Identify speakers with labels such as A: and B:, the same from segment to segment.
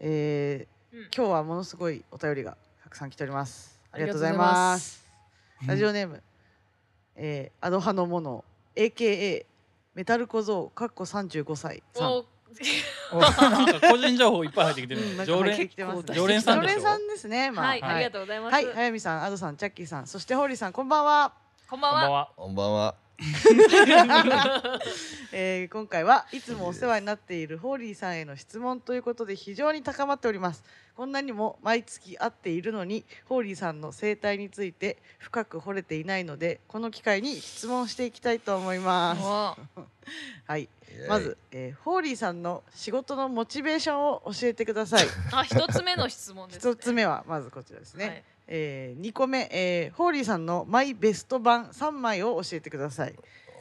A: え
B: う
A: ー今日はものすごいお便りがたくさん来ております。ありがとうござい
B: ありがとうございま
A: ますす。ラジオネーム、えーアド派のもの AKA メタル小僧かっこ35歳さん。
B: お
C: なんか個人情報いっぱい入ってきて
A: うん
C: る
A: な
C: ね。
A: んか
C: 常
A: 入って
C: 連
A: きてますね
C: 常連さん
A: 常
C: でし
A: 連
C: ょ
A: さんですね。まあ、
B: はい、ありがとうございます。
A: はい、早見さん、アドさん、チャッキーさん、そしてホーリーさん、こんばんは。
B: こんば
C: こんばん
B: んは。
C: は。
D: こんばんは。
A: えー今回はいつもお世話になっているホーリーさんへの質問ということで非常に高まっておりますこんなにも毎月会っているのにホーリーさんの生態について深く掘れていないのでこの機会に質問していきたいと思います
B: お
A: はい
D: イエイ
A: まず、えーホーリーさんの仕事のモチベーションを教えてください
B: あ、一つ目の質問です、ね。
A: 一つ目はまずこちらですね、
B: はい
A: えー、2個目、えーホーリーさんのマイベスト版3枚を教えてください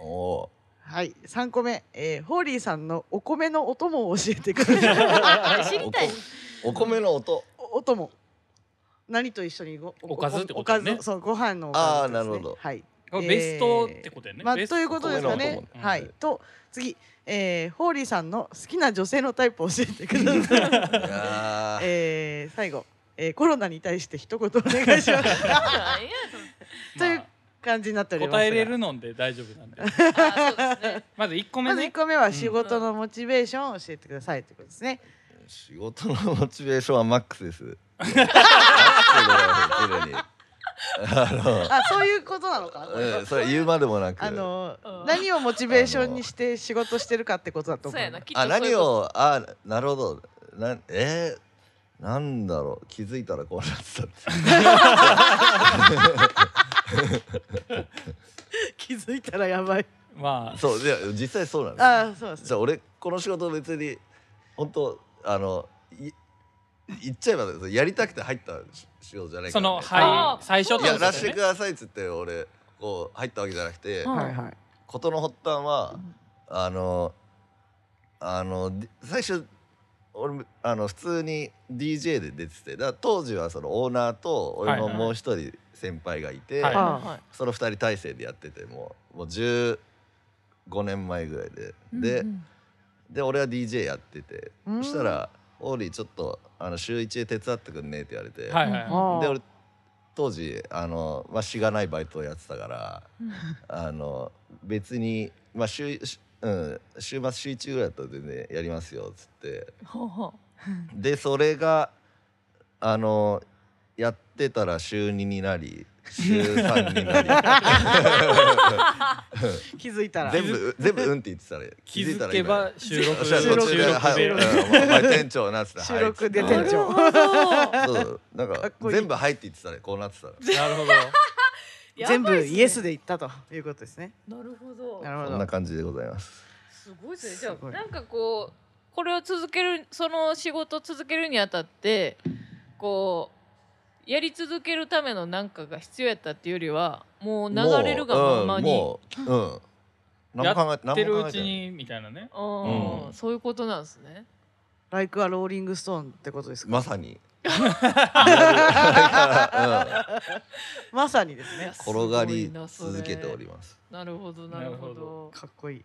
D: おお
A: はい、三個目、えー、ホーリーさんのお米のお供を教えてください。
B: あ、あれ知りたい。
D: ー。お米の音。
A: おお供。何と一緒にご
C: おかずってことだよね
A: おかず、そう、ご飯のおか
D: あー
A: ずです、ね。
D: なるほど
A: はい。
C: これベストってことだよね。
A: まあ、と
C: ベスト
A: いうことですか
D: お米の
A: ね
D: お。
C: 供
A: は
C: う
A: い
C: ん。
A: と、次、えー、ホーリーさんの好きな女性のタイプを教えてください。
D: いやー
A: えー、最後、えー、コロナに対して一言お願いします。
B: 何や
A: という感じになっておりますが。
C: 答えれるので大丈夫なんで。
B: そのあ、そう ですね。
C: まず一個目
A: まず
C: ね
A: 一。個目は仕事のモチベーションを教えてくださいということですね。
D: 仕事のモチベーションはマックスです。マックスで本当に。あ
A: あ、そういうことなのか。これ
D: の、
A: は
D: うん、それ言うまでもなく。
A: あの
B: うん
A: 何をモチベーションにして仕事してるかってことだと
B: そ
A: 思
B: う
A: う
B: やな。きっとそ
D: あ、
B: うい
D: 何
B: うこと
D: を、あ、なるほど。な、えー、なんだろう。気づいたらこうなってたって。
A: 気づいたらやばい
C: まあ
D: そう、いや、実際そうなんです。
A: ああそうです
D: じゃあ俺この仕事別に本当あのい言っちゃえばですやりたくて入った仕仕事じゃない
C: そ
D: から、ね、
C: の
B: あ
C: は
B: ー
C: い最初って
D: いや
C: ことだ
D: ら
C: よ
D: して
C: ね
D: く。ださいっつって俺こう入ったわけじゃなくて
B: うん
A: はいはい
D: 事の発端はあのあので最初俺もあの普通に DJ で出ててだから当時はそのオーナーと俺のもう一人先輩がいて、
C: はい
A: あ
B: はい
D: その二人体制でやっててもうもう15年前ぐらいで。で、
B: うん
D: で俺は DJ やってて
A: うん
D: そしたら「オーリーちょっとあの週一で手伝ってくんね」って言われて、
C: はいはい
B: あ
C: は
A: あ
D: で俺当時あの、まあ、しがないバイトをやってたから
B: うん
D: あの別に、まあ週しうん、週末週一ぐらいだったら全然やりますよっつって
B: ほうほ
D: でそれがあのやってたら週2になり週3になり
A: 気づいたら
D: 全部全部うんって言ってたら
C: い。気
D: いた
C: づ
D: ら
C: け
D: 今や
C: ば収録
D: そしたら途中で
C: 収録
D: はい
C: で
D: うんお前店長なっつって
A: 収録で
D: はい
A: 店長
B: う。なるほど
D: そうなんか
A: かっこいい
D: 全部入っていってたねこうなってた
C: な
D: ら
C: るほど。
A: 全部イエス
B: で。
A: で言ったということですね
B: なるほど。
A: なる
D: そ
A: ほ
D: んな
A: ど
D: 感じでございます
B: すごいですね。じゃ
A: す
B: あ
A: ごい
B: なんかこうこれを続けるその仕事を続けるにあたってこうやり続けるためのなんかが必要やったっていうよりはもう流れるがまんまに、
D: もううんもううん何も考え
C: やって
D: 何も
C: る
D: 考
C: うち
D: えてない
C: にみたいなね。
B: うん
D: うん
B: そういうことなんですね。
A: ライクはローリングストーンってことですか
D: まさに
A: まさにですね
D: うん転がり続けてお
B: ます
D: ります
B: ごいなそれ。なるほどなるほど。
A: かっこいい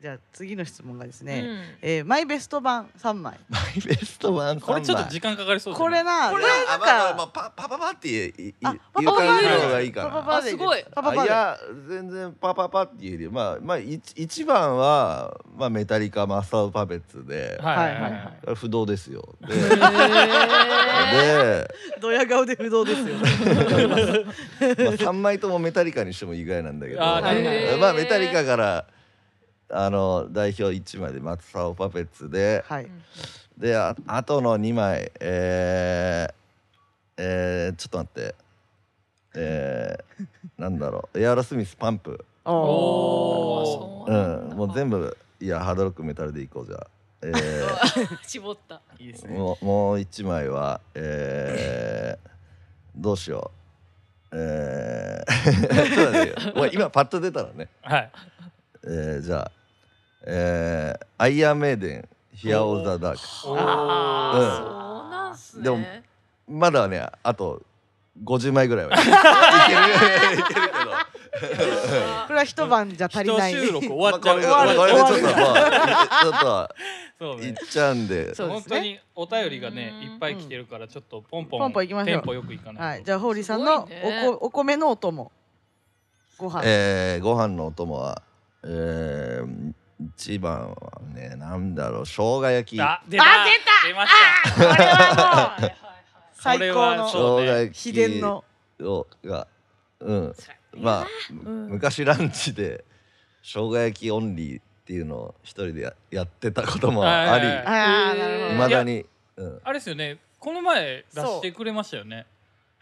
A: じゃあ次の質問がです
B: う
A: ね
B: ん
A: えーマイベスト版3枚
D: マイベストワン
C: これちょっと
D: 時
C: 時間かかりそうです
A: これなこ
D: こ
A: れ
D: れ
A: な
D: なんん
A: か
D: かパパパパって言えいい
A: あ
D: 言う
A: パ
D: 感じ
A: パ
D: の
A: パ
D: 方がいいか
A: パパ
D: な
A: パでです
B: あすごい
A: パパパ
D: あい
A: で
D: や全然パパパって言えるよまあまあいち一番はまあメタリカマサウパペッツで
C: はいはいは
A: はいは
C: いはい
A: はい
C: い。
D: 不動ですよで
B: へー
D: で
A: ドヤ顔で不動ですよ
D: まあ、3枚ともメタリカにしても意外なんだけど
C: あー
A: はいはい
B: はい
D: まあメタリカからあの代表1枚で松尾パペッツで
A: はい
D: でああとの2枚えー、えー、ちょっと待ってえー、なんだろうエアロスミスパンプ
C: おー
B: そうなん
D: ん
B: だ
D: もう全部いやハードロックメタルでいこうじゃあえー
B: 絞った。
C: い いですね。
D: もうもう1枚はえー、どうしようえー、ち ょっと待ってよおい今パッと出たらね
C: はい。
D: えー、じゃあ、えー、アイアンメイデン、ヒアオーザダーク。
C: お
B: あ
C: ー
B: ーそうなんすね。
D: でもまだね、あと50枚ぐらいはいけるいけるけど
A: これは一晩じゃ足りない。
C: 一収 録終
D: ま
C: わ
D: あ
C: っちゃ
D: こ
C: う
D: れ
C: よ、
D: これ
A: 終
D: で
A: わ
D: ちょ
A: る
D: っと まあ
C: そう
D: ちょっとい
C: ね
D: っちゃうんで
A: そう
C: 本
A: です
C: 当
A: ね。
C: にお便りがね
B: うん
C: いっぱい来てるからちょっとポンポン
A: ポンポン行きましょう
C: テンポよくいかないと、
A: はい、じゃあホーリーさんのおこ、
B: すごいね
A: お米のお供。ご飯。
D: えーご飯のお供はえー一番はねなんだろう生姜焼き生
C: あ出た
B: あ
C: 出ました
B: これはもう
A: 最高
C: そ
A: の
C: うね
D: 姜焼き
A: 秘伝の。
D: をがうん
B: 辛い
D: まあ、
B: ん
D: 昔ランチで生姜焼きオンリーっていうのを一人でややってたこともあ
C: はいはい
D: り
C: は
A: ああ、
B: えー
A: なる
B: い
A: ほ
D: い
A: ど。
D: ま
C: 未
D: だに、うん、
C: あれですよねこの前出してくれましたよね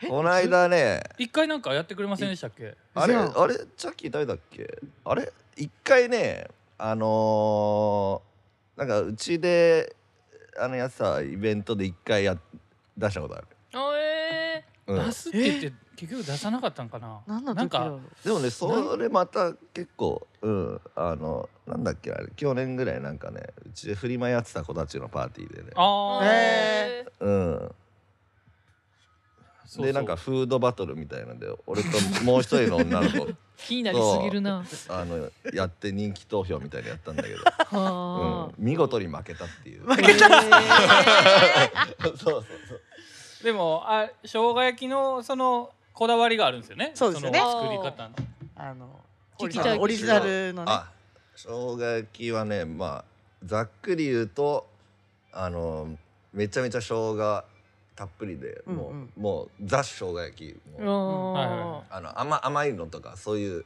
A: え
D: この。間ね
C: 一回なんかやってくれませんでしたっけ
D: あれ
A: じゃあ
D: あれチャッキー誰だっけあれ一回ねあのー、なんかうちであのやつさイベントで一回や出したことある、
B: あえ
D: うん、
C: 出すって言って結局出さなかったんかな
A: 何の
C: なん
A: 時だ
C: か
A: ろう。
D: でもねそれまた結構うんあのなんだっけあれ去年ぐらいなんかねうちで振り舞いやってた子たちのパーティーでね
B: ー
C: あ
A: え
C: あ
A: え
D: うんでなんかフードバトルみたいなんで俺ともう一人の女の子
B: 気になりすぎるな
D: あのやって人気投票みたいなのやったんだけど、
B: は
D: うん、見事に負けたっていう。
B: けた
D: そうそうそう。
C: でもあ生姜焼きのそのこだわりがあるんですよね
A: そうですよね
C: の作り方の
A: あの。
B: 聞き
D: たい
A: ホーリーさんのオリジナルのね。
D: あ、生姜焼きはね、まあざっくり言うとあのめちゃめちゃ生姜たっぷりで、もう
A: うんうん
D: もうザ生姜焼き、もう
B: あ
D: あの甘甘いのとかそういう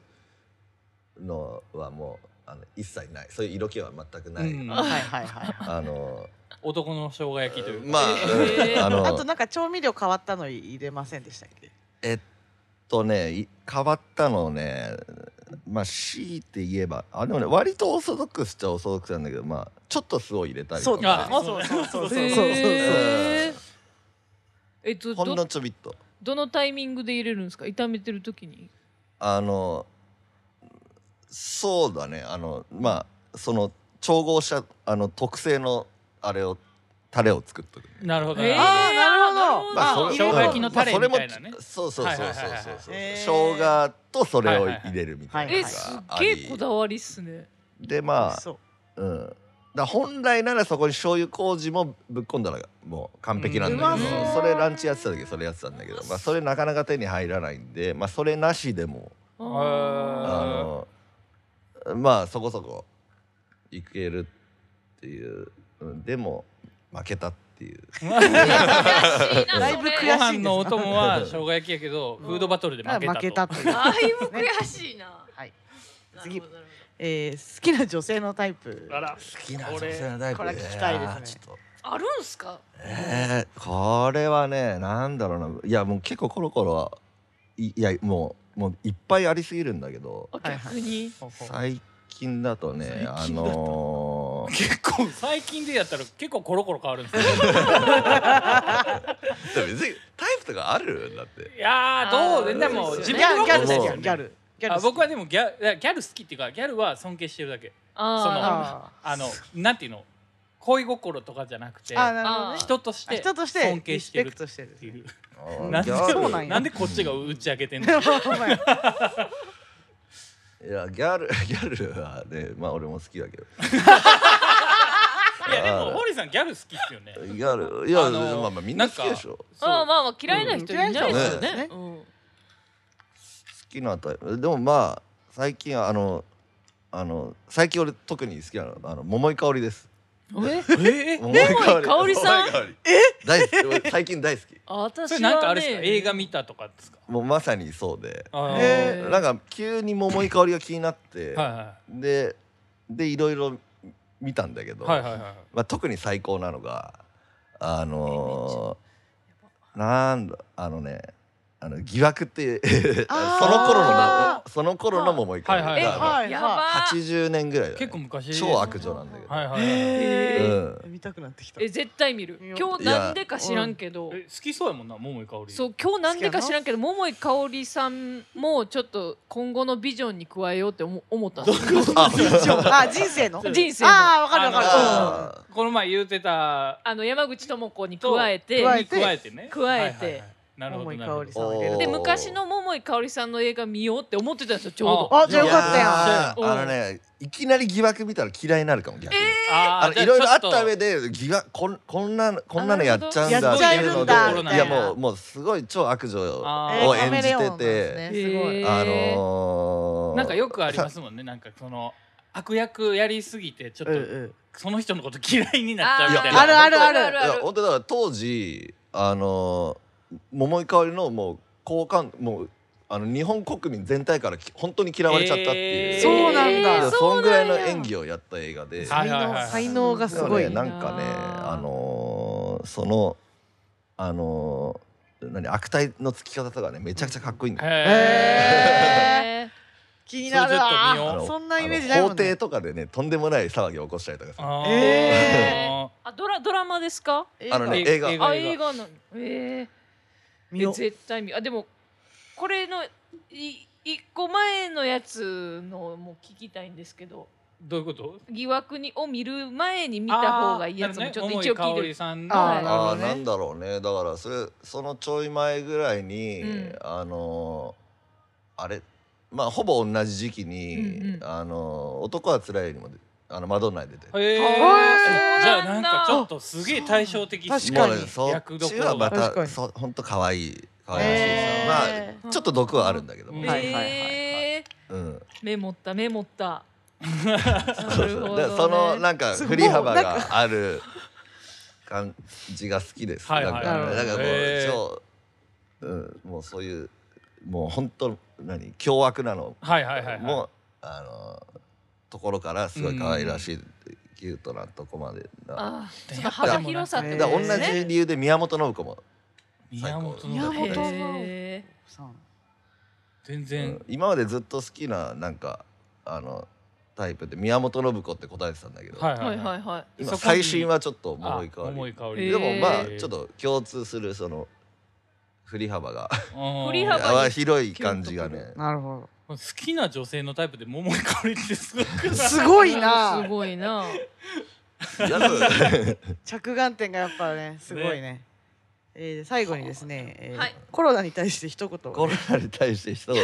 D: のはもうあの一切ない。そういう色気は全くない。
C: うん
A: はいはいはい。
D: あの
C: 男の生姜焼きというか
D: まあ、
B: えー
D: あ
A: あ
D: の
A: となんか調味料変わったの入れませんでしたっけ。
D: えっとねい変わったのねまあ強いて言えばあでもね割とオーソドックスっちゃオーソドックスなんだけどまあちょっと酢を入れたり
A: そう
D: と
A: だ
D: か
C: あ
A: ね。そうそうそうそうそう。
B: へーえっと
D: ほん
B: ど
D: のちょびっと
B: どのタイミングで入れるんですか炒めてる時に
D: あのそうだねあのまあその調合したあの特製のあれをタレを作っとく、
C: なるほどな
B: え
C: る
B: ー
C: ほど
A: あーなるほど
B: まあ
D: それ
A: 入れる
D: ま
A: 生
D: あ
A: 姜焼き
C: のタレ
D: それも
C: みたいなね
D: そうそうそうそうそうそうそ
A: はいはい
D: う、
A: はいはい
D: 生姜とそれを入れるみたいな
A: はい
B: え
A: はい
B: すっ
D: のがあ
B: げえ
D: り
B: こだわりっすね
D: でまあ
A: そう。
D: うん、だから本来ならそこに醤油麹もぶっ込んだらもう完璧なんだけど、
A: うんうまそう
D: それランチやってた時それやってたんだけど、まあ、それなかなか手に入らないんで、まあ、それなしでも、
B: あ
D: あのまあそこそこいけるっていう、うん、でも負けたっていう
B: ー悔しいな
A: だいぶ
B: そ
A: 悔し
B: れ
C: ご
A: い
C: 飯のお供は生姜焼きやけどフードバトルで負けたと
A: 負けたっていう。
B: だいぶ悔しいな
A: はい。
B: なる
A: 次
B: ほどなる
A: えー好きな女性のタイプ。
C: あら
D: 好きな女性のタイプ
A: これこれ聞きたいですね
D: やーちょっと
B: ほどあるんすか
D: えー、これはねなんだろうないやもう結構コロコロはいいやもうもういっぱいありすぎるんだけど
B: あ
A: はいはい
B: 逆に
D: 最近だとね
C: 最
D: あ
C: 近だと
D: のー
C: 結構最近でやったら結構コロコロ変わるん ですよ
D: でも別にタイプとかあるだって
C: いやーど
B: あ
C: う
B: ー
C: でも
B: そうです
A: ギ
C: 自
A: ャ
B: よ
A: ギャルで
B: ね
C: 分
A: す
D: そう
A: よ。ギャル。ギャル
C: あ僕はでもギャギャル好きっていうかギャルは尊敬してるだけ
B: あ
A: あ
C: あのなんていうの恋心とかじゃなくて
A: ーあーなるほどね
B: あ
C: 人として
A: 人として
C: 尊敬して
A: リ
C: る
A: スペクトしてる
C: っていう
D: あ
C: なんで
D: ギャル
A: そうなんや
C: なんでこっちが打ち明けてんの
A: お前
D: いやギャル ギャルはねまあ俺も好きだ けど
C: いやで
D: あ
C: も
D: ー
C: 堀さんギャル好きっすよね。
D: ギャルいや、
C: あのー
D: まあまあみんな好きでしょ好
B: ーあーまあまあ嫌いな人いないですよ
A: うん嫌いな
B: ね
A: 人
B: うん
D: きなタイプでもまあ最近あのあの最近俺特に好きなのあの桃井かおりです
B: え
C: え
D: 桃井
B: 桃井かおりさん
D: 桃井かおり大好き最近大好き
B: あ私
C: そ
B: は
C: れ
B: ね
C: なんかあれですか映画見たとかですか。
D: もうまさにそうで
C: あー
A: え
B: ー
D: なんか急に桃井かおりが気になって、
C: はいは
D: ででいろいろ見たんだけど、
C: いはいはいはいはい。
D: まあ、特に最高なのがあのー、なんだあのねあの疑惑っていう
A: あ
D: そ
A: ー
D: の頃のなその頃の桃井かおりが、
C: はい
B: え
C: はい
D: まあ
A: はい
B: やばー
D: 80年ぐらいだ、ね、
C: 結構昔。
D: 超悪女なんだけど、
C: はいはいはい。え
A: え
D: う
A: ー
D: ん、
A: 見たくなってきた
B: え絶対見る
A: いや
B: 今日なんでか知らんけど
C: 好きそうやもんな桃井かおり。。
B: そうう今日なんでか知らんけど桃井かおりさんもちょっと今後のビジョンに加えようって思思ったんですよ
D: あ
A: あ人生の
B: 人生の
A: ああわかるわか
D: あ
C: この前言うてた
B: あの山口智子に加えて
A: 加え
C: に加えてね。
B: 加えて
C: はいはいはいなるほど
A: 桃井
C: な
A: かお
C: る
A: り
C: ほ
A: さんを入れる
D: お
B: で
A: と
D: ー
B: 昔の桃井かおりさんの映画見ようって思ってたんですよちょうど。
A: あじゃあよかったよ
D: や
B: うん
D: ーあのねいきなり疑惑見たら嫌いになるかも逆に、
B: え
C: どあ
D: あ
C: ー
D: の
C: じゃ
D: いろいろあっ
C: ちょ
D: た
C: と
D: 上で疑惑こんこんなのこんなのやっちゃうんだ
A: やっちゃえるんだ
D: っていうのでいやもうもうすごい超悪女
C: あ
A: えー
D: を
C: ー
A: カ
D: 演じてて
A: メレオンなんですねすごい
B: えー
D: あのー、
C: なんかよくありますもんねなんかその悪役やりすぎてちょっ
A: うんう
C: と
A: ん
C: その人のこと嫌いになっちゃうみたい
D: いや
C: な
A: あるあるある
D: いや本当だから当時あのー桃井かおりのもう好感もうあの日本国民全体からき本当に嫌われちゃったっていう、
C: えー
A: そうなんだ
D: いや
B: そう
D: そんぐらいの
B: なんや
D: 演技をやった映画で
A: 才
C: はいはいはいは
A: 能
C: い
A: 才能がすごい
D: でもねなんかねあのーそのあのー何悪態のつき方とかねめちゃくちゃかっこいいんだよ、
C: へー
B: え
A: 気になるわ
C: それちょっと見よう
A: あ
D: あの
A: そんなイメージないも
D: あ
A: ん
D: の法廷
A: ね
D: とかでねとんでもない騒ぎを起こしたりとかさ
C: あー
A: え
B: ーあドラドラマですか？
D: あのね
A: 映
D: 映画
C: 映画
B: あ映画のえ
A: 見
B: ー、え
A: よう
B: 絶対見あでもこれのい一個前のやつのも聞きたいんですけど
C: どういうこと
B: 疑惑にを見る前に見た方がいいやつもちょっと一応聞い
C: あーなるほ
B: て
C: どね桃井かおり
B: る。
C: さん
A: あー
C: の
A: なるほど
D: あー
A: ね
D: なんだろうねだからそれそのちょい前ぐらいに、
B: うん
D: あのーあれまあほぼ同じ時期に、
B: うんうん
D: あのー男はつらいよりもあのマドンナに出てる
C: へ
B: あ
C: ー
B: ー
C: じゃあなんかちょっとすげえ対照的っすね
A: 確かに
D: もうねそっ
C: 役どこ
D: ち
C: ろが
D: はま
A: 確か
D: た
A: に
D: そうほんと可愛い可愛いし、
A: えー
D: まあちょっと毒はあるんだけども、
C: うん
B: えー
A: はいはいはい
D: うん、
B: メモったメモった。 なるほ
D: そうそうだから
B: ど
D: そ
B: ね
D: のなんか振り幅がある感じが好きです
C: はい
D: だ
C: はい
D: からだからも
C: へー
D: う超、うん、もうそういうもう本当何凶悪なの
C: はいはいはい
D: も
C: は
D: うあのところからすごい可愛らしい、キュートなとこまでな
B: あーその幅広さっ
A: あ
B: て
D: だ
B: こ
D: か
B: と
D: ら
B: で
D: 同
B: すね。
D: じ理由で宮本信子も、
C: い
D: 最
C: 宮
D: 高
C: 本信
A: 宮本
C: 子
A: 同じ
B: え
A: そう
C: 全
D: う
C: 然
D: ん今までずっと好きななんかあのタイプで宮本信子って答えてたんだけど、
C: はい
B: ー、は
C: はいいは
B: はいいはい。
C: そ
D: 今
C: こに
D: 最新はちょっと思い
C: あ
D: 変わ
C: 桃
D: り
C: 井かお
B: え
C: り
B: ー
D: でもまあ
B: へ
D: ちょっと共通するその振り幅が
C: うん
B: 振り幅
D: 幅広い感じがね
A: なるほ
C: 好きな女性のタイプで桃井かおりってすごく
A: どすごい
B: す
A: な
B: ごいな。
D: いやそう
A: 着眼点がやっぱねすごいねえー最後にですね、えー
B: はい
A: コロナに対して一言
D: コロナに対して一言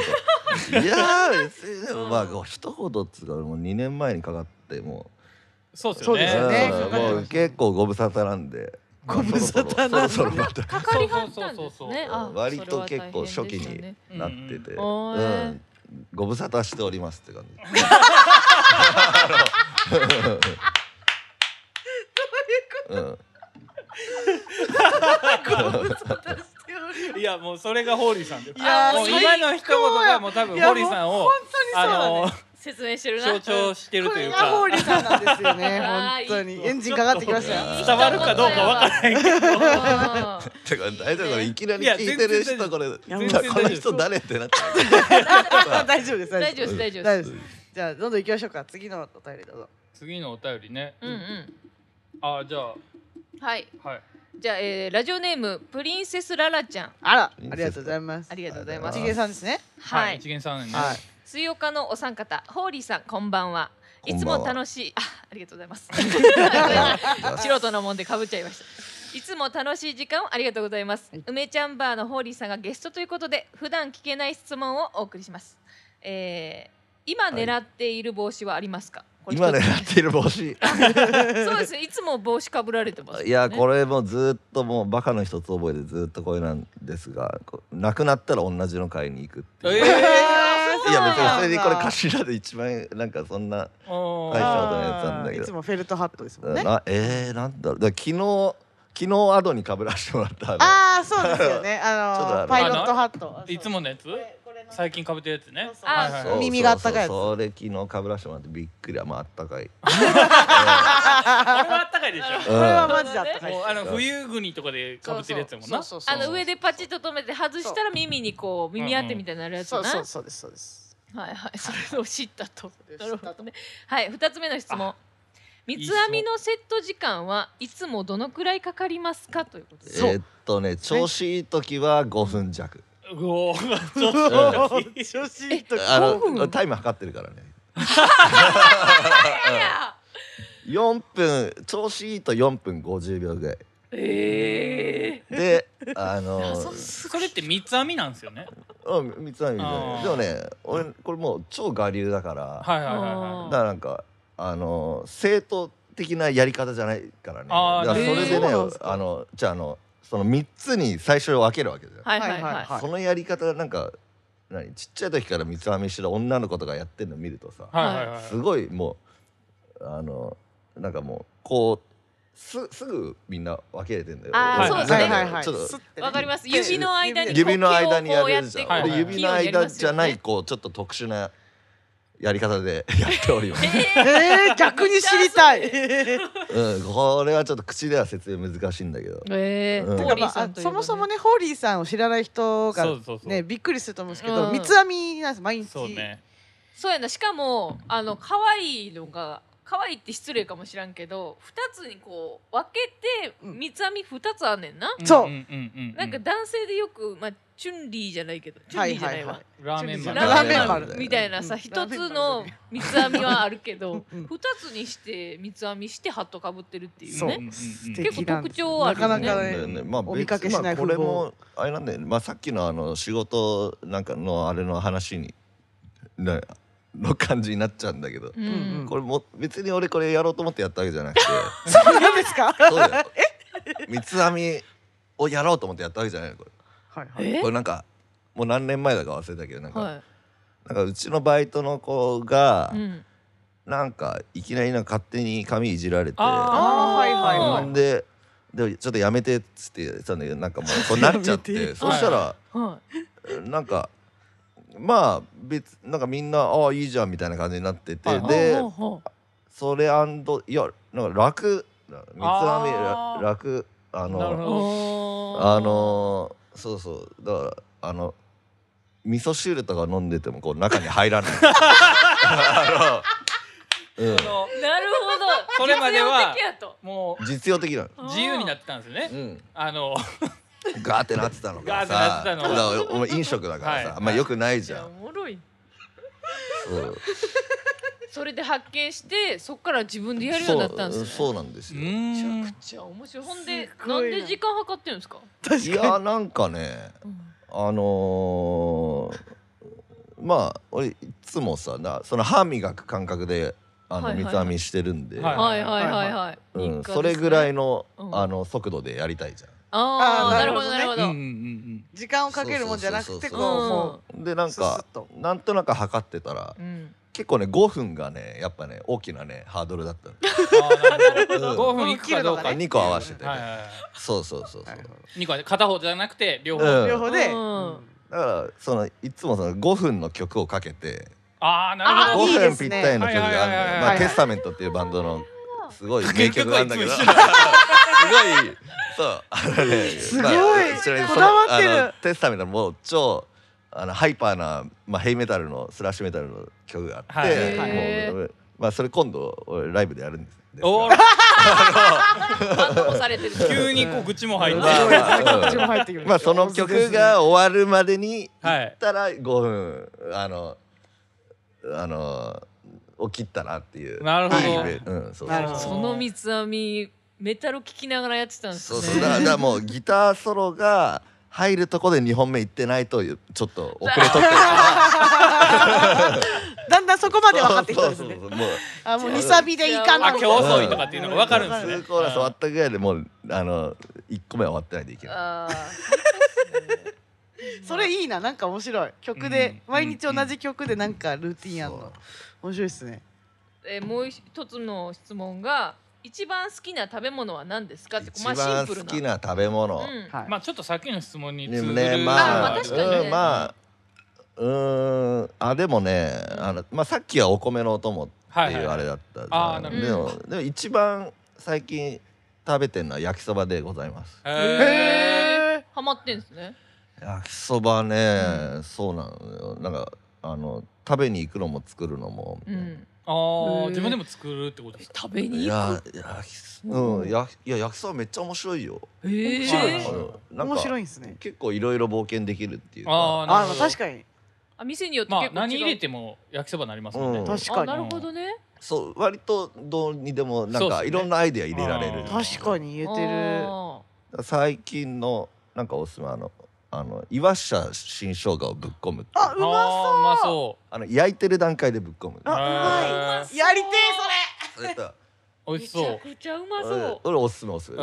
D: いやー別にでもまあこう一言っつうかもう2年前にかかっても
C: そうです
A: そ
C: よ
A: う
C: ね
A: ですよね
D: うんもう結構ご無沙汰なんで
A: ご無沙汰なんだ
D: そろそろまた
B: かかりがあったんですね。あ
D: うん割と
B: それ
D: 結
B: は大変
D: 構
B: でした
D: 初
B: ね
D: 期になってて、
B: うんうん
D: う
B: へー
D: ん、ご無沙汰しておりますって感 じ。
A: ご無沙汰しており
D: うん、
A: ます
C: いやもうそれがホーリーさんで
A: いやー
C: もう
A: 最
C: 今の一言がもう多分
A: い
C: ホ
A: や
C: ーリーさんを
A: 本当にそう
C: あ
A: だね
C: の
B: 説明してるな。
C: 象徴してる
A: こと
C: い
A: れ
C: う
A: が
C: か
A: ホーリーさんなんですよ ね
B: あ
A: 本
B: ー
A: 当
B: い
A: にエンジンかかってきましたよ
D: ちょっ
B: いい
D: と
B: 人
C: 伝わるかどうかわからへんけ
B: ら
C: ど
B: ない。
D: てか大丈夫これいきなり
C: いや
D: 聞いてる人これ
A: 全
D: こ
A: 然
C: 大丈夫
D: の人誰ってなっち ゃ
A: 大丈夫です
B: 大丈夫です大丈夫
A: 大丈
B: です。
A: 夫ですじゃあどんどん行きましょうか次のお便りどうぞ
C: 次のお便りね、
B: うんうん。
C: あじゃあ
B: はい。
C: はい
B: じゃあ、えーラジオネームプリンセスララちゃん。
A: あら
D: いいん
A: ありが
D: ですか
A: とうございます
B: ありがとうございます
A: ち。げさんですね
B: はい
C: 一。元さんね、
A: はい
B: 水曜日のお三方、ホーリーさんこんばんは。い
D: こん
B: つ
D: ばんは
B: も楽しい。あ、ありがとうございます。
D: う。
B: 素人のもんでかぶっちゃいました。いつも楽しい時間をありがとうございます。
A: はい
B: 梅ちゃんバーのホーリーさんがゲストということで、普段聞けない質問をお送りします。えー今狙っている帽子はありますか。これ
D: 今
B: 一つ
D: 狙っている帽子。
B: そうですね。いつも帽子かぶられてます、ね。
D: いやこ
B: れ。
D: れもうずっともうバカの一つ覚えでずっとこれなんですが、こうなくなったら同じの買いに行くっていう。
C: え
D: いや別にそれにこれ頭で一番なんかそんな
C: ーおー
D: 大はいした
A: あ
D: ことないやつなんだけ
A: ー
D: ど
A: いつもフェルトハットですもんね
D: なえー、なんだろうだから昨日昨日アドにかぶらせてもらったあの
A: ああそうですよね
D: ちょっとあ
A: あの
D: の
A: パイロットハット
C: いつものやつ
A: これこれの
C: 最近かぶってるやつね
A: そうそう
B: あ
C: はいはい
D: そう
C: はい
A: 耳があったかいやつ
D: そうそうそれ昨日かぶらせてもらってびっくりあまああったかい、
C: これはあったかいでし
D: う
C: ょ
D: ん
A: これはマジであったかい
C: もうあの冬国とかでかぶってるやつやもんな
A: そうそうそう
B: あの上でパチッと止めて外したら耳にこう耳当てみたいになるやつな。
A: そうそうそうですそうです
B: はいはい。それを知ったと。
A: れを知
B: な
A: った
B: る
A: と
B: ほどね。はい。二つ目の質問。三つ編みのセット時間はいつもどのくらいかかりますかということです。
A: そう
D: えーっとね調子いい時は5分弱
C: うおーちょっと
A: 調子いい時
D: あ
B: 5
D: の
B: 分
D: タイム測ってるからね
B: いや
D: 4分調子いいと4分50秒ぐらい
B: ええ
D: であの
B: 謎す
C: それって三つ編みなんですよね。
D: うん三つ編みで
C: あー
D: でもね俺これもう超我流だから、
C: はいはいはいはい。
D: だからなんかあの正当的なやり方じゃないからね
C: あー
D: だからそれ
A: へーそ
D: でね、
A: うなんですか
D: あのじゃああのその3つに最初分けるわけじゃん、
B: はいはいはい
A: はい
D: そのやり方なんか何ちっちゃい時から三つ編みしてる女の子とかやってるの見るとさ、
C: はいはいはい。
D: すごいもうあのなんかもうこうすすぐみんな分けれてんだよ。
B: あ
C: ーそうですね
D: なんかちょっと
B: わかります
D: ね
B: 指の間に
D: 指の間にやるじゃん、
B: こう
C: はい
B: こ
C: は
D: 俺
C: い
D: 指の間じゃないこうちょっと特殊なやり方でやっております。
A: え ー、逆に知りたい。
D: うん、これはちょっと口では説明難しいんだけど。
B: え
D: う
B: ー、
D: ん
A: て
B: ホ
A: か
B: ーリ
A: ま
B: ー
A: あ
B: さんといえば
A: そもそもねホーリーさんを知らない人
C: そ
A: が
C: うそうそう。
A: ねびっくりすると思うんですけど、
B: うん
A: 三つ編みなんです毎日。
C: そうね。
B: そうやなしかもあの可愛いのが可愛いって失礼かもしらんけど2つにこう分けて
A: うん
B: 三つ編み2つあんねんな、
A: そう
C: うんうんうんうん。
B: なんか男性でよく、まあ、チュンリーじゃないけどチュンリーじゃないわ、
C: ラーメンマン。
B: ラ
D: ラー
B: ー
D: メ
B: メ
D: ン
B: ン
D: マ
B: マ
D: ン
B: ンみたいなさ
A: うん
B: 一つの三つ編みはあるけど
A: うんうん
B: 二つにして三つ編みしてハットかぶってるっていう
A: そう
B: ね
C: んんん
A: 素
B: 結構
A: 敵なん
B: 特
A: です
B: 徴あるよ
A: な
B: ね
A: かなか
D: だよ
A: ね
D: まあ、
A: お見かけ
D: 別
A: しない
D: まあこれ
A: 風貌
D: もあれなんだよね、まあ、さっきのあの仕事なんかのあれの話になの感じになっちゃうんだけど、
B: うん
A: うん
D: これも別に俺これやろうと思ってやったわけじゃなくて
A: そうなんですか。
D: そうだよ三つ編みをやろうと思ってやったわけじゃないのこれ
A: はいは
B: え
D: これなんかもう何年前だか忘れたけどなんか,、
B: は
D: なんかうちのバイトの子が
B: い、うん、
D: なんかいきなりなんか勝手に髪いじられて。
A: あーはいはい
D: 自
A: は
D: 分ででちょっとやめてっつって言ってたんだけどなんかもうそうなっちゃっ
A: やめ
D: て
A: て
D: そうしたら
B: は
D: なんかまあ別なんかみんなああいいじゃんみたいな感じになってて
C: はい
B: い
D: で
B: ほうほうほ
D: それアンドいやなんか楽三つ編み
C: あー
D: ら楽あ
C: なる
B: う
C: ほ
D: の
C: ど
D: あ
B: おー
D: のーそうそうだからあの味噌汁とか飲んでてもこう中に入らない あの、うん
C: あ、の
B: なるほど
C: それまで
B: 実用
C: は
B: 的やと
C: もう
D: 実用的なの、
C: 自由になってたんですよ
D: う
C: ね。
D: ん、
C: あの
D: ガーってなってたのがさ
C: ガーってなってたのが
D: だからお前飲食だからさ、
C: はい
D: あんまよくないじ
B: じ
D: ゃ
B: ゃお
D: ん、
B: もろい
D: そう
B: それで発見してそっから自分でやるようになったんですね
D: そうそうなんです
C: う
D: よ、
C: ーん
B: めちゃくちゃ面白いほんですな
A: ご
B: ん
A: いな
B: で時間計ってるんですか、
A: 確
D: い
A: かに。
D: やなんかねあのーまあ俺いつもさなその歯磨く感覚であの、
B: はいはいはい
D: 三つ編みしてるんで、
C: はい
B: はいはいはいはい、
D: う
B: 日課で
D: ん、
B: すね
D: それぐらいの、
B: うん
D: あの速度でやりたいじゃ
B: あ
A: あー
B: あなるほ
A: な
B: どな
A: る
B: る
A: ほ
B: ほ
C: うん
B: ど、
C: うんうん
A: 時間をかけるもんじゃなくてこ
D: そううそう
B: そう
A: も
D: んでなん
A: うスッ
D: か
A: と。
D: なんとなく測ってたら
B: うん
D: 結構ね5分がねやっぱね大きなねハードル だったの
C: あーなるほ
D: うん
C: ど。五分いくかどうか。
A: ね
D: 2個合わせてね、
C: はいはいはい。
D: そうそうそうそ
A: は
D: う、
A: い
C: 二個ね片方じゃなくて両方。
D: うん
A: 両方で。
B: うん
D: だからそのいつもその5分の曲をかけて
C: ああなる
A: あ
C: ほ
A: ー
C: ど
D: 5
A: いい
D: 分
A: です
D: ぴっ
A: ね
D: たりの曲があるのよ、
C: はいはいはいはい
D: ま
A: は
D: あ、
A: い
D: テスタメントっていうバンドのすごい名曲なん だけど
C: かけ
D: すご
C: る
D: い
C: 曲は
D: そうあのね
A: すごい
D: まあちなみにその
A: こだわってる
D: あのテスタメントもう超あのハイパーな、まあ、ヘイメタルのスラッシュメタルの曲があっ
C: は
D: て、
C: い
B: はいはい
D: もうまあ、それ今度俺ライブでやるんですですが
C: おお
B: バンドもされてる
C: 急に告知も入って
D: まあまあうん
A: こっちも入ってきました
D: まあその曲が終わるまでに
C: はい
D: 行ったら5分あのあの起きったなっていう
C: なるほど
D: いいイメージうん、そう
A: なるほ
D: そう
A: ど
D: そう
B: その三つ編みメタル聞きながらやってたんです
D: そ
B: ね
D: うそうだからだからもうギターソロが入るとこで2本目行ってないというちょっと遅れ とってるから
A: だんだんそこまで分かってきたんです
D: そう
A: ね
D: そう。そうもう
A: あもう二サビでいかな
C: あ
A: い。
C: 今日遅いとかっていうのがわかるんですね。
D: 2コーラス終わったぐらいでもうあの1個目は終わってないといけない
B: あー
A: それいいななんか面白い曲で、
C: うん
A: 毎日同じ曲でなんかルーティンやんの面白いですね
B: えーもう一つの質問が一番好きな食べ物は何ですかって
D: 一
B: まあシ
D: 番
B: ンプ
D: 好
B: ルな
D: きな食べ物、
B: うん
A: はい、
C: まあちょっとさっきの質問に
D: で
C: 通
D: も
C: ず
D: ね
C: る
D: ま
B: ま
D: あ
B: あ
C: 部
B: 確か
C: 分
B: にね
D: うん、まあうーんあでもねあの、まあ、さっきはお米のお供って
C: はい
D: い
C: はいうはい
D: あれだったじゃん
C: あーなる
B: ほ
D: でも
B: ど
D: でも一番最近食べてるのは焼きそばでございます
C: へ
B: へハマってんですね
D: 焼きそばね、そうなのよなんかあの食べに行くのも作るのも、
B: うん
C: ーあ
B: へ
C: あ
B: ー
C: 自分でも作るってことですか
B: 食べ
D: い
B: に行
D: や焼きそうんやいや焼きそばめっちゃ面白いよ、
B: くへ
C: そうなん
B: え
C: ですよ
D: うんなんか
A: 面白いんですね
D: 結構いろいろ冒険できるっていう
C: あ
D: か
C: あな
A: あ
C: るほど
A: 確かに
B: あ店によって
C: ま
B: 結構違
C: あ
B: う、
C: 何入れても焼きそばになりますもんね
D: うん
A: 確か
B: あ
A: に
B: なるほどね
D: そう割とどうにでもなん
C: そうっ
D: か
C: すね
D: いろんなアイデア入れられる、
C: あー
A: 確かに言えてる
B: あ
D: 最近のなんかおすすめあのあの岩下新生姜をぶっ込むっていう
A: あうま
C: あーうまそ
D: あの焼いてる段階でぶっ込む
C: う。
A: あうま
C: ま
A: そうやりてえ
D: それと
C: 美味しそう。
B: めちゃくちゃうまそ
D: 俺
B: う
D: 俺おすすめおすすめあ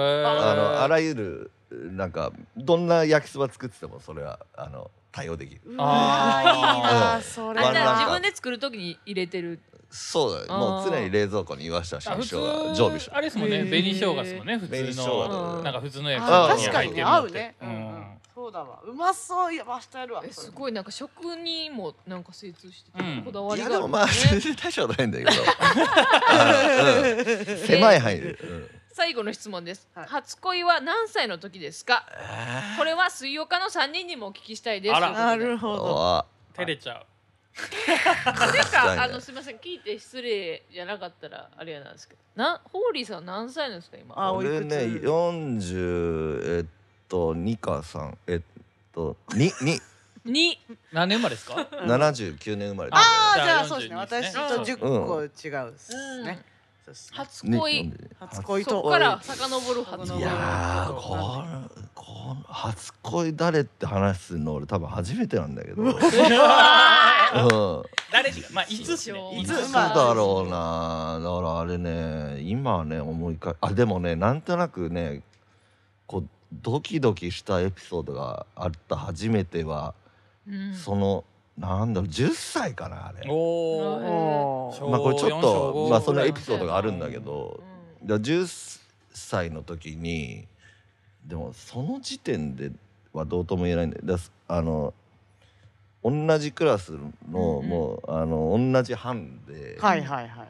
D: のあらゆるなんかどんな焼きそば作っててもそれはあの対応できる
A: それう
C: あ
A: わいい
C: ー
A: なそれ
D: ワ
B: あ
D: ン
B: じ
D: ラン
B: ゃあ自
D: クアッ
B: 分
D: プ
B: で作るときに入れてる
D: そうだ
B: あ
D: よ
B: ー
D: もう常に冷蔵庫に岩下新
C: あ
D: 生
C: 普通
D: 姜常備して
C: あ
D: る
C: れですもんね
B: へー
C: 紅生姜ですもんね普
D: 紅生
C: 通
D: 姜
C: の
D: だ
A: う
D: ね
A: ん
C: なんか普通の焼きそば
A: あ
D: うん
A: 確か
C: 入って
A: に
C: るの
A: 合
C: っ
A: う
C: て
A: ね、
C: う
A: うんんうん、そうだわうまそういや明日やるわ
B: え
A: それ
B: すごいなんか食にもなんか精通してて
C: うん
B: こだわ
D: い
B: り
D: や
B: があ
D: で
B: る
D: も
B: ん
D: まあ
B: ですね
D: 全然大したことないんだけどあーうん狭い範囲で、うん
B: 最後の質問です、
A: はい
B: 初恋は何歳の時ですかこれは水曜日の三人にもお聞きしたいです
C: あら
A: な
B: という
A: るほど
D: あ
C: 照れちゃ
B: ことでて
D: したいね
B: かあのすみません聞いて失礼じゃなかったらあれやなんですけどなホーリーさん何歳なんですか今
A: あおい
D: 俺
A: くつ
D: ね40えっと2か3えっと279
B: に
C: う何年前ですか
D: 年生まれだ
A: あー
C: あ
A: じゃあ
C: 42
A: そうですね
C: で
A: 私
C: す
A: と
C: ね
A: 10個違うっすね、そうっすね
B: 初
D: ね
B: 恋
A: 初恋
B: そ
A: と
B: こから遡る初
A: の
D: い
B: 恋
D: やーこのこの初恋誰って話すの俺多分初めてなんだけど、うん、
C: 誰にまあいつっすね
B: い
D: い
B: つ
D: つ
A: まあ
D: だろうなだからあれね今ね思い返あでもねなんとなくねこうドキドキしたエピソードがあった初めては、
B: うん
D: そのなんだろう10歳かなあれ。
C: おー
A: おー
C: 小
D: まあこれちょっ
C: 小
D: と
C: 五
D: まあそのエピソードがあるんだけど
B: う、ん
D: だから10歳の時にでもその時点ではどうとも言えないんだよだすあの同じクラス
B: う
D: の
B: んうん
D: もう、あの同じ班で、
A: はいはいはい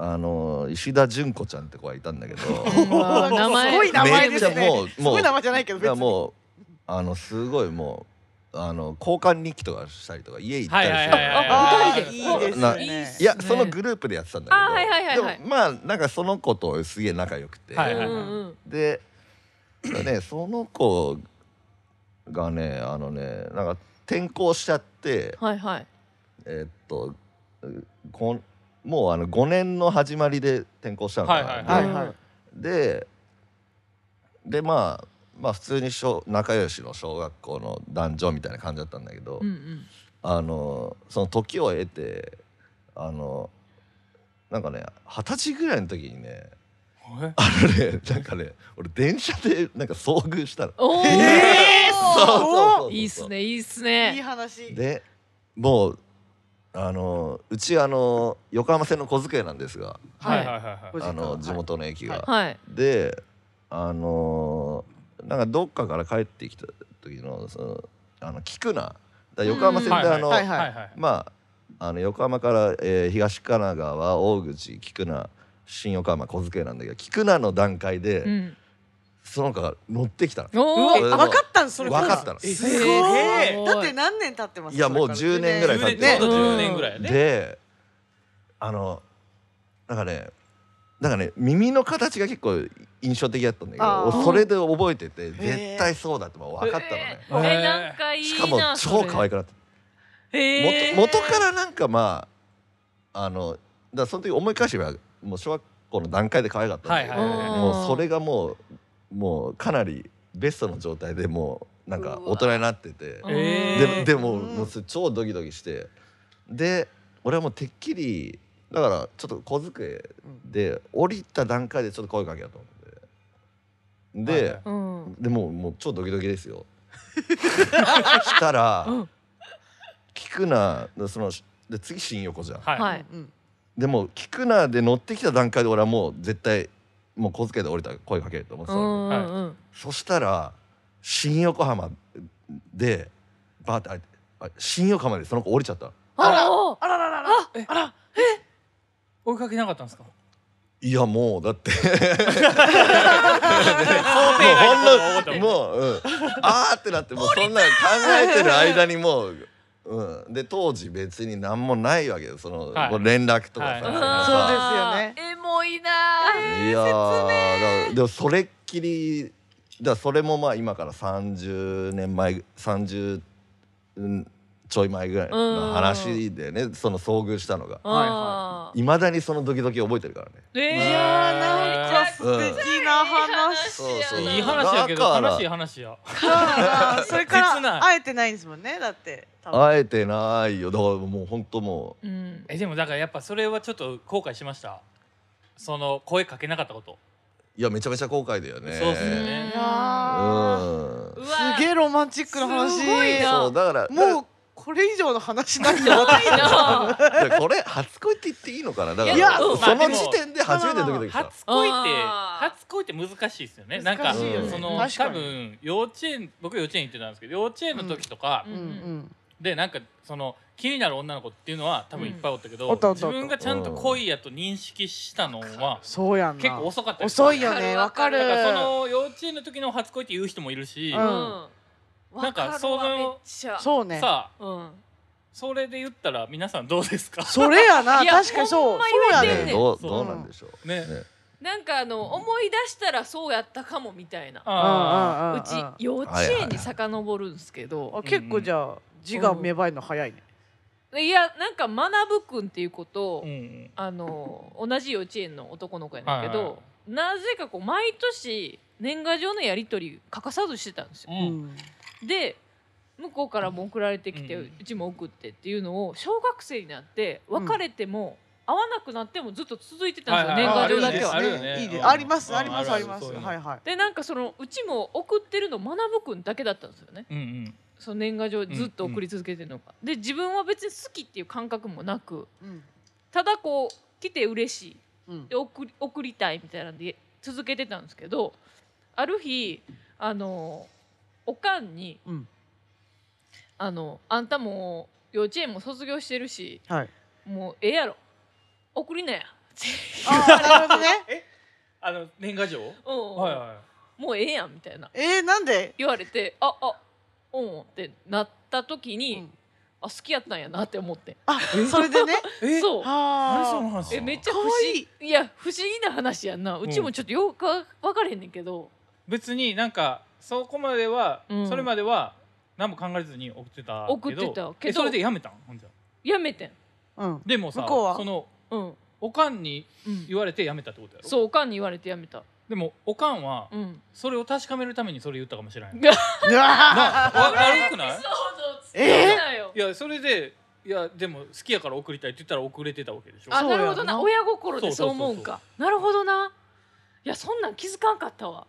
D: あの石田純子ちゃんって子がいたんだけど
B: うわー名前
A: すごい名前
D: め
A: で
D: っちゃ
A: すね
D: もうもう
A: すごい名前じゃないけど
D: だ
A: 別
D: から
A: に
D: もうあのすごいもうあの交換日記とかしたりとか家行った
C: は
D: り
C: い
D: して
C: はい
D: る
C: はい
D: から
B: あ
C: はい
B: 二人で
A: いいです
D: な
A: ね
D: いや、
B: ね
D: そのグループでやってたんだけど、
B: あはいはいはいはい
D: でもまあなんかその子とすげえ仲良くて、
C: はいはい
B: うんうん
D: でねその子がねあのねなんか転校しちゃって
B: はいはい
D: えーっとうこんもうあの5年の始まりで転校したのかな、
C: はい
A: はいはい
D: ででまあまあ普通に小仲良しの小学校の男女みたいな感じだったんだけど、
B: うんうん
D: あのその時を得てあのなんかね二十歳ぐらいの時にね
C: え
D: あのねなんかね俺電車でなんか遭遇したの。
B: おー
A: え
D: そうそうそうそう
B: いいっすねいいっす
A: いい
B: ね
A: 話
D: でもうあのうちあの横浜線の小机なんですが
C: はいはいはいはい
A: ご実家
D: あの
A: はい
D: 地元の駅が。
B: はい
D: であのなんかどっかから帰ってきた時のそのあの聞くなだから横浜線で
C: うんうん
D: あの、
A: はいはい
C: はいはい
D: まああの横浜から、えー東神奈川大口菊名新横浜小机なんだけど菊名の段階で、
B: うん
D: その子が乗ってきたの。
A: うわ
B: お
D: それ
B: ー
D: でも
A: 分かったんそれ
D: 分かったの。
A: え
D: い
A: すごい
B: えー
A: だって何年経ってます
D: やもう
A: それ
D: 10
A: から
D: 年ぐらい経って
C: 10
D: る
C: 年ちょうど
B: うん
C: 10年ぐらいやね
D: であのなんかねなんかね耳の形が結構印象的だったんだけ
A: あ
D: ど
A: ー
D: 俺それで覚えてて
A: ー
D: 絶対そうだってもう分かったのね、
B: えーえなんかいいな
D: しかも超可愛くなって
B: い
D: 元元からなんかまああのだからその時思い返してみればもう小学校の段階で可愛かったんだけど、
C: はいはいはいはい
D: もうそれがもうもうかなりベストの状態でもうなんか大人になってて
C: えー
D: ででも
A: うん
D: もうそれ超ドキドキしてで俺はもうてっきりだからちょっと小机で降りた段階でちょっと声かけようと思ってで、
C: はいはい
B: うん
D: でもうもう超ドキドキですよ。したら、
B: うん
D: 聞くなそので次新横じゃん。
C: はい
B: はい
A: うん
D: でも聞くなで乗ってきた段階で俺はもう絶対もう小遣いで降りたら声かけると思って
B: う
D: たの、
B: んうんうん
D: そしたら新横浜でバーってあいあ新横浜でその子降りちゃったの
A: あら
B: おー
A: あらららら
C: 追いかけなかったんですか
D: いやもうだって
C: 想定外のことが起こったもん
D: もう、うん、あーってなってもうそんなの考えてる間にもう、うん、で当時別に何もないわけよその、
C: はい
D: こう連絡とかさ、
C: はい
D: そんな
A: そうです
D: さ
A: よね
B: エモいない
D: やーだからでもそれっきりだからそれもまあ今から30年前30うんちょい前ぐらいの話でねその遭遇したのが
C: はいはい
B: あー
D: いまだにそのドキドキ覚えてるからね
B: え
A: い
B: ー
A: やーなんか素
D: うん
A: 敵な話
D: そうそう
C: いい話やけど
D: だから
C: 悲しい話や
A: だなそれか
C: 切な
A: ら
C: い
A: 会えてないんですもんねだって多分
D: 会えてないよだからもう本当も
B: うん
C: えでもだからやっぱそれはちょっと後悔しましたその声かけなかったこと
D: ういやめちゃめちゃ後悔だよね
C: そうっす
B: う
C: ね
A: い
B: ん
A: やー
D: うん
B: うわ
A: すげえロマンチックな話
B: すごいな
D: そうだから
A: もうこれ以上の話ないよ
B: 怖いな
D: でこれ初恋って言っていいのかなだから
B: いや
D: そ
C: まあで
D: の
C: も
D: 時点で初めてドキドキした
C: 初恋って
B: あー
C: 初恋って難しいですよねなんか
A: 難
D: しいよね
C: その
A: 確か
C: 多
A: に
C: 分幼稚園僕幼稚園行ってたんですけど幼稚園の時とか
A: うんうん
C: でなんかその気になる女の子っていうのは多分いっぱいおったけ
A: うんお
C: ど
A: ったおった
C: 自
A: おった
C: 分がちゃんと恋やと認識したのは
A: そうやんな
C: 結構遅かったです
A: 遅いよねわ
B: わ
A: か
B: か
A: る
B: る
C: だからその幼稚園の時の初恋って言う人もいるし
A: うん
B: うん
C: なんかその
B: わるわめっちゃ
A: そうね
C: さあ
B: うん
C: それで言ったら皆さんどうですか
A: それやない
B: や
A: 確かに
B: ほ
A: そうん
B: ま
A: そうや
B: 言われてん
A: ね
B: ね
D: どう
C: そう
D: どうなんでしょ う
C: ね
B: なんかあの思い出したらそうやったかもみたいな
C: あ
B: うち幼稚園に遡るんですけ
A: あ
B: ど
A: 結構じゃあ字が芽生えるの早いね
B: いやなんか学ぶくんっていうこと
C: ーうん
B: あの同じ幼稚園の男の子やねんけ
C: はいはいは
B: どなぜかこう毎年年賀状のやり取り欠かさずしてたんですよ
C: う。
A: うんん
B: で向こうからも送られてきて、
C: う
B: うんちも送ってっていうのを小学生になって別れても、会わなくなってもずっと続いてたんですよ、
C: はいはい
B: 年賀状だけは。
C: あるよね
A: いいで
C: う
A: す
C: ん
A: あります
C: うん
A: あります
C: ある
A: あ
C: あ
A: り
C: る
A: ます
C: そういうの
A: はいはい
B: でなんかそのうちも送ってるの学ぶくんだけだったんですよね
C: うんうん
B: その年賀状ずっと送り続けてるのが。で自分は別に好きっていう感覚もなく
A: うん
B: ただこう来て嬉しい
A: うん
B: で送り送りたいみたいなんで続けてたんですけどある日あのおかんに、
A: うん
B: あの「あんたもう幼稚園も卒業してるし
A: はい
B: もうええやろ送りなや」 って
A: あーなるほどね
C: あの年賀状
B: 「うん
C: はいはい
B: もうええやん」みたいな
A: えーなんで
B: 言われて「ああうん」ってなった時に、
A: うん
B: あ好きやったんやなって思って
A: あそれでね
C: え
B: そう
A: あ
C: 何
A: ー
C: その話
B: えめっちゃ不
A: か
B: 思
A: わい
B: 議いや不思議な話やんなうちもちょっとよくわ分かれへんねんけど
C: 別になんかそこまでは、
B: うん
C: それまでは何も考えずに送ってたけど
B: 送ってたけど
C: えそれでやめたんほんじゃ
B: やめてん
A: うん
C: でもさ
A: 向こうは
C: その
B: うん
C: おかんに
B: うん
C: 言われてやめたってことやろ
B: そうおかんに言われてやめた
C: でもおかんは
B: うん
C: それを確かめるためにそれ言ったかもしれないうな
A: うわ
C: あ
A: ー
C: わ悪くない
A: え
B: よ
C: いやそれでいやでも好きやから送りたいって言ったら送れてたわけでしょ
B: あ
A: そう
B: な
A: やんな
B: るほどな親心でそう思うん
C: そうそう
B: かなるほどないやそんなん気づかんかったわ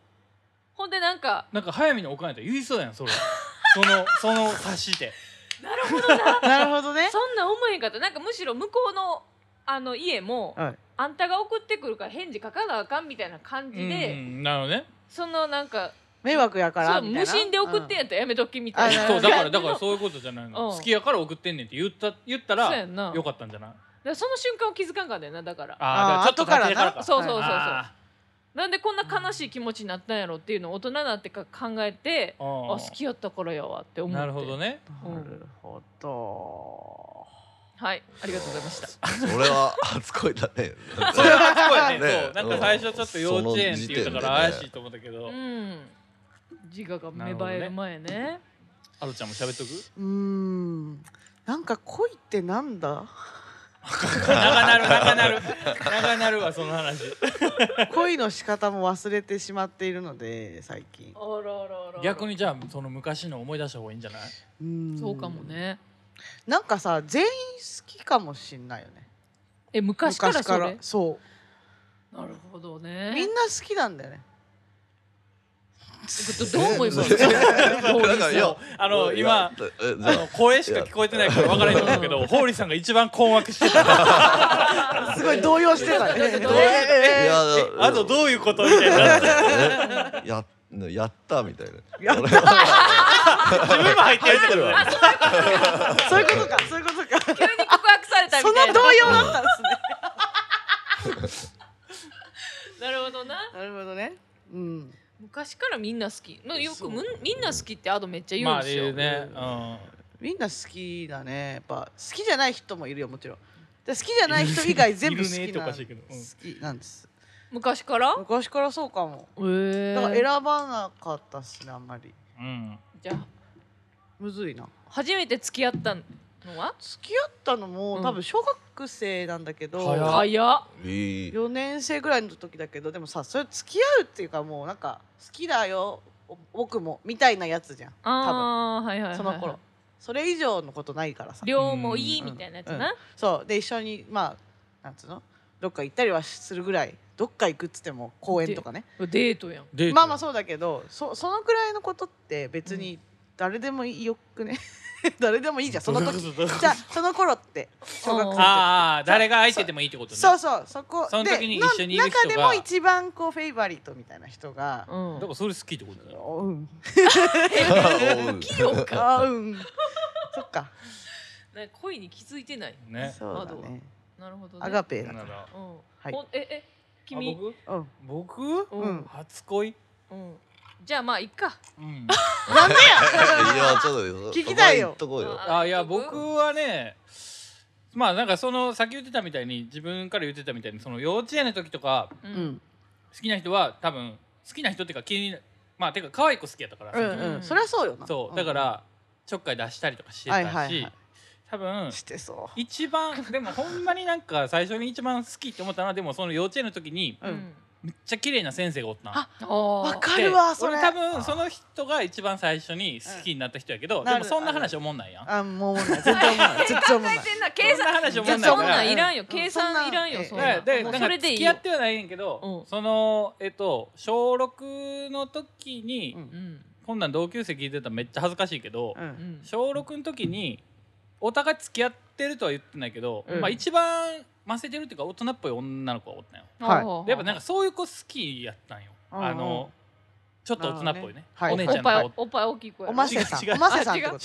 B: ほんでなんか
C: なんか早見のおかんやったら言いそうやんそれそのその差しで
B: なるほどな
A: なるほどね
B: そんなん思えんかったなんかむしろ向こうのあの家も、
A: はい
B: あんたが送ってくるから返事書かなあかんみたいな感じ
C: うん
B: で、
C: うんなるほどね
B: そのなんか
A: 迷惑やから
B: そう
A: みたい
B: 無
A: な
B: 心で送ってんやったらやめときみたい
A: あ
B: な
C: そうだか
B: い や
C: らだからそういうことじゃないの
B: うん
C: 好きやから送ってんねんって言った言った
B: そうや
C: ら
B: んな
C: よかったんじゃない
B: だからその瞬間を気づかんかったよなだから
A: あー
C: ああちょっとだけだ
A: 後か
C: から
A: らな
C: か
B: そうそうそうそう
C: あ
B: なんでこんな悲しい気持ちになったんやろっていうのを大人になってか考えて
C: ー
B: あ
C: あー
B: 好きやったからやわって思って
C: なるほどね
A: うんなるほど
B: はいありがとうございました
D: それは 初恋だね
C: それは初恋
D: ね
C: ねそうなんか最初ちょっと幼稚園って言ったから
D: うん
C: 怪しいと思ったけど
B: うん自我が芽生える前ね
C: あるちゃんも喋っとく
A: うーんなんか恋ってなん だ
C: 長なる長なる長なるわその話
A: 恋の仕方も忘れてしまっているので最近
B: あらあらあら
C: 逆にじゃあその昔の思い出した方がいいんじゃない
A: うん
B: そうかもね
A: なんかさ全員好きかもしんないよね
B: え昔からそれ
A: 昔そ
B: なるほど
A: う
B: ね
A: みんな好きなんだよね
B: どどう思います
D: なんかいや
C: あの今
D: えじ
C: あ
D: ゃ
C: の声しか聞こえてないから分からないと思うけどホーリーさんが一番困惑してた
A: すごい動揺して たね
B: どうやって
D: あいや
C: あとどういうことみたいな
D: えややったみたいな
A: やった
D: 俺は
C: 自分も入ってるってことだね
A: そういうことか そういう ことか
B: 急に告白された
A: そ
B: みたい
A: の
B: な
A: 動揺だったんです ね
B: なるほどな
A: なるほどねうん
B: 昔からみんな好きまあよくむんみんな好きってアドめっちゃ言う
C: ま
B: ん
C: あ
B: ですよ、
C: 言うねうん
A: みんな好きだねやっぱ好きじゃない人もいるよもちろんで好きじゃない人以外全部好
C: いるね
A: き
C: ってお
A: なん
C: か
A: 好
C: しいけどうん
A: きなんです
B: 昔から
A: 昔からそうかも
B: えー
A: だから選ばなかったっすねあんまり
C: うん
B: じゃあ
A: むずいな
B: 初めて付き合ったのは
A: 付き合ったのも、
B: うん
A: 多分小学生なんだけ
C: 早
A: ど
C: っ
B: 早っ
D: いい
A: 4年生ぐらいの時だけどでもさそれ付き合うっていうかもうなんか好きだよお僕もみたいなやつじゃん多分
B: あーはいはいはいはい
A: その頃それ以上のことないからさ
B: 量もいいみたいなやつな、
A: そうで一緒にまあなんつうのどっか行ったりはするぐらいどっか行くっつっても公園とかね
B: デートやん
C: デート
A: まあまあそうだけどそそのくらいのことって別に誰でもよくね 誰でもいいじゃんその 時
C: どういうことどういうこと
A: じゃあその頃って小学生の時
C: ああ誰が相手でもいいってことね
A: そうそうそこ
C: その時に
A: で
C: 一緒にいる人が
A: の中でも一番こうフェイバリットみたいな人が、
B: うん
C: だからそれ好きってことだよ
A: おうん、
D: 大
B: 器用か
A: あ うんそっか、
B: なんか恋に気づいてない
C: ね
A: そうだね
B: なるほど、ね、
A: アガペ
C: な
A: だ
C: ん
A: か
C: だろう
B: うん、
A: はい
B: ほんええ君
C: あ
A: ら うん
C: 僕僕
A: う
B: うんん、
C: 初恋
B: うん、じゃあまあいっか
C: うん
A: なんでや
D: やちょっと
A: 聞きたいよ
D: そこは言っとこうよ
C: あいや
B: どこ
C: 僕はねまあなんかその先言ってたみたいに自分から言ってたみたいにその幼稚園の時とか
B: う、
A: うんん
C: 好きな人は多分好きな人っていうか気にまあてか可愛い子好きやったから、
A: うんうんそりゃそうよな
C: そ
A: ん
C: うだからちょっかい出したりとかしてた
A: は
C: し、
A: いはいはい
C: 多分
A: してそ
C: 一番でもほんまになんか最初に一番好きって思ったのはでもその幼稚園の時に
A: うう
B: うんん、
C: めっちゃ綺麗な先生がおったん
A: あ
B: あ
A: わ
B: ー
A: かるわ
C: で
A: それ
C: 俺多分その人が一番最初に好きになった人やけど、
A: ん
C: で
A: なる
C: もそんな話おもんないやん
A: あもう思わない全然思わな い全然思わない
B: 考えてんな
C: そ
B: 計
C: んな
B: 算
C: 話お
B: いや
C: もんない
B: そ
C: か
B: ん
C: ら
B: なんいらんよ
A: うん
B: 計算いらんよ
A: そ
B: そ
A: ん
B: ん
A: な
B: な
A: え
B: ん
A: え
C: で
B: もう
C: な
B: んそ
C: か
B: れで
C: 付
B: いい
C: き合
B: よ
C: ってはないんやけど、
B: うん
C: そのえっと小6の時に、
A: うん
B: うん
C: こんなん同級生聞いてたらめっちゃ恥ずかしいけど、
A: うん
B: うん
C: 小6の時にお互い付き合ってるとは言ってないけど、
A: うん
C: まあ一番ませてるっていうか大人っぽい女の子がおったんよ
A: はい
B: ほうほうほう
C: やっぱなんかそういう子好きやったんよ、
A: うん
C: あのちょっと大人っぽいね
A: なる
C: お
A: ほどね
C: 姉
B: お
C: ち
B: っ
C: ゃん
B: ぱ
C: が
B: いおっぱい大きい子や
A: お
B: ろ
A: ませさん
C: 違う違う
A: おませさんってこと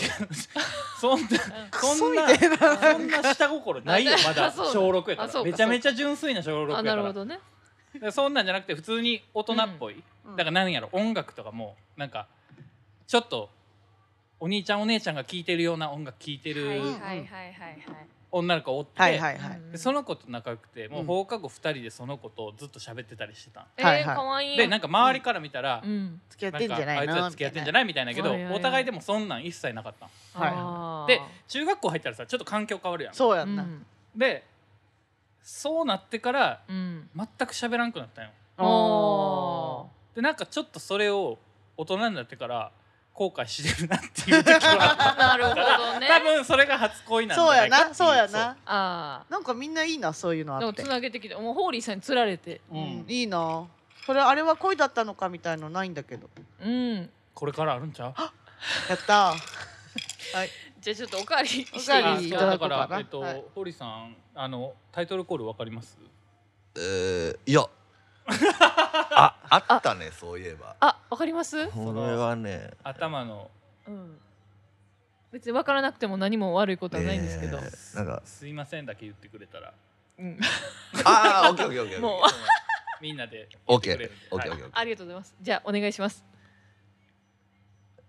C: そんな
B: うん
A: ク
C: そ
A: ソ
C: ん
A: み
C: な
A: たいな
C: そんな下心ないよま
B: あ
C: だ
B: そう
C: 小6やか
B: あそ
C: ら
B: うか
C: めちゃめちゃ純粋な小6や
B: あ
C: か
B: なるほ
C: ら
B: どね
C: でそんなんじゃなくて普通に大人っぽい、だからなんやろ音楽とかもなんかちょっとお兄ちゃんお姉ちゃんが聴いてるような音楽聴いて
B: はいはい
C: る
B: はいはい
C: 女の子がおって、
A: はいはいはい
B: うん
C: でその子と仲良くても
A: う
C: うん放課後2人でその子とずっと喋ってたりしてたん、
B: え
A: はい
B: ー
A: はい
B: かわいい
C: でなんか周りから見たら、
B: うん
A: 付き合
C: な
A: って
C: ん
A: んじ
C: か
A: ゃな
C: あ
A: い
C: いつ
A: の
C: は付き合ってんじゃないみたいなけど
B: はいはいはい
C: お互いでもそんなん一切なかったん
A: はい
B: あー
C: で中学校入ったらさちょっと環境変わるやん
A: そうや
B: うん
A: な、
B: ん
C: でそうなってから
B: うん
C: 全く喋らんくなったんよ
B: あ
C: でなんかちょっとそれを大人になってから後悔してるなっていう時 は
B: ーなるほどね
C: 多分それが初恋なんじゃ
A: そう
C: な
A: や
C: いかってい
A: なそうやな
B: あ
A: なんかみんないいなそういうの
B: あで
A: あ
B: も
A: って
B: つなげてきてもうホーリーさんにつられて
C: そううん
A: うんいいなそれあれは恋だったのかみたいのないんだけど
B: うん
C: これからあるんちゃう
A: やったーはい
B: じゃあちょっとおかわりしていいです
A: おかわ
B: か
A: りい
C: あ
A: ただ
C: だ
A: こ
C: か
A: うかな
C: らえっと、
A: はい
C: 堀さんあのタイトルコールわかります
D: えーい やああったねそういえば
B: あわかります
D: これは ね
C: 頭の
B: うん別にわからなくても何も悪いことはないんですけど
D: ねえなんか
C: すいませんだけ言ってくれたら
B: うん
D: ああオッケーオッケーオッケー
B: もう
C: うんみんなで言ってくれるんで
D: オッケー
C: はい
D: オッケーオッケー
B: ありがとうございますじゃあお願いします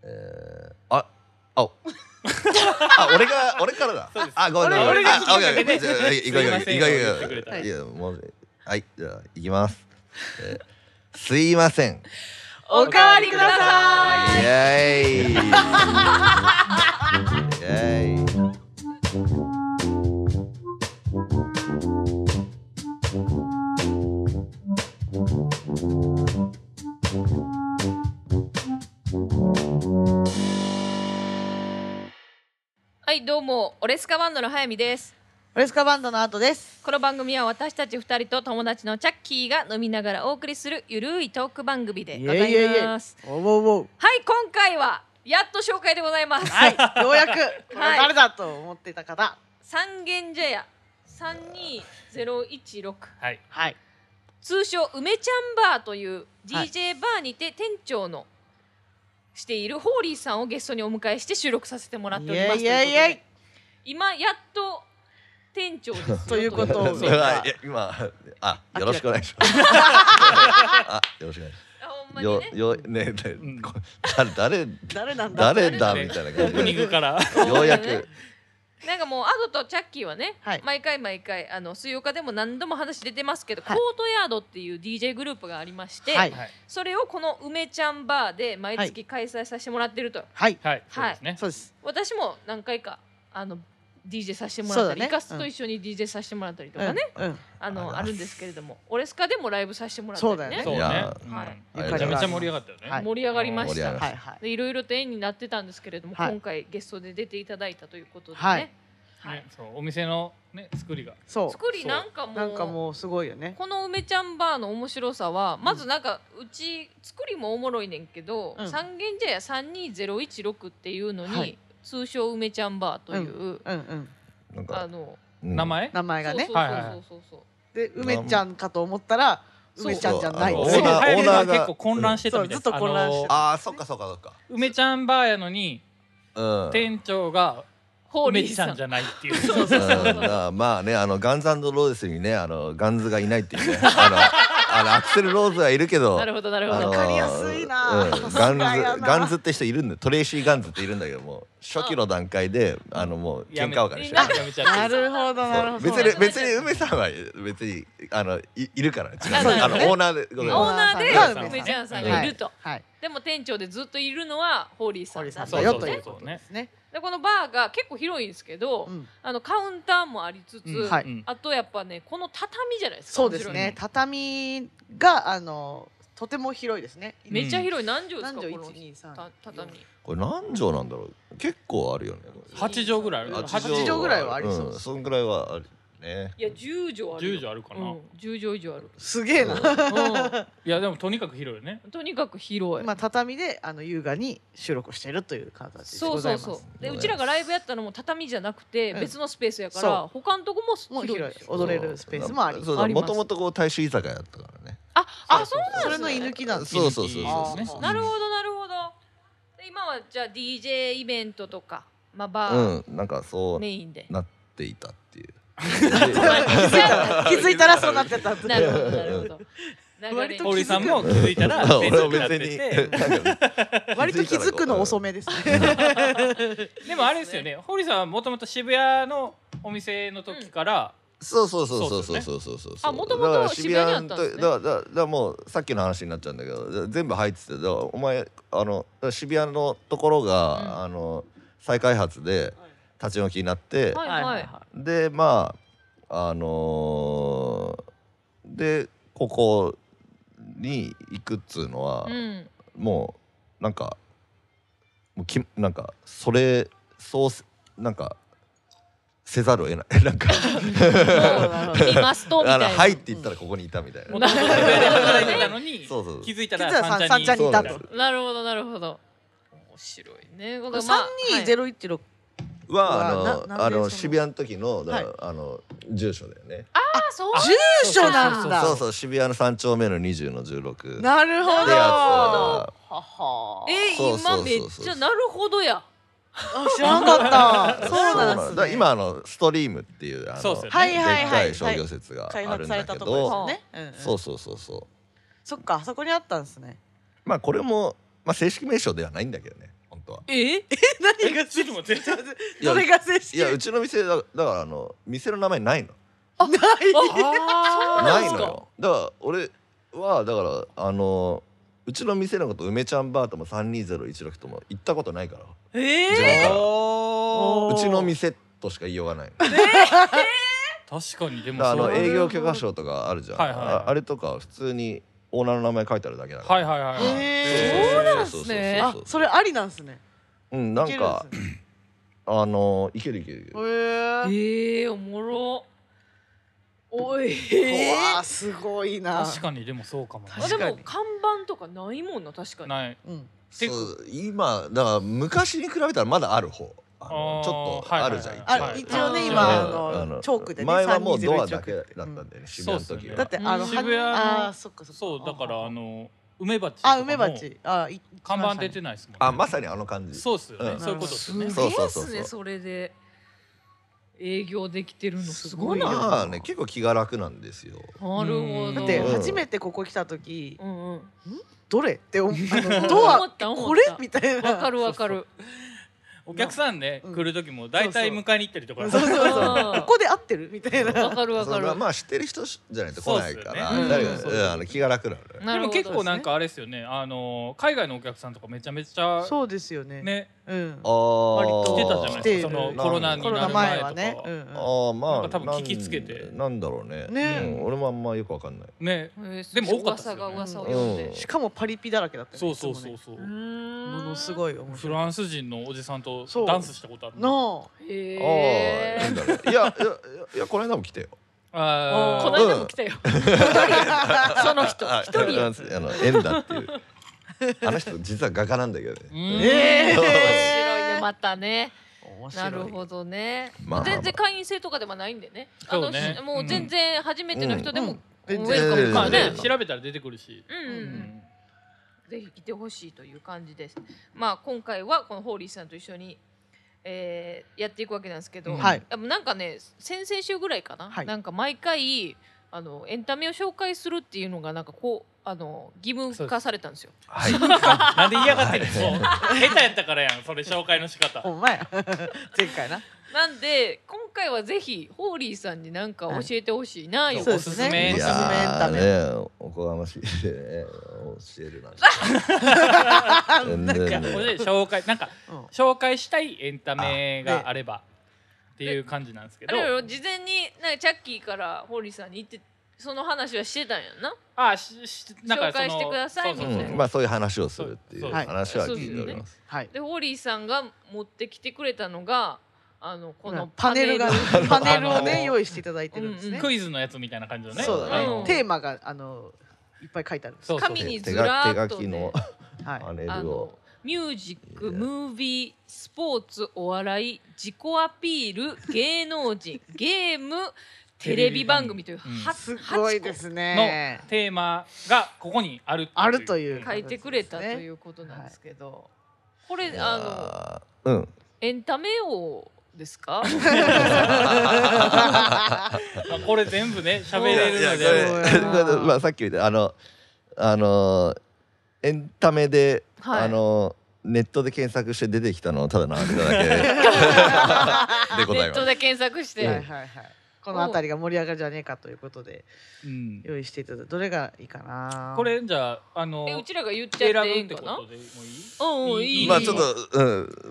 D: えーあ あおあ俺が俺からだ
C: そうです
D: あごめんごめ
A: 俺
D: ん
A: が
D: あ
A: 聞き
D: オッ
C: か
D: ケーオ
C: け
D: ッケ
C: て
D: ーじゃあいいこういこう
C: すいません
D: いこう
C: 言っ
D: い
C: てく
D: こう
C: れ
D: いこ
C: た
D: う
C: ら
D: いやもうはいじゃあ行きますえーすいません
B: おかわりください
D: イ エーイイエーイ
B: はいどうもオレスカバンドの早見です
A: フレスカバンドの後です
B: この番組は私たち二人と友達のチャッキーが飲みながらお送りするゆるいトーク番組でござ
A: イエイイエイ
B: います
A: おうおうおう
B: はい今回はやっと紹介でございます
A: はいようやくこれ誰だと思ってた方
B: 三軒茶屋三二ゼロ一六
C: はい
A: はい
B: 通称梅ちゃんバーという DJ バーにて店長のしているホーリーさんをゲストにお迎えして収録させてもらっております
A: イエイイエイイエイ
B: ということで今やっと店長ですよ
A: ということを
B: あ
A: そうそう
D: はいいや今あよろしくお願いします あよろしくお願いし
B: ほん
D: ま
B: ますに
D: よ
B: ね
D: よねだ
C: ん
D: こ誰誰
A: 誰なんだ
D: 誰だみたいな
C: オープ
D: 感
C: ニン
D: じ
C: グから
D: でようやく
B: なんかもうアドとチャッキーはね、
A: はい
B: 毎回毎回あの水曜日でも何度も話出てますけど、
A: はい
B: コートヤードっていう DJ グループがありまして、
A: はい
C: はい
B: それをこの梅ちゃんバーで毎月開催させてもらってると、
A: はい
C: はいそうですね
A: そうです
B: 私も何回かあの DJ させてもらった
A: そうだ
B: り、
A: ね
B: イカスと一緒に DJ させてもらったりとかね、
A: うんうん
B: あ
D: ありがとうご
B: のあ
D: ざいます
B: るんですけれどもオレスカでもライブさせてもらったり
A: そうだ
B: ね
A: よ
C: そう
D: い
C: ね
D: や
C: うん
B: はい
C: めちゃめちゃ盛り上がったよね、
A: はい
B: 盛り上がりまし
D: 盛り上
B: た
D: がりま
A: は
D: し
A: いはい
B: でいろいろと縁になってたんですけれども、
A: はい
B: 今回ゲストで出ていただいたということでね、
A: はい
B: はい
C: ねそうお店のね作りが
A: そ
B: 作りなんかも
A: うなんかもうすごいよね
B: この梅ちゃんバーの面白さはまずなんかうち作りもおもろいねんけど、
A: うん
B: 三軒茶屋32016っていうのに、
A: はい
B: 通称梅ちゃんバーという、
A: うんうん
D: な
B: あ
D: んか、
B: の
D: うん
C: 名前、
A: 名前がね
B: そう
C: はいはいはい
B: そうそうそうそう
A: で梅ちゃんかと思ったら
B: そう
A: 梅ちゃんじゃない
D: そ
A: そうう
D: オーナー
C: 入り
D: オーナーが
C: 結構混乱してたみたいです、
A: そうずっと混乱して
C: あの
D: ああそっかそっかそっか
C: 梅ちゃんバーやのに
D: うん
C: 店長が
B: ホーリ
C: 梅
B: ー
C: ち
B: さ
C: ゃん
B: ん
C: じゃないっていう
B: そう
D: う
B: そ
D: ん
B: うそうそう
D: まあまあねあのガンズローゼスにねあのガンズがいないって いうねあのあのアクセル・ローズはいるけど
B: なるほどなるほ
D: あ
B: ど
D: の
A: わかりやすいな
D: うん
A: さす
D: ガ
A: が
D: ン
A: や
D: ズ
A: な
D: ガンズって人いるんだよトレイシー・ガンズっているんだけども初期の段階であのもう喧嘩別れしてる
B: やめ
C: やめちゃって
A: なるほどなるほど
D: 別
B: そう
D: に別に梅さんは別にあのいいるから違
B: あ
D: う
B: そう
D: あの
B: ね
D: オーナーでごめん
B: オーナー
C: オーナーさん
B: で
C: が
B: 梅ちゃんさんがいると、
A: はい
B: でも店長でずっといるのはホーリーさん
A: 堀さ
B: だ
A: んだ
B: と
C: そう
A: よ
C: そう
A: と
C: そう
A: いうことですね
B: でこのバーが結構広いんですけど、
A: うん
B: あのカウンターもありつつ、
C: うん
A: はい
C: うん
B: あとやっぱねこの畳じゃないですか
A: そうです
B: 面白い
A: ね
B: の
A: 畳があのとても広いですね
C: ん
B: めっちゃ広い何畳です
A: 何
B: か、
A: 畳一
B: この
A: 二三
B: た畳
D: これ何畳なんだろう結構あるよね
C: 8畳ぐらいある
A: うん
D: 八
A: 八畳ぐらいはありそう
D: うんそんぐらいはあるね
B: いや10畳ある
C: 10
B: よ
C: 畳あるかな、
B: うん、10畳以上ある
A: すげえな
C: いやでもとにかく広いよね
B: うんとにかく広い、
A: 今畳であの優雅に収録しているという形で
B: そ
A: ご
B: う
A: ざ
B: そ
A: いうます
B: そうでうちらがライブやったのも畳じゃなくて、
A: うん
B: 別のスペースやか
A: そ
B: ら他のとこも
A: もう
B: 広い
A: 広
B: んで
A: い
B: すよ
A: 踊れるスペースもあり
D: そう
B: あ
D: だ
B: りま
D: も
B: す
D: ともとこう大衆居酒屋だったからね
B: ああそうなん
A: そ
B: で
A: れ
B: す
A: の居
B: ね
A: 抜きなんです
D: そうそうそう
A: そう
C: ですね
B: なるほどなるほどで今はじゃあ DJ イベントとか、まあ、バー、
D: うんなんかそう
B: メインで
D: なっていたっていう
A: 気づいたら気づいたらそうなってたって
B: なるほどなるほど流れ
A: 割と
C: ホーリー
A: 気づ
C: さ
A: く
C: んも気づいたら
D: 俺
C: 店長
D: は
C: になって
D: 別に
C: て
A: 割と気づくの遅めですね
C: でもあれですよねホーリーさんはもともと渋谷のお店の時から、
D: そうそうそうそうそうそうそうそうそ
B: あ
D: う
B: 元々
D: だから渋谷
B: 渋谷にあったんですね
D: だからだからだからもうさっきの話になっちゃうんだけどだから全部入っててだからお前あのだから渋谷のところが、
B: うん
D: あの再開発で立ち退きになって、
B: はいはいはい
D: でまああのーでここに行くっつうの は、
B: うん
D: もうなんかもうきなんかそれそうせなんかせざるを得ない なんか
B: 見ますとみた
D: あ
B: い
D: の
B: な。
D: 入って言ったらここにいたみたい
C: も
D: な。
C: ともと渋谷で働いてたのに
D: そうそう
C: 気づいた
A: 実
C: ら
A: は三
C: 三
A: 茶
C: 茶
A: に
C: に
A: い
D: い
A: た
D: た
A: と
D: と
B: なるほどなるほど。面白いね。このまあ
A: 三二ゼロ一六
D: はあ
A: はな
D: の
A: な
D: あ
A: んでその
D: の渋谷の時のだから
A: は
D: あの住所だよね。
B: はいあそう。
A: 住所なんだ
D: そうそう渋谷の三丁目の二十の十六。
A: なるほど
D: ってや
A: はは
B: え
D: そうそ
B: 今
D: うそうそう
B: めっちゃなるほどや。
A: あ知らんかった
D: つは
A: そうなん
D: だ
A: で
D: か
A: す
D: ら
A: ね
D: 今あのストリームっていうあ
C: そうっす
D: ので
C: よね
D: っ
A: はいはいは
D: か
A: い
D: い商業施設が
A: 開
D: あ
A: 発
D: るん
A: され
D: だ
A: た
D: け
A: とこです
D: ど、
A: よねうんうん
D: そうそうそうそう。
A: そっかあそこにあったんですね
D: まあこれもまあ正式名称ではないんだけどね本当は。
B: え？
A: 何が
C: ちょっと待って
A: どれが正式
D: いやうちの店だだからあの店の名前ないの。
B: あ
D: ないの。よだから俺はだからあのうちの店のこと梅ちゃんバーとも32016とも行ったことないから、
B: え
D: 自
B: え
D: 分から
A: お
D: う
A: ー
D: ちの店としか言いようがない
C: 確かにでも
D: あ
C: そう
D: の
C: だね
D: 営業許可証とかあるじゃん、
C: はいはい
D: ああれとか普通にオーナーの名前書いてあるだけだから、
C: はいはいはいはい、
A: へ
B: ーそうなん
D: そう
B: す
D: そうそう
B: ね
A: あ
D: そう
A: それありなんですね
D: うんなん
A: いけ
D: か
A: るんですね
D: あのいけるいけるいける
A: へえ
B: ええおもろ。おい。
A: わあすごいな
C: 確かにでもそうかもね
B: あで
A: 確か
B: も
A: に
B: 看板とかないもんな確かに。
C: ない
A: うん
C: て
D: そう今だから昔に比べたらまだある方あの
C: あー
D: ちょっとあるじゃん、
C: はいはい
A: あ
C: はい
A: 一応
B: あ
A: ね
B: ー
A: 今あ
D: うん
A: のチョークでね
D: 前はもうドア
A: 3201
D: だけだったんだよね、渋
C: そ
D: 谷の
C: うっす
D: 時
C: よ
D: は
C: ね
A: だってあの
C: 渋谷の
A: はあーそっかそっか
C: そうだからあの梅鉢とか
A: あ
C: も
A: 梅鉢あい
C: 看板出てないですもんね
D: あまさにあの感じ
C: そうっすよね、
D: うん
C: そういうことですよね
D: ん
B: すげえっ
D: そうそう
B: す
D: そうそ
B: ね
D: う
B: それで営業できてるのすごい
A: すごい
B: な。
A: よ
D: まあね結構気が楽なんですよ
B: なるほど。
A: だって
D: うん
A: 初めてここ来た時
B: うんうん。
A: どれって思あのド
B: 思
A: ア
B: った思った
A: これみたいな
B: わかるわかる。
C: お客さんね、
A: うん
C: 来る時も大体
A: そうそう
C: 迎えに行ってるとこ
A: そう
C: ろ
A: そう
B: う
A: そ
B: ん
A: うここで合ってるみたいな
B: わかるわ
D: そ
B: か
D: の
B: る。
D: まあ知ってる人じゃないと来ないから、
B: そうっすよね
D: 誰が
B: うん
C: そう
D: うんあの気が楽なのよ。
B: な
C: で
B: る
C: も
B: ほど
C: 結構なんかあれですよねあの海外のお客さんとかめちゃめちゃ
A: そうですよね
C: ね
A: うん
D: あー
A: 割
C: 来
A: と
C: てたじゃないですかそ
A: 来て
C: の
A: る
C: コロナに
A: コロ
C: な
A: ナ
C: る
A: 前
C: 前
A: はね
C: と
A: う
C: か
A: んう
C: は
A: ん
D: ああまあ
C: なんか多分聞きつけて
D: なんなんだろうね
A: ね
D: うん俺もあんまよくわかんない
C: ね
B: へー
C: でも多かったです
B: 噂
C: よね
B: が噂を呼ん
D: う
B: で
D: ん。
A: しかもパリピだらけだったね
C: そうそう
A: いつも
C: そ
A: ね
C: うそう、
A: も
B: も
A: のすごい面
C: フ
A: 白い
C: ランス人のおじさんと
A: そう
C: ダンスしたことある
A: の
B: い。
D: あ
B: へ
D: あなん
B: ー
D: だろういやいやいやこの間も来てよ
C: あ
B: こ
C: ー
B: の間も来たよ。 その人
D: あ
B: 一人や。
D: あの縁だっていうあの人実は画家なんだけど
C: う
D: ね
C: ん
A: え
B: 面白
A: え
B: いねまたね。
A: 面白
B: ないるほどね
D: まあ。まあまあ
B: 全然会員制とかでもないんでね。あ
C: そ
B: の
C: うね
B: もう全然初めての人で
A: う
B: も
A: ん全
B: ウ
A: 然
B: ェルカムですから
C: まあね
B: ね。
C: 調べたら出てくるし、
B: うんうんう。
A: うん
B: ぜひ来てほしいという感じです。まあ今回はこのホーリーさんと一緒に、えーやっていくわけなんですけど、
A: はい
B: でもなんかね先々週ぐらいかな、
A: はい
B: なんか毎回あのエンタメを紹介するっていうのがなんかこうあの義務化されたんですよ。
D: はい
C: なんで嫌がってるの、 もう下手やったからやんそれ紹介の仕方
A: ほんまや 前回な
B: なんで今回はぜひホーリーさんになんか教えてほしいな、
C: い
B: よ
C: そう
A: です
C: おすすめ
A: お
D: い
A: すすめエン
D: や
A: タ
D: ー
A: メ
D: ねおこがましいね教えるなんて
A: あ
D: 全
A: なんか
D: 然
C: こ
D: ね
C: れで紹介なんか
A: うん
C: 紹介したいエンタメがあればっていう感じなんですけ
B: あ
C: ど
B: れよ事前になんかチャッキーからホーリーさんに言ってその話はしてたんやんな。
C: ああししなんかその
B: 紹介してくださいみたいな
C: そううんそう
D: まあそういう話をするっていう
C: そう
D: 話は聞いております
A: はい
B: でホーリーさんが持ってきてくれたのがあのこの
A: パネルが パネルを
C: あの
A: ね用意していただいてるんです
B: うんう
A: ね
B: ん
C: クイズのやつみたいな感じのね
A: そうだね、
C: あの
A: テーマがあのいっぱい書いてあるんです
C: そうそう
B: 紙に
D: 手
B: ずら
D: が
B: ーっと
D: 手書
B: ね
D: きの
A: はい
D: パネ
B: あ
D: ル
B: の
D: を
B: ミュージック、
D: いや
B: ムービー、スポーツ、お笑い、自己アピール、芸能 人、ゲーム、テレビ番組という
C: うん
B: は
A: す
B: 8
A: ごいですね
C: のテーマがここにあるって
A: あるという
B: 個書いてくれた
A: そう
B: と
A: ですね
B: いうことなんですけど、これ
D: い
B: あ
D: やーうん
B: のエンタメ王です か？
C: まあこれ全部 ね喋れるの
D: いやい
C: で
D: やこれ
A: そうやな
D: まあさっき言ったあのあのエンタメで、
B: はい
D: あのネットで検索して出てきたのをただ並んでただけでご
B: ネ
D: ざ
B: ッ
D: います
B: ト。で検索して、
A: はいはいはいこの辺りが盛り上がるじゃねえかということで
C: うん
A: 用意していただいてどれがいいかな
C: これじゃああ
B: えう
C: の
B: ちらが言っちゃっ
C: 選ぶ
B: ていい
C: っ
B: ん
C: て
B: か
C: こ
B: な
C: と？でもいい
B: うんうんいい。
D: まあちょっとう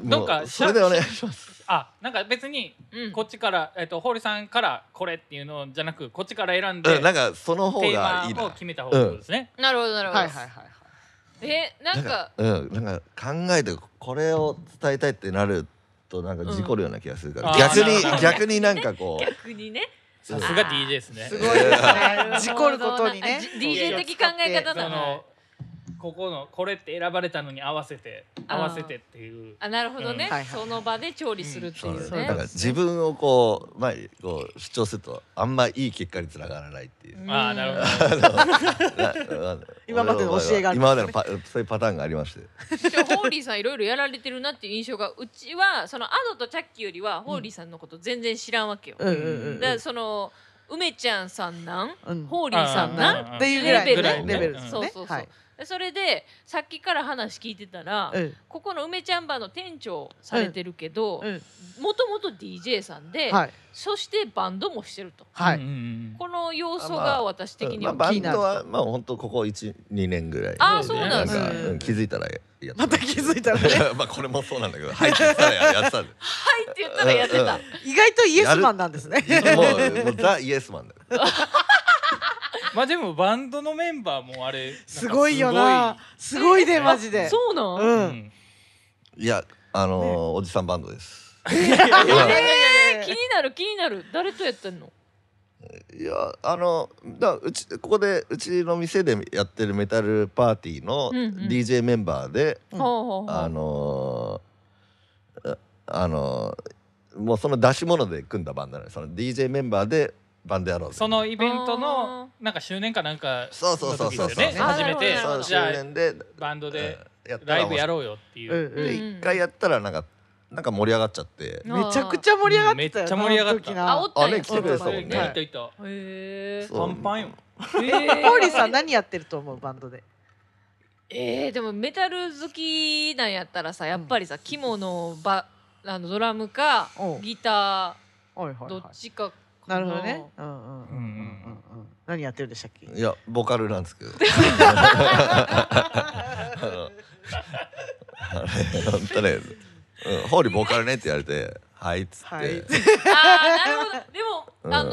D: ん
C: なん
D: も
C: か
D: うそれでお願いします。
C: あなんか別に
B: うん
C: こっちからえっと堀さんからこれっていうのじゃなくこっちから選ん
D: う
C: で
D: んなんかその方
C: テ
D: がいい
C: ーマを
D: な
C: 決。めた方がいいですね
B: なるほどなるほど。
A: はいはいはいはい
B: えなんか
D: うんなんか考えてこれを伝えたいってなるとなんか事故るような気がするから、
C: うん
D: 逆
C: あーなる
D: に
C: ほどね
D: 逆になんかこう
B: 逆にね。
C: さすが DJ ですね
A: すごいです
B: なるほ
A: ね
B: ど
A: 事故ることにね
B: あじ DJ 的考え方
C: そ
B: だな
C: のここのこれって選ばれたのに合わせて
B: あー
C: 合わせてっていう
B: あなるほどね、
A: うんはいはい
B: その場で調理するってい
D: そう
B: う
A: そう
B: ね
D: なんか自分をこう前にこう主張するとあんまいい結果につながらないっていう。
C: ああなるほど
D: な
A: 今までの教えがあるんですね
D: 今までのパそういうパターンがありまして
B: でもホーリーさんいろいろやられてるなっていう印象がうちはそのアドとチャッキーよりはホーリーさんのこと全然知らんわけよ、
A: うんうんうん
B: だからその梅ちゃんさんなん
A: うん
B: ホーリーさん
A: な
B: なんん
A: っていうぐらいの
B: レベルね
A: レベルです
B: そう
A: ね
B: そうそう、
A: はい
B: でそれでさっきから話聞いてたら、
A: うん
B: ここの梅ちゃんバーの店長されてるけど
A: うん
B: もともと DJ さんで、
A: はい
B: そしてバンドもしてると
A: は
C: う
A: い
C: んうんうん
B: この要素
D: ま
B: が
D: あ
B: 私的に
D: まあ
B: は
D: バ
A: 気に
D: ン
A: なる
D: ドはまあ本当ここ12年ぐらい
B: あ
C: ーそうなんです
B: ね
D: かうん気づいたらやって
A: また気づいたらね
D: まあこれもそうなんだけど入ってきたらやってたんで
B: はいって言ったらやってた。
A: 意外とイエスマンなんですね
D: もうもうザ・イエスマンだよ
C: まあでもバンドのメンバーもあれなんか
A: すごいよなすごいねマジで
B: そうなん。
A: う
C: すごいうんん
D: いやあのーおじさんバン ドです
A: え
B: 気になる気になる。誰とやってんの？
D: いやあのだうちここでうちの店でやってるメタルパーティーの
B: うんうん
D: DJ メンバーで、
A: うん
B: ほうほうほ
D: あ
B: う。
D: のーああのーもうその出し物で組んだバンドなのよその DJ メンバーでバンドやろうぜ
C: そのイベントの
B: あ
C: なんか周年かなんか
D: そうそうそうそう
C: の時
D: そ
C: で
D: う
C: ね
B: あー
C: 初めて
B: なるほど
D: そう
C: じゃ
D: 周
C: あ
D: 年で
C: バンドで
D: うんやったら
C: ライブや
D: ろ
C: ろうよっていううん
A: うん
B: うん
D: 一回やったらなんかなんか盛り上がっちゃって
B: うん
A: めちゃくちゃ盛り上がってたよな
C: めっちゃ盛り上
A: あ
C: がった
A: の時な
B: あおったん
D: あ
B: や
D: ね来てくれてたもん
A: そう
C: 行っ
D: ね
C: た行った
B: へえ。
D: そう
C: パンパンよ
A: ホーリーさん何やってると思うバンドで
B: えーでもメタル好きなんやったらさやっぱりさ肝の場あのドラムか
A: おう
B: ギタ
A: はいは
B: ー
A: いは
B: ど
A: い
B: っちか
A: な
B: か
A: るほどねうんうんうんうんうんうん何やってるんでしたっけ
D: いやボカルなん ですけどあのあれ本当ね、うん、ホーリーボーカルねって言われて「はい」っつって、
A: はい
B: あーなるほどでも、
D: うん
B: あの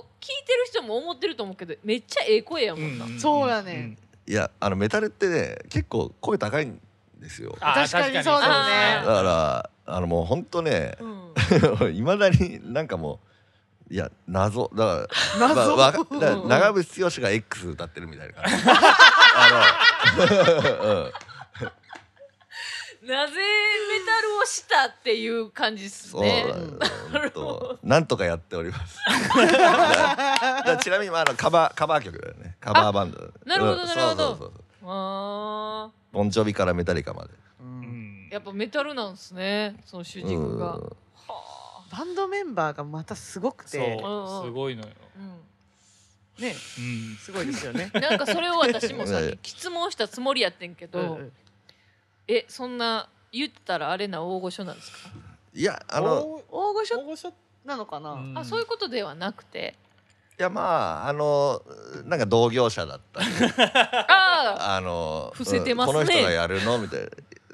B: ー聞いてる人も思ってると思うけどめっちゃええ声やもんな、
C: ん
A: そうやねん
D: いやあのメタルってね結構声高いんですよだ
C: あ
A: 確かにそう
B: だね
C: あ
D: からあのもう本当ね
B: うん
D: いまだになんかもういや謎だから
A: 謎
D: わわかだから長渕剛が X 歌ってるみたいな感 じあの、うん
B: なぜメタルをしたっていう感じっす
D: そう、
B: ね
D: 本当 なんとかやっており ます。だからちなみにまああのカバーカバー曲だよね。カバーバンド。
B: なるほど
D: うん
B: なるほど
D: そうそうそうそう
B: あ
D: ボンジョビからメタリカまで。
A: うん
B: ーやっぱメタルなんすねその主軸が、
D: うん
B: は
A: バンドメンバーがまたすごくて
B: うん
C: そうすごいのよ、
B: あ、うん
A: ね
C: うん、
A: すごいですよね
B: なんかそれを私もさっ
D: いやいや
B: き質問したつもりやってんけど、
A: うんうん
B: えそんな言ったらあれな大御所なんですか、
D: いやあ
A: あ
D: の
A: の大御所
C: 大御所
A: なのかな
B: あそういうことではなくて
D: いやまああのなんか同業者だっ たり。
B: ああ
D: あの
B: 伏せてますね
D: うんこの人がやるのみたい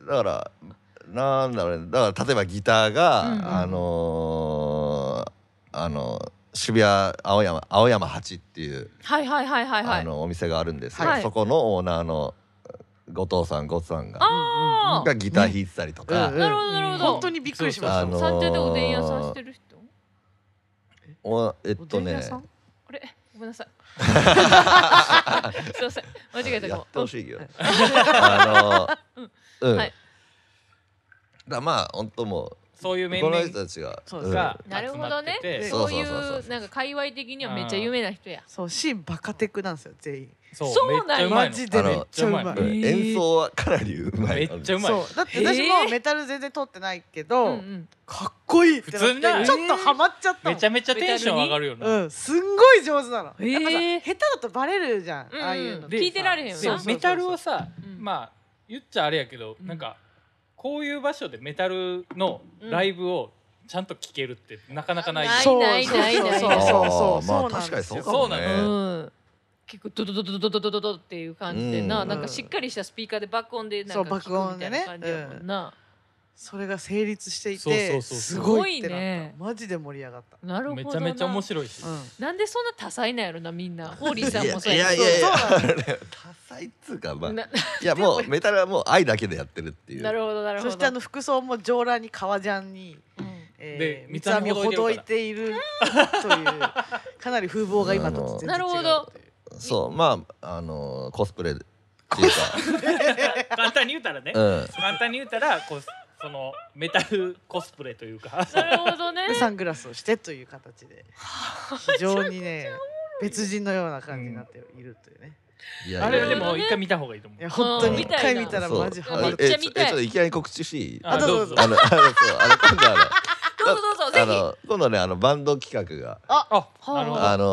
D: な。だからなんだろうね。だから例えばギターが、
B: うんうん
D: あのーあの渋谷青山青山八っていう。
B: はいはいはいはいは
D: あ
B: い
D: のお店があるんですよ、
B: はい
D: そこのオーナーの後藤さんごつさんが
B: あ
D: がギター弾いてたりとか、
A: うんうん
B: なるほどなるほど
A: 本当にびっくりしま
D: あ
A: し
D: の
A: た
D: ー
B: 三茶でおでん屋さんしてる人
D: おえっと
A: おでん
D: ね
A: 屋さん
B: あれごめんなさいすいません間違えた
D: や
B: か
D: っ
B: も
D: てほしいけどあのうん、
B: はい
D: だまあ本当も
C: そういう
D: う
C: 面
D: こ
C: 々
D: の人たちが
A: そう
D: うん
C: が
B: うんなる
C: 集
B: ほ
C: ま
B: ど
C: って
B: ね
C: て、
B: うん
D: そ
B: そうう
D: そう
B: い
D: そうそう
B: うなんか界隈的にはめっちゃ有名な人や
A: そう新バカテクなんですよ全員
C: そう
B: そうなんや
C: めっ
A: マジ
C: ちゃ
A: でめ
C: うまい
A: っ
C: の
A: ちゃうまい
C: めっちゃうまい
D: うん
B: えー
D: 演奏はかなりうまい
C: めっちゃうまい
A: そうだって私
B: え
A: も
B: ー
A: メタル全然通ってないけ
B: う
A: ど、
B: んうん
A: かっこいいってなっ
C: 普通にな
A: てちょっとハマっちゃった
C: め
A: の
C: ちゃめちゃテンション上がるよな、
A: うんすんごい上手なの、
B: えー
A: やっぱさ下手だとバレるじゃん、
B: うんうん
A: ああいうの
C: で
B: 聞いてられへんよな
A: そうそう
C: で
A: そうそう
C: メタルをさ、
B: うん
C: まあ言っちゃあれやけど、
B: うん
C: なんかこういう場所でメタルのライブをちゃんと聴けるってなかなかないよ、
B: ない
A: そう
B: ないないない
A: そうそうそう
D: あーまあ
A: そうなん
D: 確か
A: で
D: に
A: す
D: そ
A: よ
D: うかもね
C: そう
B: う、ん結構ドドドドドドドドドっていう感じでな、
D: うん
B: なんかしっかりしたスピーカーで爆音でなん
A: そ
B: か
A: う
B: 聞くみたいな
A: 爆音
B: 感
A: で
B: じ
A: ね
B: やもんな、
A: それが成立していて
C: そうそうそう
A: すごいって
B: すご
A: な
B: い
A: っ
B: ね
A: たマジで盛り上がった、
B: なるほど
C: め
B: な
C: ちゃめちゃ面白いし、
A: うん、
B: なんでそんな多彩なんやろなみんなホーリーさんもそう
D: い
B: やけ
D: やい
B: ど
D: やいや
A: そう
D: あれ多彩っつうかまあ
B: ない
D: やもうメタルはもう愛だけでやってるってい う
B: なるほどなるほ
A: そ
B: ど
A: してあの服装も上裸に革ジャンに、
B: うん
A: えー、三つ編
C: 三つ編み
A: み
C: を
A: を
C: ほ
A: ほ
C: ど
A: ど
C: い
A: いているというかなり風貌が今と全然違う
B: なるほど
D: そうまああのコスプレっていう
C: 簡単に言うたらね、
D: か、うん、
C: 簡単に言うたらこうそのメタルコスプレというか
B: なるほどね
A: でサングラスをしてという形 で非常にね別人のような感じになっているというね、
D: いやいや
C: あれはでも
B: なるほどね
C: 一回見た方がいいと思
A: いや
C: う
A: 本当
B: うん
A: に一回
B: 見
A: 見
B: た
A: た
B: い
A: ら
D: そう
A: マジハ
B: め
A: マ
B: っ
A: る
B: ちゃ見た
D: え
B: い
D: ちょちょっといきなり告知していい
C: あ
A: あどうぞ
D: あの、あのそう、あの、今度あの、
B: どうぞどうぞぜ
D: あ
B: ひ
D: の、今度ね、あの、バンド企画が。
C: あ
B: あ
C: なるほど
D: あの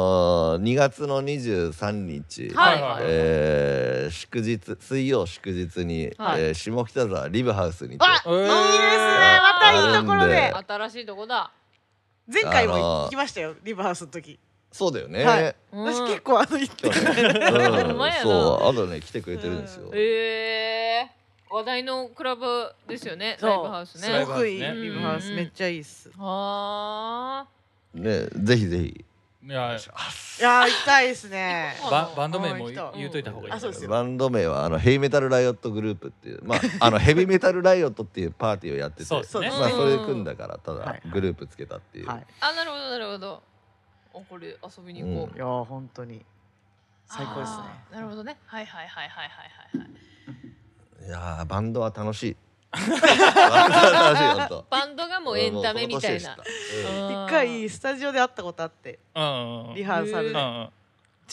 D: ー、2月の23日、
B: はい
C: はいはい
D: えー祝日、水曜祝日に、
B: はい
D: えー下北沢リブハウスにて。
A: あ
C: えー
A: いいですねまたいいところで
D: あ
B: 新しいとこだ
A: 前回も行きましたよリブハウスの時
D: そうだよね。
A: はい
B: うん
A: 私結構あの行って
D: 去
A: る
D: 年うん
B: ほんまやな
D: そう、あとね、来てくれてるんですよ。
B: えー、話題のクラブですよね
A: そう
B: ライブハウス
C: ライ
A: す
B: ね
C: ブ
A: ご
C: ハウ
A: く
C: ス
A: いい
C: ね
A: リブハウス
B: うん
A: めっちゃいいっす
B: はあ
D: ね、ぜひぜひ。
C: いや
A: いやー行きたいですね
C: ババンド名も
A: あー行きたい
C: 言うといた方がいい
A: あそうですよ
D: バンド名はあのヘイメタルライオットグループっていうまあ あのヘビメタルライオットっていうパーティーをやってて
C: そうです
A: ね
D: まあそれで組んだからた
A: は
D: だ
A: いはい
D: グループつけたっていう、
A: はい
B: あなるほどなるほどおこれ遊びに行こう、
D: うん
A: いやー本当に最高ですね
B: あーなるほどねはいはいはいはいはいはい
D: い、やーバンドは楽 しいバンドは楽しい本当
B: バンドがもうエンタメみたいな
D: もうこの年でした
A: 一
B: うん
A: 回スタジオで会ったことあって
C: うんうんうん
A: リハーサル
C: う
A: で
C: んうん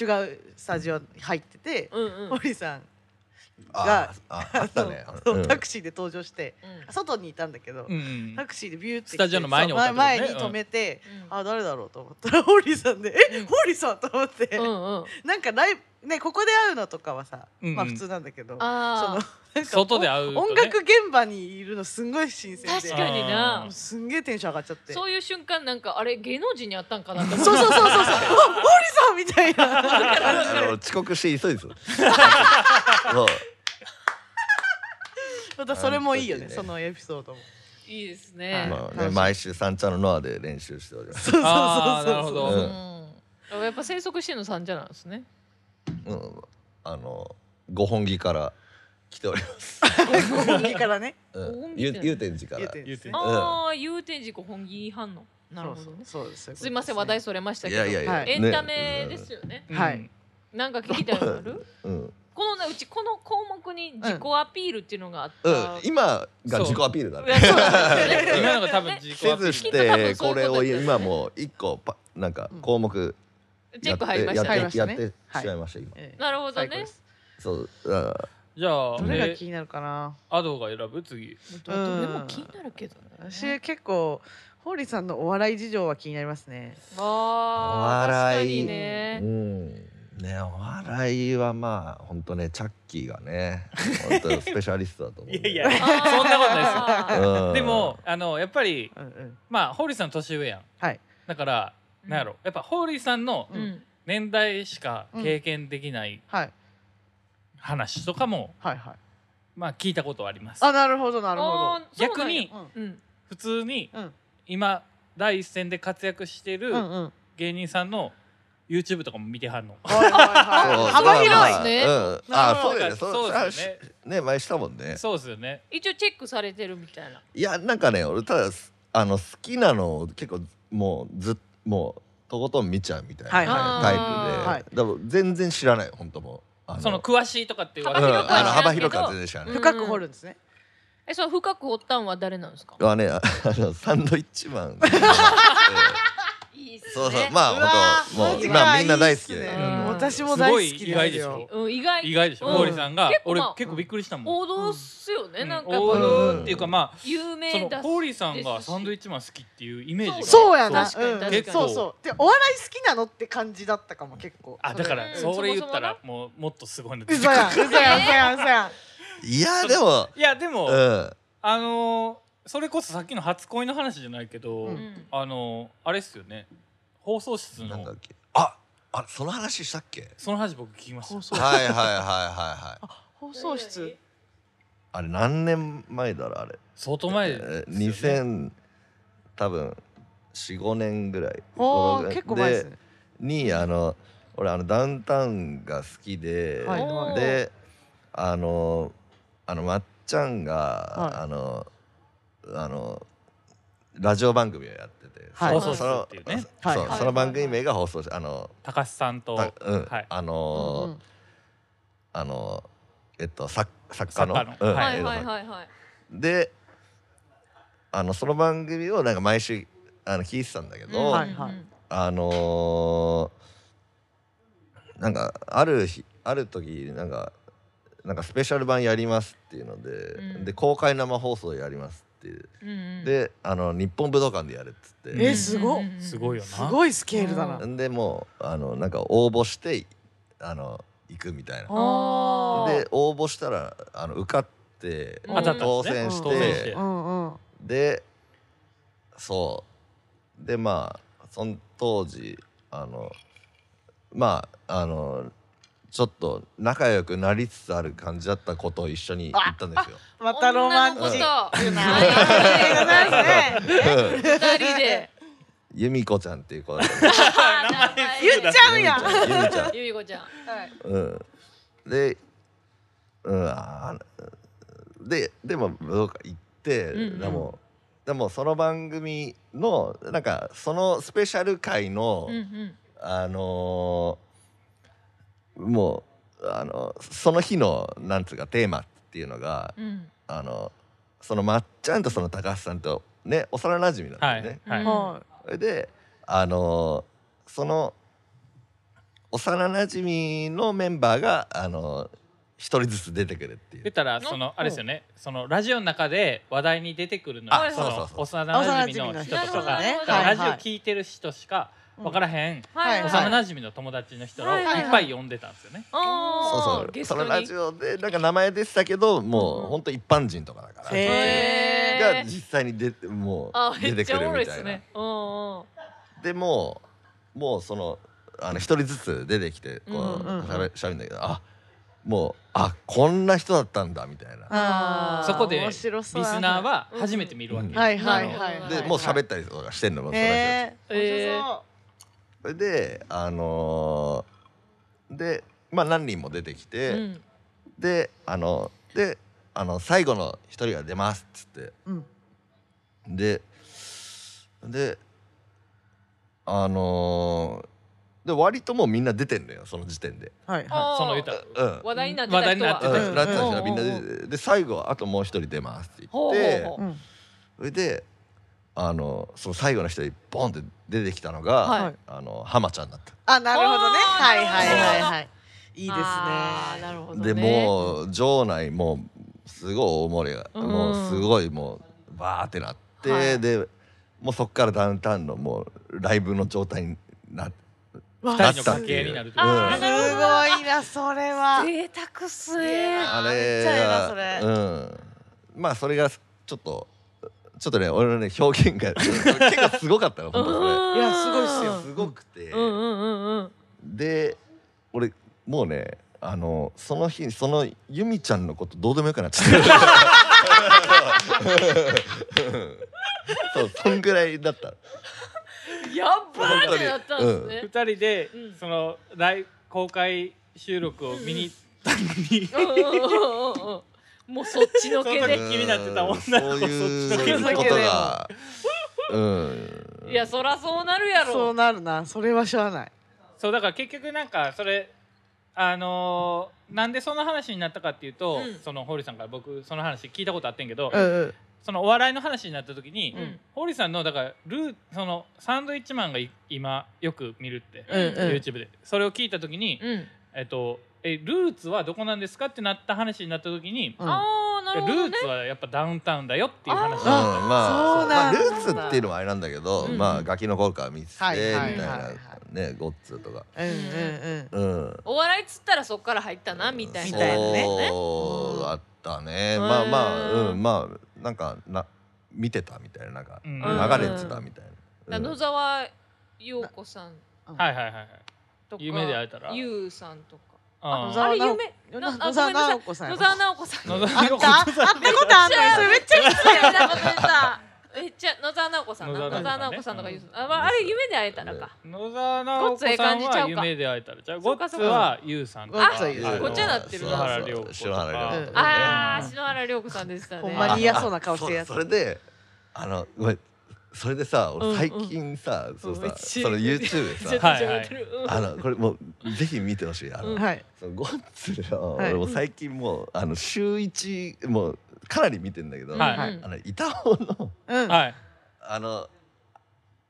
A: 違うスタジオ入ってて
B: うんうん
A: 堀さん
D: うんあーああったね
A: そううんタクシーで登場して
B: うん
A: 外にいたんだけど
C: うんうん
A: タクシーでビューって来て
C: スタジオの前に
A: そう
C: 置いた
A: 前
C: ってことね
A: 前に止めて
B: う ん
A: あ誰だろうと思ったら堀さんで「え堀さん!」と思って
B: うんうん
A: なんかライねここで会うのとかはさ、
C: うんうん
A: まあ普通なんだけどその
B: あ
A: なんか
C: 外で会うと、ね、
A: 音楽現場にいるのすんごい新鮮
B: あ
A: で
B: 確かに
C: あ
B: な
C: ー
A: すんげえテンション上がっちゃって
B: そういう瞬間なんかあれ芸能人にあったんかなと
A: そう
B: 思
A: そうそうそうそうあホリさんみたいな
D: あの遅刻して 急いでそうそう
A: またそれもいいよね
D: あの時ね
A: そのエピソード も
B: ういいです
A: はい
B: ね、
D: まあ
A: 楽し
D: ね、
A: い
D: 毎週三茶のノアで練習しております。
A: そうそう
C: あー
A: そう
C: なる
A: そ
C: ほ
A: う
C: ど
A: そう
D: うん
B: うんやっぱ生息してんのさんじゃなんですね
D: うん、あの五本木から来ております。
A: 本気からね
D: う
B: 五本
D: ん、
B: 木
D: ゆ祐天寺か
A: 言
D: ら
A: う。てんですね
C: 言
B: ああ有天寺湖本気反応なるほどね
A: そうですそうです
B: いません話題それましたけど
D: いやい
A: やいや
B: エンタメですよね
C: うん
A: はい
B: なんか聞きたいのある
D: うん、
B: このねうちこの項目に自己アピールっていうのがあった、
D: うん、今が自己アピールだ
B: いや
D: ね。
B: そうなんですよね
C: 今のが多分自己
D: せ
C: アピー
D: ず
C: ル
D: し
B: き
D: て、
B: っと多
D: こ
B: 分そうい
D: れ
B: うこと
D: を
B: ですよね
D: 今もう一個パ、なんか項目
B: チェッ
D: やっ
B: ク
D: て
B: 入りました
A: 入りま
D: やっ
A: してた
D: やっ
A: ね
D: てしま
A: はい
D: いました今。
A: ええ
B: なるほど
A: 最高
B: ね
A: です
D: そう、あ
C: じゃ
A: ど
C: あ
A: れが
C: え
A: 気になるかな
C: アドが選ぶ次
B: どれも気になるけどね
A: 私結構ホリさんのお笑い事情は気になりますね
B: あー
D: お笑い
B: 確かに
D: う
B: ね
D: ん、ね、お笑いはまあ、本当ね、チャッキーがね、本当スペシャリストだと思う。
C: いや そんなことない
B: な
D: うん
C: でも、あのやっぱり
A: うんうん
C: まあホーリーさん年上やん
A: はい
C: だからなんやろやっぱホーリーさんの
A: う
B: うん
C: 年代しか経験できない
A: はい
C: 話とかも
A: はいはい
C: まあ聞いたことはあります
A: あなるほどなるほ
B: あーそうなんや
C: 逆に
A: ど
B: うん
C: 普通に
A: うん
C: 今第一線で活躍してる
A: うんうんうん
C: 芸人さんの YouTube とかも見てはんの
A: はいはいはい幅
B: そ
A: 広
B: う
A: い
B: まあ
A: ね
B: 広いね
D: うん、あ、そうだよね、
C: そう
D: そう
C: ですよね
D: ね、前したもんね。
C: そうですよね
B: 一応チェックされてるみたいない
D: やなんかね俺ただすあの好きなのを結構もうずっもうとことん見ちゃうみたいなタ
A: はい
D: イプで、
A: はい
D: だから全然知らない本当もうあ
C: その詳しいとかって言われ
D: うん
C: る
D: あの幅
B: 幅広
D: 広
B: く
D: くは
B: は
D: 全
B: 知
D: 然知らない。
B: けど
A: 深く掘るんですね
B: えその深く掘ったんは誰なんですか
D: はねあ のサンドイッチマン、うん
B: いいっすね
D: そうそうま
A: うわ
D: あ
A: ー
D: 本
A: マ
D: 当
A: ジ
D: もう
A: か
D: まあみんな大好き
A: いいっ
D: です
A: ね
B: うん
A: 私も
C: す
A: 大
C: ごい
A: 好き
C: 意
A: なん
C: 外
A: で
C: ですし
A: よ
C: ょ
B: うん意外
C: 意外でしょ
B: うん
C: ホーリーさんが
B: 結構
C: 俺
B: まあ
C: 結構びっくりしたもん
B: 王道っすよね、
C: うん
B: なんかやっ
C: 王
B: ぱ
C: 道っていうかまあ
B: 有
C: そ
B: 名
C: の
B: だ
C: ホーリーさんがサンドイッチマン好きっていうイメージが
A: そうやな
B: 確かに
A: うん
B: 確
C: かに
A: そうそうでお笑い好きなのって感じだったかも結構
C: あだか
B: う
C: ら
B: ん
C: それ言った
B: そも
C: らもうもっとすごいの出てく
A: 嘘
C: る
A: やん嘘やん嘘やん嘘やん
D: いやでも
C: いやでも、
D: うん
C: あのーそれこそさっきの初恋の話じゃないけど、
A: うん
B: うん
C: あのーあれっすよね放送室
D: なんだ
C: の
D: っけああれその話したっけ
C: その話僕聞きました
A: 放送
D: はいはいはいはいはい
A: 放送室
D: あれ何年前だろうあれ
C: 相当前ですよね
D: えー2000多分45年ぐらい
A: お
D: 5
A: ー
D: 年
A: 結構前ですね
D: にあの俺あのダウンタウンが好きで、
A: はいはい
D: であのあのまっちゃんが、
A: はい
D: あのあのラジオ番組をやってて、
A: はい
D: そそその
C: 放送室っていうね
D: そう
A: はい
D: その番組名が放送しあの
C: 高須さんと
D: たうん、
C: はい
D: あ
A: うん
D: の、
A: うん
D: あのえっと作作家の
C: 作家の
D: うん
B: はい
D: 映像
B: は
D: 作
B: い
D: 家
B: はいはい
D: であのその番組をなんか毎週あの聞いてたんだけど、
A: うんはいはい
D: あのーなんかある日ある時なんかなんかスペシャル版やりますっていうので、
B: うん
D: で公開生放送やりますっていう、であの日本武道館でやるっつって、
A: えすごっ
C: すごい
B: い
C: よ
A: す
C: な
A: ごいスケールだな
B: う
D: でもうあのなんか応募してあの行くみたいな。
A: あー
D: で応募したらあの受かって
B: 当たったんですね
D: 当選し
A: 当選
C: してて
A: うんうん
D: でそうでまあその当時あのまああのちょっと仲良くなりつつある感じだったことを一緒に行ったんですよ。
A: またロマンチック
B: ク
A: な映画なんですね
D: うん
B: 二人で
D: 由美子ちゃんっていう子だった
A: 言っちゃうやんは
D: 由美ちゃん。
B: ゆみこちゃん
A: い
D: うん、で、うん、あででも武道館行って、
B: うんうん
D: でもでもその番組のなんかそのスペシャル回の、
B: うんうん
D: あのーもうあのその日のなんつうかテーマっていうのが、
B: うん
D: あのそのまっちゃんとその高橋さんとね幼なじみなんだ
C: は
D: よね
C: い。はい、
A: は
D: それであのーその幼なじみのメンバーがあのー一人ずつ出てくるってい
C: 出
D: う。
C: たらそのあれですよねそのラジオの中で話題に出てくるの
B: あ
C: はそ
D: そうそう
C: の
D: そう
A: い幼
C: 幼な
A: 馴
C: じみ
A: 染
C: の
A: の人
C: 人
A: と
C: と
A: か
C: か
A: ね
C: だからラジオ
A: はいはい
C: 聞いてる人しか分からへん
B: はい
A: うん
C: 幼馴染の友達の人を
B: はい
A: はいはい
C: いっぱい呼んでたんですよね。
B: あ
D: そ
B: ー
D: うそう
B: ゲス
D: そ
B: ト
D: の
B: に
D: ラジオでなんか名前出てたけどもう
B: うん
D: 本当一般人とかだから、
A: へ
B: へー
D: が実際に出ても
B: あ
D: う
B: め
D: 出
B: ってち
D: く
B: ゃお
D: る
B: もろい
D: み
B: で
D: た
B: す
D: いな
B: ね。うんうん
D: でもうもうそのあの一人ずつ出てきてこ
B: うん
A: うんうん
D: うしゃべしゃべるんだけどあもうあこんな人だったんだみたいな
A: あー
C: そこで
A: 面白そう
C: リスナーは初めて見るわけ、
D: うん
A: はいはいはい
B: なるほ
A: は
B: ど
A: い
D: でもう喋
A: っ
D: ったりとかしてんのもその人たち
A: えー、
B: えー
A: 面白そう
D: それであのーでまあ何人も出てきて、
B: うん
D: であのであの最後の一人が出ますっつって
A: うん
D: でであのーで割ともうみんな出てんのよその時点で、
A: はいはい
B: あー
C: その歌
D: うん
B: 話題になってた人は
C: 話題になって
D: う
C: た
D: ん、ラッツの人がみんな
B: うんうんうん
D: 出てで最後あともう一人出ますって言
B: ほ
D: っ
B: う
D: て
B: ほうほ
A: うん
D: それであのその最後の人にボンって出てきたのが、
B: はい
D: あの浜ちゃんだった。
A: あなるほどね
B: あー
A: はいはいはい
B: な
A: はいいいです
B: あーな
A: ね
B: るほどね
D: でもう場内もうすごい大盛りが、
B: うん
D: もうすごいもうバーってなって、
B: はい
D: でもうそっからダウンタウンのもうライブの状態になって
A: わ
C: 二
D: な
C: 人
D: っ
C: の
D: たっ
C: 関
D: てい
C: 係
D: う
C: になるという
A: あ
C: か
A: ー
C: ね
B: なるほ
A: すごいなそれは
B: 贅沢っすね
A: あ
D: あ
A: ーめっ
D: れ
A: ちゃええな
D: はうんまあそれがちょっとちょっとね俺のね表現が結構すごかったの本当
B: うん
A: いやすごいっす
D: それ
A: よ
D: すごくて、
B: うんうんうんうん
D: で俺もうねあのその日その由美ちゃんのことどうでもよくなっちゃ った。そうそんぐらいだった。
B: やっばーってなったんですね
C: 二人で
B: うん
C: そのライ公開収録を見に行ったのに
B: うんうんうんうんうんもうそっちのけ
C: そ
B: で
C: の気になってた
D: うん
C: 女の子
D: そうい
C: そっちの
A: けで
D: うことが。うん。
B: いやそらそうなるや
A: そ
B: ろ
A: うなるなそれはしゃあない
C: そうだから結局なんかそれあのーなんでその話になったかっていうと、
B: うん
C: その堀さんから僕その話聞いたことあってんけど、
A: うんうん
C: そのお笑いの話になった時に、
B: うん
C: 堀さんのだからルーそのサンドイッチマンがい今よく見るって、
A: うんうん
C: YouTube でそれを聞いた時に、
B: うん
C: えっとえルーツはどこなんですかってなった話になった時に、
A: うん
B: あーなるほ
C: ル
B: ど
C: ー
B: ね
C: ツはやっぱダウンタウンだよっていう話
D: うん、
A: あ
C: だっ
D: まあ
A: そうなんだ
D: まあ、ルーツっていうのはあれなんだけど、
B: うん
D: まあガキの頃から見ててみた
A: はい
D: い
A: はい
D: な、
A: はいはい
D: ねゴッツとか、
A: うんうん
D: うん、
B: お笑いっつったらそっから入ったなみたいな
A: みたいなね
D: そうだったね、
B: うん
D: まあまあ
B: うん
D: うんまあなんかな見てたみたいななんか
C: うん
D: 流れてたみたい
B: だか
D: な、
B: ら野沢陽子さん
A: うん
C: たはいはいはいはい
B: とか
C: 夢で会えたら
B: ゆうさんとか
C: あ
A: 野沢
B: あれ
A: 直
B: 夢
A: 野
B: なあ
A: 野沢
B: ごめんなさい
A: 直子さんや
B: 野
A: ろ
B: 沢直子さん
C: 野
B: めっ
A: あっ
C: 沢陽子
A: たあったことあん
B: ち
A: のよ
B: ゃ
A: それめっち
B: ちゃ失礼なこと言った めっちゃ野沢直子さんな野
C: 野沢
B: 沢
C: 直
B: 直
C: 子
B: 子さ
C: さん
B: ん
C: ね
B: とかゆうさんあまああれ夢で会えたらか
C: 野沢直子
B: ごっつええ
C: さ
B: 感
C: ん
B: じちゃう
C: は
B: か
C: 夢で会えたらじゃあ
B: そ
C: ゴ
B: うか
C: ッツ
B: そうか
C: はユウさんと
A: ゴッ
C: か
A: ツはユウさん
C: あ
B: ごっちゃなってるな
D: 篠原涼
C: そう
D: 子
C: 篠原涼子
A: と
D: とか
B: あー
C: うん
B: 篠原涼子さんでしたね
A: ほんまに嫌そうな顔してるやつ
D: あそそれであのごめんそれでさ
B: うんう
D: 俺
B: ん
D: 最近さ、そう
B: うん
D: さ
B: 一
D: その YouTube で
B: ちょっ
D: さ
B: と
C: はい
B: 喋ってるうん
D: あのこれもうぜひ見てほしいあの、
B: うん
A: はい
D: そのゴッツの、
A: はい
D: 俺もう最近もうあの週一もうかなり見てんだけど、
C: はい
B: うん
D: あの板尾の
A: うん
C: はい
D: あの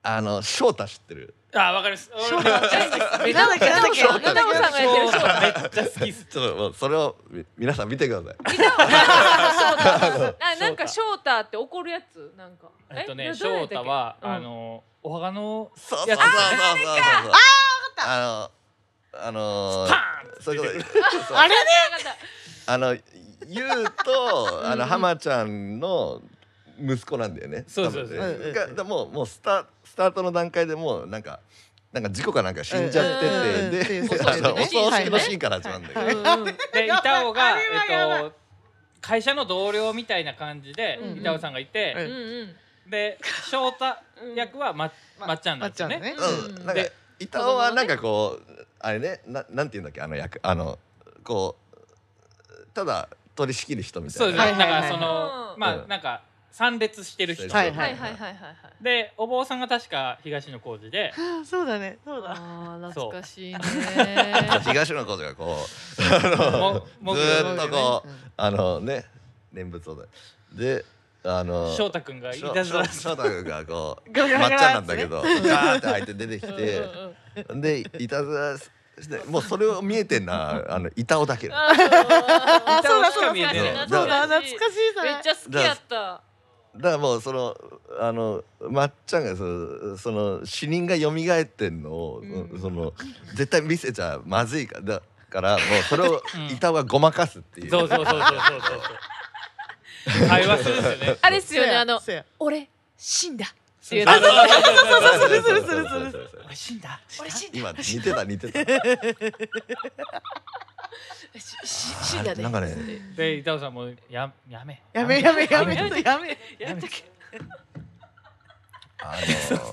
D: あの翔太知ってる
C: あわかります
A: 翔
C: めっ
A: 太めっちゃ好きなんだっけなんだっけ
B: 翔太翔太さんがやってる翔太
C: ちゃ好きっす
D: ちょっともうそれをみ皆さん見てください。
B: 見たわ翔太ななんか
C: 翔
B: 翔太って怒るやつなんか
C: えっとね
B: などうや
C: 翔
B: ったっ
C: 太
B: け
C: は
B: うん
C: あのお墓の
D: そうそう
C: いや
D: そうそうそう。ああのあのー
C: パーンって
D: そういうこ とそう
A: あれね
B: わかっ
D: あのゆうと
B: うん
D: あ
B: う
D: の
B: ん
D: 浜ちゃんの息子なんだよね。
C: そうそうそう
D: 多
A: うん
D: 分
A: うんう
D: ね
A: ん
D: がでももうスタスタートの段階でもうなんか。なんか事故かなんか死んじゃって
A: うんうんうん
D: て、
A: うん
D: で、
B: そう
D: あのお
B: そうそう
D: 葬式のシーンから始まるんだけど、
B: たうんうん
C: で
A: やばい
C: 板尾 が
A: あれはやばい
C: えっと会社の同僚みたいな感じで
B: うん
C: 板尾さんがいて
B: うん
C: で翔太
B: うん
C: 役はままっちゃんなんですよね
A: まっちゃんだ
B: うん
D: うん、なんか
C: で
D: 板尾はなんかこうあれねななんていうんだっけあの役あのこうただ取り仕切る人みた
C: そう
D: い
C: です
D: な
A: は
C: ね
A: い
C: だ
A: はい
C: か
A: はい
C: らその
B: うん
C: まあなんか参列してる人
A: はい
B: はいはいはいはいはいはい
C: でお坊さんが確か東野幸治で
A: あ ーそうだねそうだ
B: あー
C: そう
B: 懐かしいね
D: 東野幸治がこう
C: も
D: あの
C: も
D: ず
C: ぐ
D: ーっとこう
A: うん
D: あのね念仏をでであの
C: 翔太くんがい
D: 翔
C: たずら
D: 翔太君がこう
A: ガラガ
D: ま
A: ラ
D: っち
A: ガ
D: ゃん
A: ラって
D: なんだ
A: ね
D: けどガーって入って出てき
B: うん
D: て
B: うんうん
D: でいたずらしてもうそれを見えてんなあの板尾だけ
B: あー
A: あそうだ
C: しか見えて
D: ない
A: そう
B: 懐かしい
A: だ懐かしいそれ
B: めっちゃ好きやった。
D: だからもうそのあのまっちゃんがそのその死人が蘇ってんのを、
B: うん
D: その絶対見せちゃまずいからだからもうそれを
C: うん
D: 板はごまかすっていう。
C: そうそうそうそうそうそう。会話するんですよね。
B: あれですよ
A: せ
B: ね
A: や
B: あの
A: せや
B: 俺死んだっていう
C: あそうそうそう
A: そうそうそ
C: そうそう
A: うそうそう
D: そうそう
C: 俺死んだ。
B: 俺死んだ
D: 今似てた似てた。
B: しし死んだね
D: なんかね
C: で板尾さんもややめ。
A: やめやめやめ
C: や
A: やめやめ
B: やめとけ
D: あの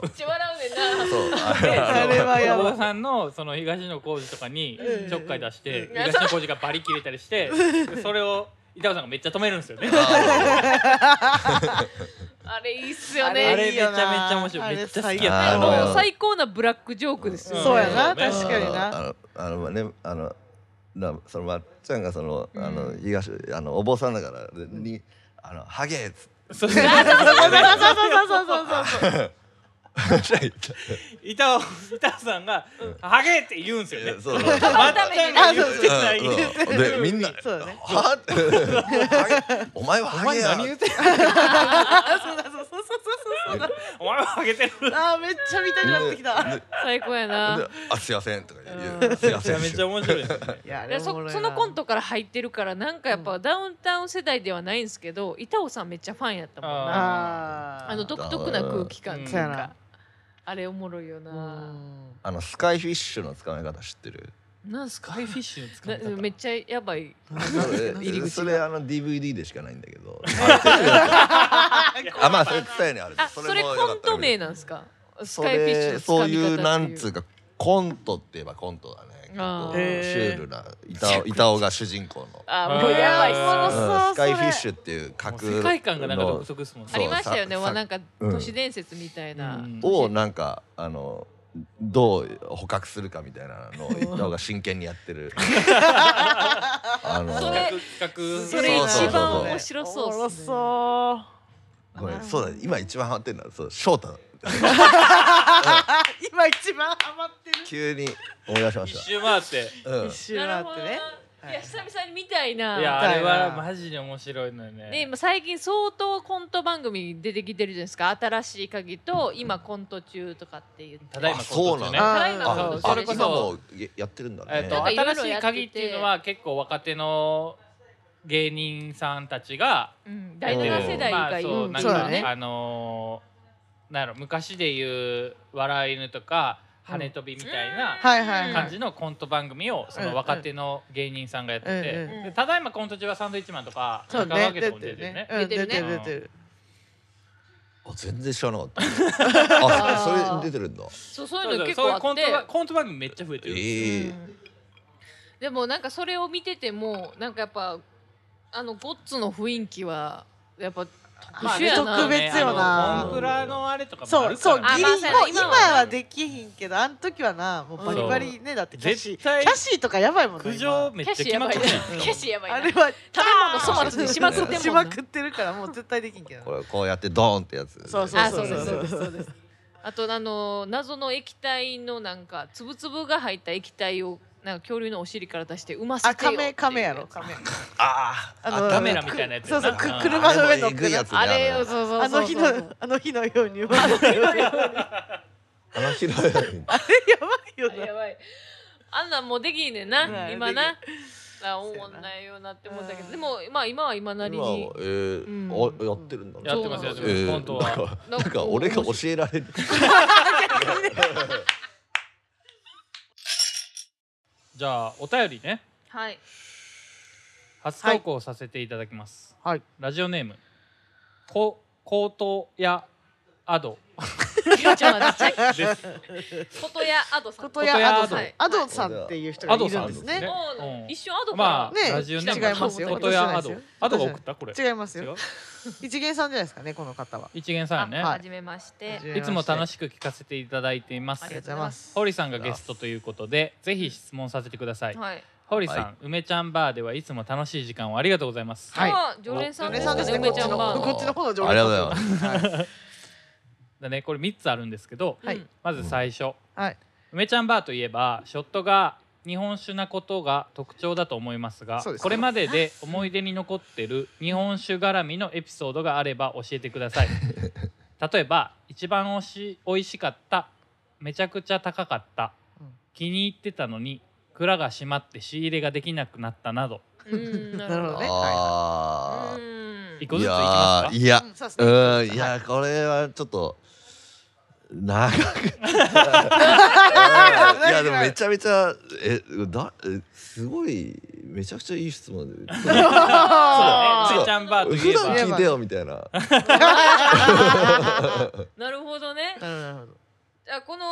B: めっちゃ笑うねんな
D: そう
A: あ
D: あ
A: れ
D: れ
A: はや
C: お
A: ば
C: 坊
A: い
C: さんのその東野浩二とかに
A: うん
C: ちょっかい出して
B: うん
C: 東野浩二がバリ切れたりしてでそれを板尾さんがめっちゃ止めるんです よね。
B: あれいいっすよ
C: あ
B: ね
C: れめちゃめちゃ面白い
A: あれ
C: めっちゃ好きや
D: あ
C: った
D: の
B: もう最高なブラックジョークですよね
A: そうやな
C: うん
A: 確かにな
D: あのあのあのねあのなそのまっちゃんがそのあ
B: う
D: の東あのお坊さんだからに、あのハゲーっつ
C: そう
A: そうそうそうそうそうそう
D: って
C: 板尾板尾さんがハゲって言うんですよね。
D: そうそう
C: まっちゃんが言ってない。
D: うんうんで みんな
A: そうだね
D: はってハゲお前は
C: お
D: ハゲ
C: 前
D: や
C: 何言ってんの
A: あそうだそうそうそうそうそうそう
C: お前はハゲてる。
A: あーめっちゃ見たくなってきた
D: で
B: 最高や
D: で
B: な
D: あすいませんとか
B: う
D: 言
B: ん
D: うすい
C: め
D: ま
C: ち
D: せ
C: ゃ
D: ん
C: めちゃ面白いですね。
A: いやあ
B: いや
A: れ
B: そ
A: おもろいな
B: そのコントから入ってるからなんかやっぱダウンタウン世代ではないんですけど板尾さんめっちゃファンやったもん
C: あ
B: な
A: あー
B: あの独特な空気感っていう
A: そうや
B: か
A: な
B: あれおもろいよ
A: う
B: なん
D: あのスカイフィッシュの使い方知ってる
B: なんすか
C: カイフィッシュの使
B: なめっちゃやばい
A: 入り口が
D: それあの DVD でしかないんだけど
A: あ
D: あまあそれ伝えにある
B: あそれ
D: もよ
B: コ
D: か
B: ン
D: ったら
B: ト
D: 見て
B: 名なんすかス
D: そ
B: カイフィッシュ
D: れ
B: の
D: そういう
B: 掴み方って
D: なんつうかコントって言えばコントだね結
B: あ
D: 構シ
A: ー
D: ュールな板尾板尾が主人公の、
B: あもうやばいっす
C: あー
B: よ
A: そう
D: うんスカイフィッシュっていう架空の
C: 世界観がなんか独特ですもん
B: あ
D: そう
B: りましたよね
D: さ
B: わなんか
D: うん
B: 都市伝説みたいな
C: うん
D: をなんかあのどう捕獲するかみたいなのを板尾が真剣にやってるあの
B: それ
C: 企画
B: それ一番面白そうっすね
A: おもろそう
D: ごめんそうだね今一番ハマってるのはそう翔太
A: 今一番ハマってる
D: 急に思い出しま
C: 一
D: し
C: 周回って
D: た、うん
A: 一、周回ってね
B: なるほどないや久々に見たいない
C: やあれはマジで面白いのよね
B: で今最近相当コント番組出てきてるじゃないですか新しい鍵と今コント中とかって言って
C: ただいまコント中ね
A: あ
B: ただいま
C: あ
B: コ
D: あ
B: ント中
C: そ
D: あ
B: で
C: れ
B: しょ
C: こそ
D: 今もうややってるんだね、
C: えっと
B: なんかいろい
C: 新
B: ろや
C: しい
B: ってて
C: 鍵っていうのは結構若手の芸人さんたちが
B: うん第7世代
C: ま
B: が
C: あ
B: い
C: そう
B: る
C: なん
A: そうだ
C: か
A: ね
C: あのーなんやろ昔でいう笑い犬とか羽飛びみたいな
A: はいはいは
C: 感
A: い
C: じのコント番組をその若手の芸人さんがやって
A: うん
B: うん
C: てでただいまコント中はサンドイッチマンとか
A: そう
C: 中
A: ね
C: 川家
A: 出
C: とかも
A: て
C: 出
A: る
C: てるね
A: ねうん出てる
B: 出て
C: るね
A: 出てる
D: あ全然知らなかったあそれ出てるんだ
B: そうそう
C: そ
B: いう
C: うそ
B: の
C: う
B: 結
C: そうい
B: 構あ
C: うコ
B: っ
C: ント
B: て
C: ばコント番組めっちゃ増えて
D: え
C: る
D: ー
B: うんでもなんかそれを見ててもなんかやっぱあのゴッツの雰囲気はやっぱ特殊やな、
A: 特別よな
C: あのコンクラのあれとかもあ
A: そ
C: る
A: うそ
C: か
A: う
C: ら
B: あ
A: ギリ
B: ま
A: も
B: あ
A: う
B: そうやな今
A: 今
B: は
A: はできひんけどあん時はなもうバリバリねだってキャシー
C: 絶
A: キ
C: 対
A: ャシーとかやばいもんね
C: 苦情めっ
B: キャ
C: ちゃ
B: シー
C: 決
B: や
C: まっ
B: ばい
C: て
B: な
C: る
B: キ
C: や
B: ャシーやばい
A: あ
B: な
A: れは
B: 食べ物粗末にしまくってんもん な
A: しまくってるからもう絶対できんけど
D: これこうやってドーンってやつ
A: そうそう
B: あそうで
A: そ
B: すそう
A: う
B: です
A: そう
B: そうですあとあの謎の液体のなんかつぶつぶが入った液体をなんか恐竜のお尻から出してうませ
A: あ
B: てよ
A: カメカメやろカメ
D: あー
A: あの
D: あ
C: カメラみたいなやつ
A: そ
C: や
A: う
C: な
A: そうく
C: うん
A: 車の上乗
D: あ
A: って
D: れもえぐいやつね
B: あれ
D: あ
B: よそ
D: の
B: うそうそう
A: あの日の
B: そう
A: あの日のようにあの日のように
D: あの広い
A: あれやばいよな
B: やばいあんなんもうできんねん
A: う
B: なん今なあお
A: きん
B: もんないようになって思ったけ
A: う
B: ど
A: ん
B: でもまあ今は今なり
D: 今は
B: に
D: えー
B: うん
D: あやってるんだね
C: やってますやってます
D: えー
C: コントは
D: なんかなんか俺が教えられる
C: じゃあお便りね
B: はい
C: 初投稿させていただきます、
A: はい
C: ラジオネームこ高等やアド
B: ちょっと待 ってことやアドさん
A: ことやアドさん
B: はい
A: アドさんっていう人がいるんです
D: アドさんです
A: ね
D: ね
B: もう
C: うん
B: 一瞬アド
C: ま
B: か
C: あ、
A: ねえ
C: ラジオネーム
A: 違いますよ
C: ことやア
A: 私じゃない
C: ド
A: ですよ
C: アドが送ったこれ
A: 違います
C: 違
A: よ
C: う
A: 一元さんじゃないですかねこの方は
C: 一元さん
B: ら
C: や
A: は
C: ね
B: はじめまして
A: はじめ
C: いつも楽しく聞かせていただいています
A: ありがとうございます
C: ホリさんがゲストということでぜひ質問させてください
B: はい
C: ホリさん、
D: は
C: 梅ちゃんバーではいつも楽しい時間をありがとうございます
A: はい
B: あ常連さん
A: 常
B: で
A: 連
B: す
A: さんですね
B: 梅ちゃんバー
A: こ
B: の
A: っちの方の常
D: あ
A: 連
D: り
A: さ
D: が
A: ん
D: とうございます
A: はい
C: だねこれ3つあるんですけど、
A: はい
B: うん
C: まず最初、
A: はい
C: 梅ちゃんバーといえばショットが日本酒なことが特徴だと思いますが
A: そうです
C: これまでで思い出に残ってる日本酒絡みのエピソードがあれば教えてくだ さい例えば一番おし美味しかっためちゃくちゃ高かった
A: うん
C: 気に入ってたのに蔵が閉まって仕入れができなくなったなど
B: うんなるほどね。
D: あ
B: うん
C: 一
D: あ
C: 個ずついきますか
D: いや
A: うんそうです
D: う
A: ね
D: んい
A: は
D: やこれはちょっと 長くいやでもめちゃめちゃえだえすごいめちゃくちゃいい質問で
C: そうだ
B: あ
C: ね
D: ー
C: 梅ちゃんバーとい
D: 普
C: えば
D: 段聞いてよみたいな
B: なるほどね。
A: なるほど
B: じゃあこの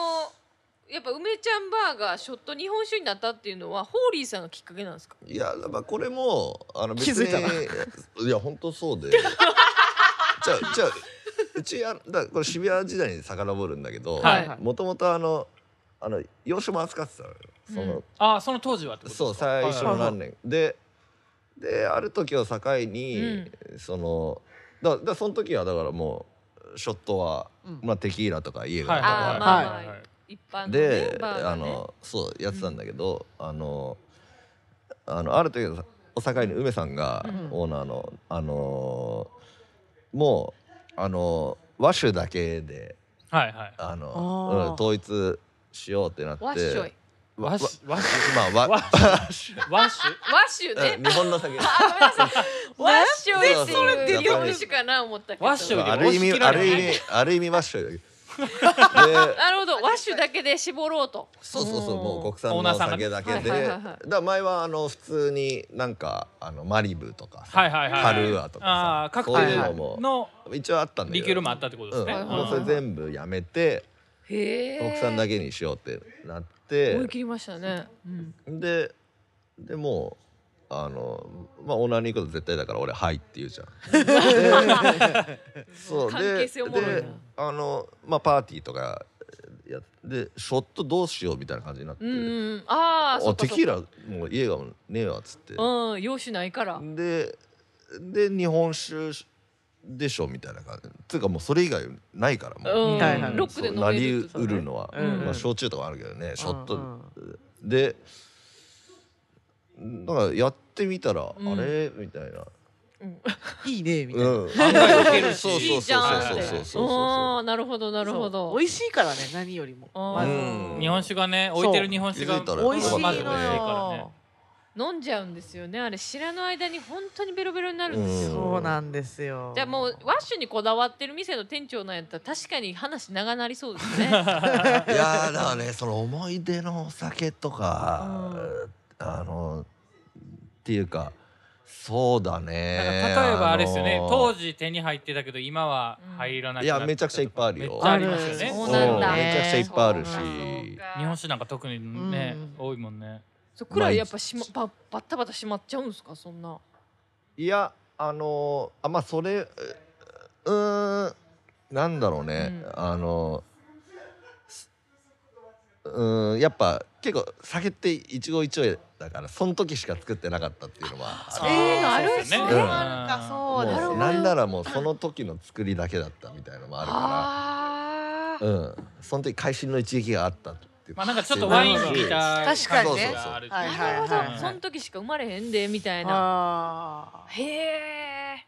B: やっぱ梅ちゃんバーがショット日本酒になったっていうのはホーリーさんがきっかけなんですか。
D: いやまあこれもあの別に
A: 気づいたない
D: や本当そ うでじゃあじゃあうちあのだからこれ渋谷時代に遡るんだけど
C: はい
D: もともとあのあの洋酒も扱ってたのよその、
B: うん
C: ああその当時はってことですか
D: そう最初の何年でである時を境に、そのだだその時はだからもうショットは、
A: うん
D: まあ、テキーラとか家が
C: はい
D: あ
C: は
D: っ
B: あー
C: い
D: たから、
B: まあまあ、一般のね
D: で、
B: バーが
D: あ
B: ね
D: のそうやってたんだけど、あのあのある時のお境に梅さんが、
A: うん
D: オーナーのあのもうあの和酒だけで
C: はいはい
D: あの
A: あー
D: うん、統一しようってなって
B: ワッショイ。
D: わ
C: 和酒和酒
D: まあ和
C: 和和 酒
B: ワッシュね
D: う。ん日本の 酒
B: あごめんなさい。ワッシュって
D: なんでそれ
B: いう
D: 出てくる
B: 日本酒かな思ったけど。
C: ワッシュ
D: ある意味ある意味ある意味和 酒だけで
B: なるほど。ワッシュだけで絞ろうと。
D: そうそうそうもう国
C: オ
D: 産
C: ーナ
D: の
C: ーさんがね
D: 酒だけで、
B: はいはい
D: だ
B: はい
D: か
B: はい
D: ら前はあの普通になんかあのマリブとかさ、
C: はいはいはい
D: カルーアとかさ
C: ああカク
D: そう
A: い
C: テ
A: う
D: の
C: ル
D: も
C: の
D: 一応あったんだけ
C: リ
D: ど
C: キュールもあったってことですね、
D: うん
B: はいはい
D: もうそれ全部やめて
B: へえ。
D: 国産だけにしようってなって
B: 思い切りましたね。うん。
D: ででもうあのまあオーナーに行くこと絶対だから俺「はい」って言うじゃん。そう
B: 関
D: で
B: 係性おもろいな
D: であのまあパーティーとかやでショットどうしようみたいな感じになって。
B: うんうんうん。ああ。そ
D: あ
B: っかそ
D: テ
B: っか
D: キーラもう家がねえわっつって、
B: うん。用紙ないから。
D: でで日本酒でしょみたいな感じつうかもうそれ以外ないからもう、
B: うん
A: はいはい
B: ロックで飲
D: な
B: め
D: り
B: るってさ
D: うるのは、
A: うん
D: まあ、焼酎とかあるけどね、ショット、
A: うん
D: でなんかやってみたら、
B: うん
D: あれみたいな、
B: うん
A: いいねみたいな、
D: うん、
C: 外いけるし
D: そう
B: い
D: そう
B: いじ
D: そう
B: ゃん
D: そう
B: っ
D: そ
B: て。
D: うそうそう
B: あ
D: そ
B: あ、なるほど、なるほど。
A: そう美味しいからね何よりも
B: うん
A: まず
D: うん
C: 日本酒がね
A: そう
C: 置いてる日本酒が
D: 気づいたら
A: 美味しい
D: ま
A: の
D: ず美味しい
C: からね
A: よ
B: 飲んじゃうんですよね。あれ、知らぬ間に、本当にベロベロになるんです
D: うん
B: よ。
A: そうなんですよ
B: じゃあもうワッシュにこだわってる店の店長なんやったら確かに話長なりそうですね。
D: ういやーだからねその思い出のお酒とか、あのっていうかそうだ
C: だから
D: ね
C: 例えばあれですよね、
D: のー
C: 当時手に入ってたけど今は入らなくなっ
D: いやめちゃくちゃいっぱい あるよ
C: めっちゃありますよ
B: そ
C: ね
B: うなんだ
D: うんめちゃくちゃいっぱいあるし
B: そうか
C: 日本酒なんか特にね、
A: う
C: 多いもんね
B: そうくらいやっぱしまばバッタバタ閉まっちゃうんですかそんな。
D: いやあのーあまあそれうーんなんだろうね、
B: うん
D: あのすうーんやっぱ結構酒って一期一会だからその時しか作ってなかったっていうのはある
B: えー
A: ある
B: ある
A: それ
D: うん
A: もあるかそうだ
B: なるほ
D: もう
B: ど
D: なんならもうその時の作りだけだったみたいのもあるか
B: あ
D: らうんその時会心の一撃があったっていう
C: まあなんかちょっとワイン
D: そう
C: 効いた
A: 確かにね
C: 感じがあるっていう
A: は
B: あ
A: い
B: ー。
A: はい
B: なるほど、
A: はい
B: その時しか生まれへんでみたいな。
A: あ
B: へえ。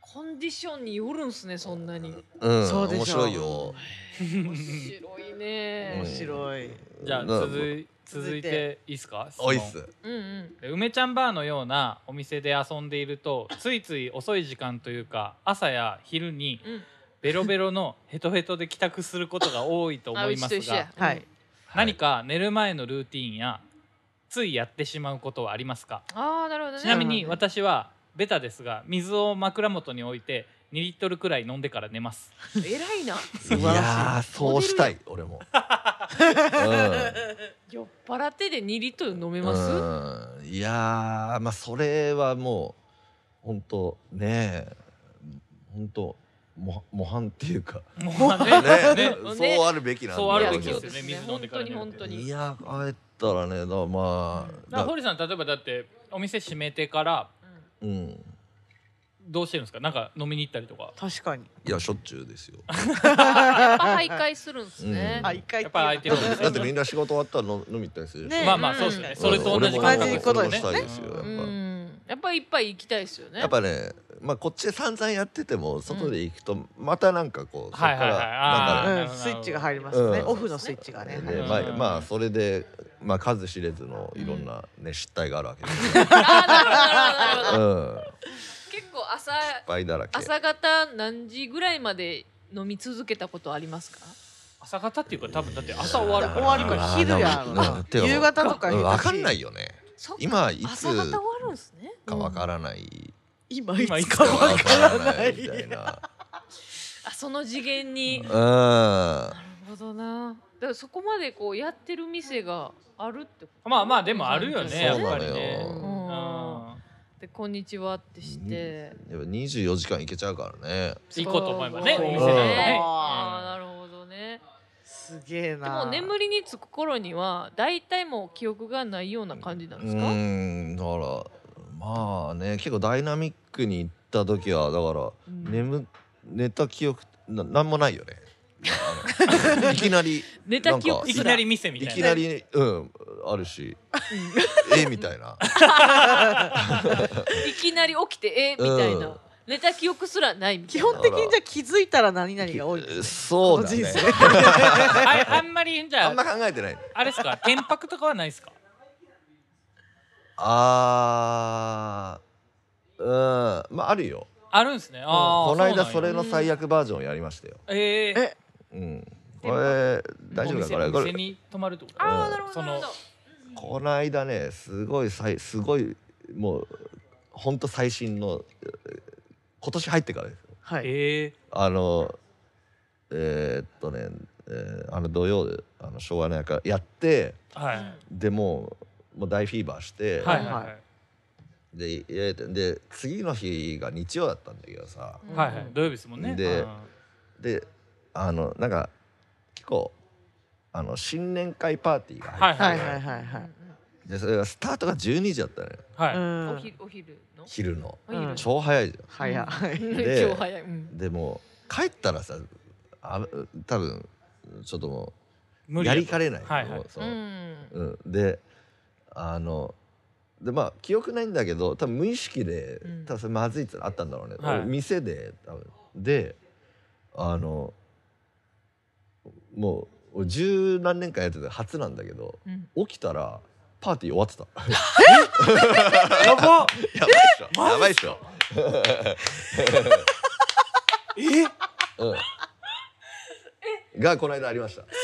B: コンディションによるんすねそんなに。
D: うん
A: そうで
D: 面
A: しょう
D: 白いよ
B: 面白い
A: ー
B: ね
A: 面
D: うん。
A: 白い、
C: じゃあ
D: な
C: 続い続いていいですか質問
D: おいっす
B: うんうん。
C: で梅ちゃんバーのようなお店で遊んでいるとついつい遅い時間というか朝や昼に
B: うん
C: ベロベロのヘトヘトで帰宅することが多いと
B: あ
C: 思
B: う
C: い
B: ち
C: ま
B: と
C: す
B: 一緒
C: が
B: や。
A: は
B: うん
A: い。
C: 何か寝る前のルーティンやついやってしまうことはありますか
B: ああなるほどね。
C: ちなみ
A: う
C: に
A: ん
C: 私はベタですが水を枕元に置いて2リットルくらい飲んでから寝ます
B: 偉いな。
A: 素
D: い
A: 晴らしい
D: やーそうしたい俺もうん
B: 酔っ払ってで2リットル飲めます？
D: うんいやーまあそれはもう本当ねえ本当模模範っていうか、
C: も
D: ね
C: うね
D: え
B: ね
D: そうあるべきなんだ
C: そうあるべき
B: い
C: で
B: や
C: す
B: そう
C: よね
B: ですね
C: 水飲んでから寝るって
B: 本当に
D: いや帰ったらねだから
C: だ
D: まあ
C: から
D: だ
C: 堀さん例えばだってお店閉めてから
D: うん
C: どうしてるんですかなんか飲みに行ったりとか
A: 確かに。
D: いやしょっちゅ うですよ
B: やっぱ徘徊するんですね
D: うん
A: あ、一回
C: やっぱ空いてるんです
D: だ
C: よ
D: ってみんな仕事終わったら飲飲み行ったりするでしょ
A: ね
C: まあまあそうですね、
A: うん
C: それと同じ感覚
A: 同じことですね
D: 俺もしたいですよ
C: う
B: う
D: やっぱ
B: んやっぱりいっぱい行きたいですよね
D: やっぱね、まあ、こっちで散々やってても外で行くとまたなんかこう、そ
C: は
D: っ
C: い
D: か
C: はい
D: ら
C: はい
D: なんか
C: あ
D: ね
A: うんスイッチが入りますね。
D: うん
A: オフのスイッチがね。
D: ね
C: うん
D: まあ、まあそれで、まあ、数知れずのいろんな、ね失態があるわけですよ、
B: あーなるほどなるほどなるほ
D: う
B: ど
D: ん、いっ
B: 結構朝
D: ぱいだらけ
B: 朝方何時ぐらいまで飲み続けたことありますか
C: 朝方っていうか多分だって朝終わるから
A: 終わるから
D: あー
A: 昼やろ
D: うん
A: な。
D: てか
A: 夕方とか
D: うん、分かんない
A: よ。
D: よね
B: そっか
D: 今いつ
B: 朝方終わるんですね
D: か分からない
A: 今いつかわからない。
D: みたいな
B: あその次元に
D: うん
B: なるほどなだからそこまでこうやってる店があるってこと
C: まあまあでもあるよねや
D: そ
C: っ
D: うな
C: ぱ
D: の
C: り
D: よ
C: ね
B: う
C: うん
B: んでこんにちはってして
D: やっぱ24時間行けちゃうからね
C: 行こうと思えばね
A: そう
C: お店
D: だよ
A: ね
B: ああなるほどね
A: すげえ
B: で
A: な。
B: も眠りにつく頃には大体もう記憶がないような感じなんです
D: う
B: か
D: んだからまあね結構ダイナミックに行った時はだから眠寝た記憶ななんもないよね。あのいきなり
B: 寝た記
D: なん
B: 憶
D: か
C: い
B: す
C: き
B: ら
C: なり店み
D: い
C: たいな
D: きなりうんあるしえみたいな。
B: いきなり起きてえみたいな、
D: うん
B: 寝た記憶すらないみた
A: 基
B: いな
A: 本的にじゃあ気づいたら何々が多いですね。
D: そうだね
A: この人。
C: ああんまりじ
D: あ
C: ゃ
D: ん
C: あ
D: ま考えてない。
C: あれですか天白とかはないですか
D: あーうんまああるよ。
C: あるんですねああ
D: この間
C: うな
D: そ
C: ん
D: れ
C: や
D: の最悪バージョンをやりましたよ。
C: え
A: え
C: え
D: うん。これ大丈夫だか
C: お
D: ら
C: 店お
D: これ
C: 店に泊まるってこと
B: ああなるほ
C: そ
B: ど
C: の
B: なるほど
D: この間ねすごい最すごいもうほんと最新のえー今年入ってからですよ
A: はい。
C: え
D: あのえーっとね、えーあの土曜であの昭和の夜からやって
C: えはい
D: でもうもう大フィーバーして、
C: はいはいはい
D: でやれてで次の日が日曜だったんだけどさ
B: うん
C: はいはい土曜日ですもんね
D: で
C: うん
D: であのなんか結構あの新年会パーティーが
C: は
D: 入
C: い
D: って、
A: は
C: はいい
A: は
C: はいい
A: はいはい。
D: でそれがスタートが12時だったのよ
C: は
A: う
C: い
B: うんうんお
A: ん。
B: ひお昼の
D: 昼の
B: お昼
A: うん
D: 超早いじゃん。
A: 早い。
D: で
B: 今日早い、うん
D: でも帰ったらさあ多分ちょっとも
C: 無
D: う
C: 理
D: や
C: と
D: りかれない、
C: はいはい
D: もうそうの
B: ん、
D: うんであのでまあ記憶ないんだけど多分無意識で
B: うん
D: 多分それまずいってのあったんだろうね、
C: はい
D: 俺店で多分であのもう俺十何年間やってて初なんだけど
B: うん
D: 起きたらパーティー終わってた
C: やばっ
D: やばいっしょやばいっしょ、
C: え
D: うん、がこの間ありました
B: それ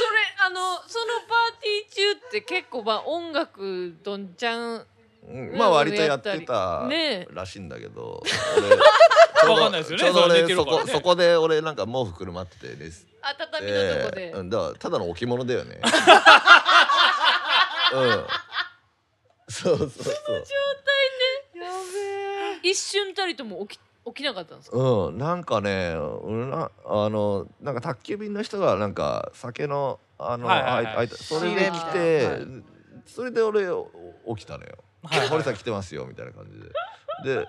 B: あのそのパーティー中って結構まあ音楽どんちゃん
D: うんまあ割とやってた
B: ねえ
D: らしいんだけ ど、
C: わかんないですよね
D: ちょうど
C: それ寝
D: 俺
C: て
D: そ
C: るから
D: こ
C: ね
D: そこで俺なんか毛布くるまってて寝てて、
B: あ畳のとこで、
D: うん、だからただの置物だよ ね。うん。そうそ
B: や
D: う
B: べえ一瞬たりとも起き起きなかったんですか
D: そう。うん、なんかね、うんなあのなんか宅急便の人がなんか酒のあの、
C: はいはいはい
D: あいあいそれで来て、
A: 仕入れみ
D: それで俺お起きたのよ。
C: はいはい
D: 堀さん来てますよみたいな感じで。で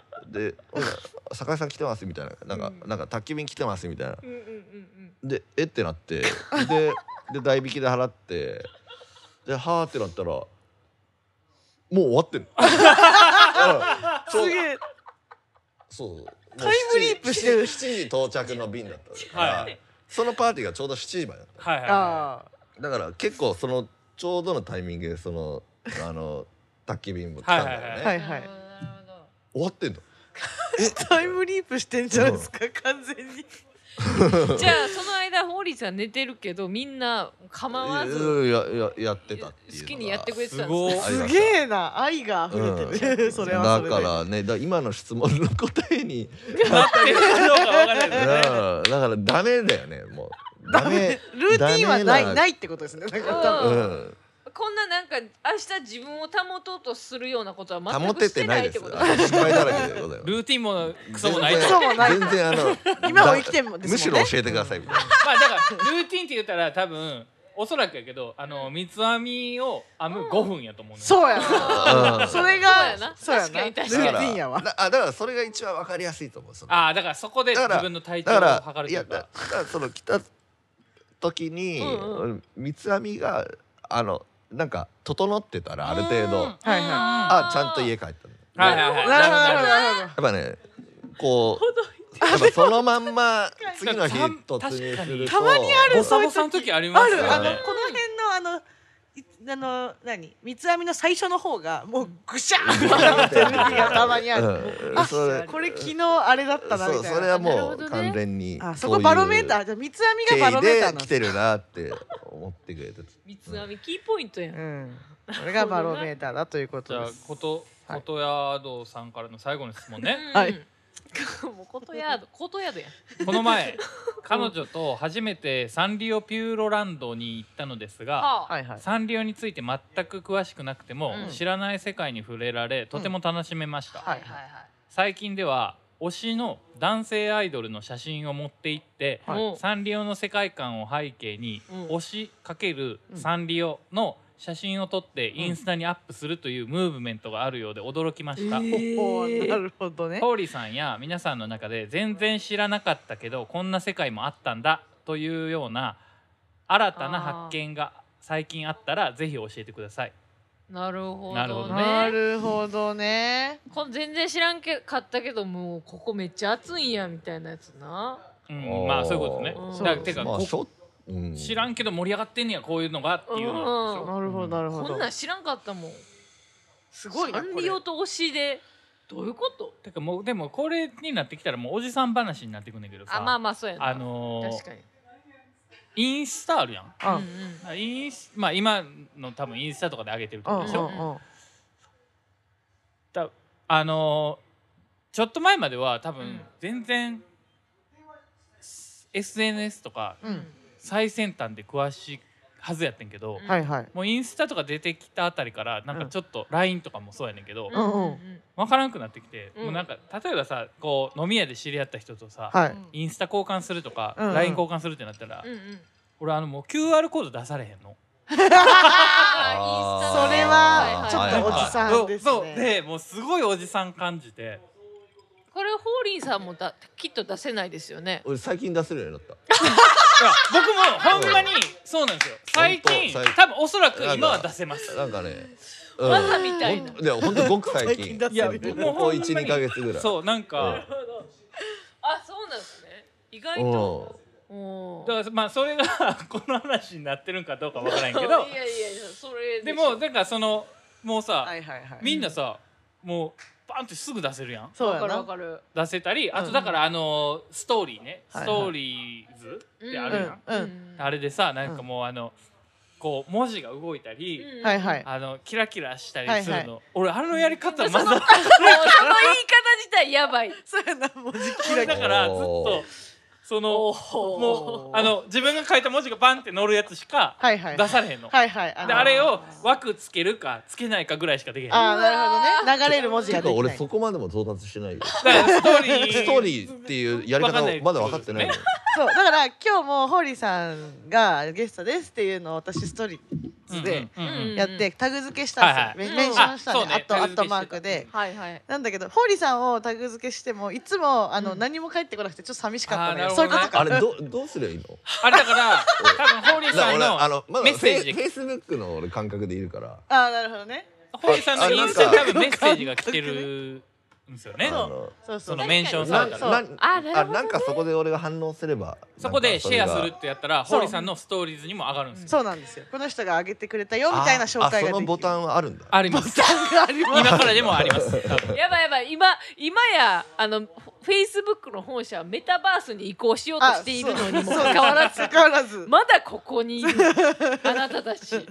D: でほら酒井さん来てますみたいななんか、
B: うん
D: なんか宅急便来てますみたいな
B: うんうんうん
D: でえってなってでで代引きで払ってではーってなったらもう終 わってんのうんそう
A: すげえ。
D: そうもう
A: タイムリープしてる
D: 7時7時到着の便だったから、
C: はい
D: そのパーティーがちょうど7時前だっ
C: はいはいは
A: あ
D: ただから結構そのちょうどのタイミングでそのあの宅急便も来たんだよね、
C: は
A: あ。は
C: い
A: い
B: うん
A: は
B: ないる。ほどなるほど
D: 終わってんのえ
A: タイムリープしてんじゃないですか、完全に。
B: じゃあその間ホーリーさん寝てるけどみんな構わず
D: いやいややってたっていうのが
B: 好きにやってくれてたん
C: すご
B: で
C: い
B: すね
D: あり
A: す
D: ました
A: げえな、愛が溢れてる。
D: う ん
A: それはそれで。
D: だからねだ今の質問の答えに
C: いなってるかどうかわかんないですね
D: うんだからダメだよねもうダメ
A: ルーティンはないないいってことですね。だから多分
D: う。ん
B: こんななんか明日自分を保とうとするようなことは
D: 保
B: 全
D: て
B: くしててな
D: ない
B: いっ
D: で
B: て
D: す
B: こと
D: あの失敗だらけでございます
C: ルーティンもクソもないと
D: 全然
A: クソもない
D: 全然あの
A: 今を生きてもですもんね
D: むしろ教えてくださいみたいな
C: まあだからルーティンって言ったら多分おそらくやけどあの三つ編みを編む
B: うん
C: 5分やと思うね
A: そうや
D: う
A: な。
D: ん
A: それが、
B: そうやな
A: そうやな。
B: 確かに確
D: だ
B: か
A: ルー
D: から
A: ティンやわ。
D: なあだからそれが一番わかりやすいと思うその
C: ああだからそこで
D: だから
C: 自分の体調を
D: だから
C: 測る
D: い
C: とい
D: や
C: う
D: だ
C: か
D: だからその来た時に、
B: うんうん
D: 俺三つ編みがあのなんか整ってたらある程
B: うん
D: 度あ
A: はいはい
D: ちゃんと家帰ったの
C: はい
D: や
C: はいはい
A: なるほど、なるほど、
C: ど
A: なるほど。
D: っぱねこうやっぱそのまんま次の日
C: 確か
D: 突
C: に
D: 入すると
A: たまにある
C: ボサボサの時ありま
A: あ
C: すよ
A: る、
C: ね
A: あの、この辺の、あの。いあの何三つ編みの最初の方がもうぐしゃーってなってる時がたまにある、
D: うん
A: あ
D: それ
A: これ昨日あれだったなみ
D: そう
A: たいな
D: それは
B: なる
D: も
B: ほ
D: う
B: どね
D: 完全に
A: あそう
D: い
A: こ
D: う
A: バロメーターじゃあ三つ編みがバ
D: 経
A: ロ
D: 緯
A: メーターな
D: で
A: ん
D: 来
A: で
D: てるなって思ってくれて
B: 三つ編みキーポイントやん、
A: うんこれがバロメーターだというこ
C: じ
A: と
C: ゃ
A: で
C: あ
A: す
C: こと
A: はい
C: ことやどさんからの最後の質問ね
B: うん
A: はい
B: もうことやーどことやどやん
C: この前彼女と初めてサンリオピューロランドに行ったのですが、
B: はあ
A: はいはい
C: サンリオについて全く詳しくなくても、
B: うん
C: 知らない世界に触れられとても楽しめました、
A: はい
C: 最近では推しの男性アイドルの写真を持って行って、
A: はい
B: もう
C: サンリオの世界観を背景に、
B: うん
C: 推し×
A: うん
C: サンリオの写真を撮って
A: ん
C: インスタにアップするというムーブメントがあるようで驚きました、
B: えー
A: おおなるほどね
C: ホーリーさんや皆さんの中で全然知らなかったけどこんな世界もあったんだというような新たな発見が最近あったらぜひ教えてください。
B: なるほどね
C: なるほど
A: なるほどね
B: こん全然知らんけかったけどもうここめっちゃ暑いんやみたいなやつな
C: うん、まあそういうことね。
B: うん
C: だからてか、
D: まあ
C: こ
D: しょうん
C: 知らんけど盛り上がってんねやこういうのがっていうのなんでしょ
A: なるほどなるほ
B: こ
A: ど
B: んなん知らんかったもん
A: すごい
B: サ
A: な
B: ン
A: これ
B: リオと推しでどういうこと
C: てかもうでもこれになってきたらもうおじさん話になってくんだけどさ
B: あまあまあそうやな
C: あのー
B: 確かに
C: インスタあるやん
A: あ
B: うんうん
C: インスまあ今の多分インスタとかで上げてると思うでしょ、
B: ん
C: あのーちょっと前までは多
B: うん
C: 分全然 SNS とか
A: うんうん
C: 最先端で詳しいはずやってんけど、
B: うん
A: はいはい
C: もうインスタとか出てきたあたりからなんかちょっと LINE とかもそうやねんけど、
A: うんうん
C: 分からんくなってきて、
B: うん
C: もうなんか例えばさこう飲み屋で知り合った人とさ、
A: はい
C: インスタ交換するとか、
A: うん
C: LINE 交換するってなったら、
B: うんうん
C: 俺あのもう QR コード出されへんの。
B: あーインス
A: それはちょ
B: タ
A: っ
C: なん
A: と
C: か
A: おじさんですね
C: そうそうでもうすごいおじさん感じて
B: これホーリンさんもだきっと出せないですよね
D: 俺最近出せるようになっ
C: いや僕もほんまにそうなんですよ最近
D: ほんと最近
C: 多分おそらく今は出せます
D: たなんか ね
B: わざみたいな
D: ほんいやほんとごく最
A: 最近出
D: 近
A: せる
C: いや
D: こ
C: 僕も
D: こ
C: ほんまに
D: 12ヶ月ぐらい
C: そうなんか
B: あそうなんですね意外と
D: う
B: おー
C: だからまあそれが この話になってるんかどうかわからんけ
B: い
C: ど
B: やいやいやそれ
C: で
B: しょ
C: もなんかそのもうさ、
A: はいはいはい
C: みんなさもうバンってすぐ出せるやん
A: そう
B: わ
A: や
B: かる
A: な
B: わかる
C: 出せたりあ
A: う
C: と
A: ん
C: だからあのストーリーね、
A: はいはい
C: ストーリーズってあるやん、
A: うんうん
C: あれでさなんかもうあのこう文字が動いたり、
B: うん
A: はいはい
C: あのキラキラしたりする
A: は
C: の、
A: いは
C: 俺あのやり方
B: そ
C: ま
B: の
C: だ
B: その言い方自体やばい
A: そうやな文字キ
C: 俺
A: ラキ
C: だ
A: ラ
C: からずっと
D: おー
C: そ
B: お
C: の
B: ー
C: もうあの自分が書いた文字がバンって乗るやつしか
A: はいはい
C: 出されへんの。
A: はいはいの
C: であれを枠つけるかつけないかぐらいしかできへん。だか
A: あーなるほどね流れる文字
D: て
A: が
D: か
A: できな
D: 俺
A: い
D: そこまでも到達してないよ
C: らストーリー
D: ストーリーっていうやり
C: わか
D: 方
C: んない
D: をまだ分かってないの
C: そう
A: そうだから今日もホーリーさんがゲストですっていうのを私ストーリーズで
C: うんうんうんうん
A: やってタグ付けしたんですよ、
B: はいはい
A: メメンションした
C: うんん
A: で、
C: あ
A: あと
C: そうね
A: アットマークで
B: はいはい
A: なんだけどホーリーさんをタグ付けしてもいつもあの、
B: うん
A: 何も返ってこなくてちょっと寂しかったの
C: あ
A: よ、
C: ー
A: そう
C: な
A: う
C: いる
A: こ
C: ほどね
A: と
D: あ
A: か
D: れどどうすりゃいいの
C: あれだから多分ホーリー
D: だか
C: さ
D: ら
C: ん
D: 俺
C: の
D: あのまだ
C: メッ
D: フェ
C: セ
D: イ
C: ージ
D: フェイスブックの俺感覚でいるから
A: ああーなるほどね
C: ホーリーさんのインスタに多分メッセージが来てるんですよね
D: あ。の
A: そうそ
C: そうのメンションさ
D: な
C: れた
A: ん
C: ら
A: そう
D: な
B: あなるほど
D: あなんかそこで俺が反応すれば
C: そこでシェアするってやったら
A: そ
C: ホ
A: う
C: ーリーさんのストーリーズにも上がるんですよ。
A: そうなんですよこの人が上げてくれたよ
D: み
A: みたいな紹介ができる
D: そのボタンはあるんだ
C: あります。
A: があります
C: 今からでもあります。多 分
B: やばいやばい今今やあのフェイスブックの本社はメタバースに移行しようとしているのにも
A: そう
B: かかわらず
A: そう変わらず
B: まだここにいるあなたたち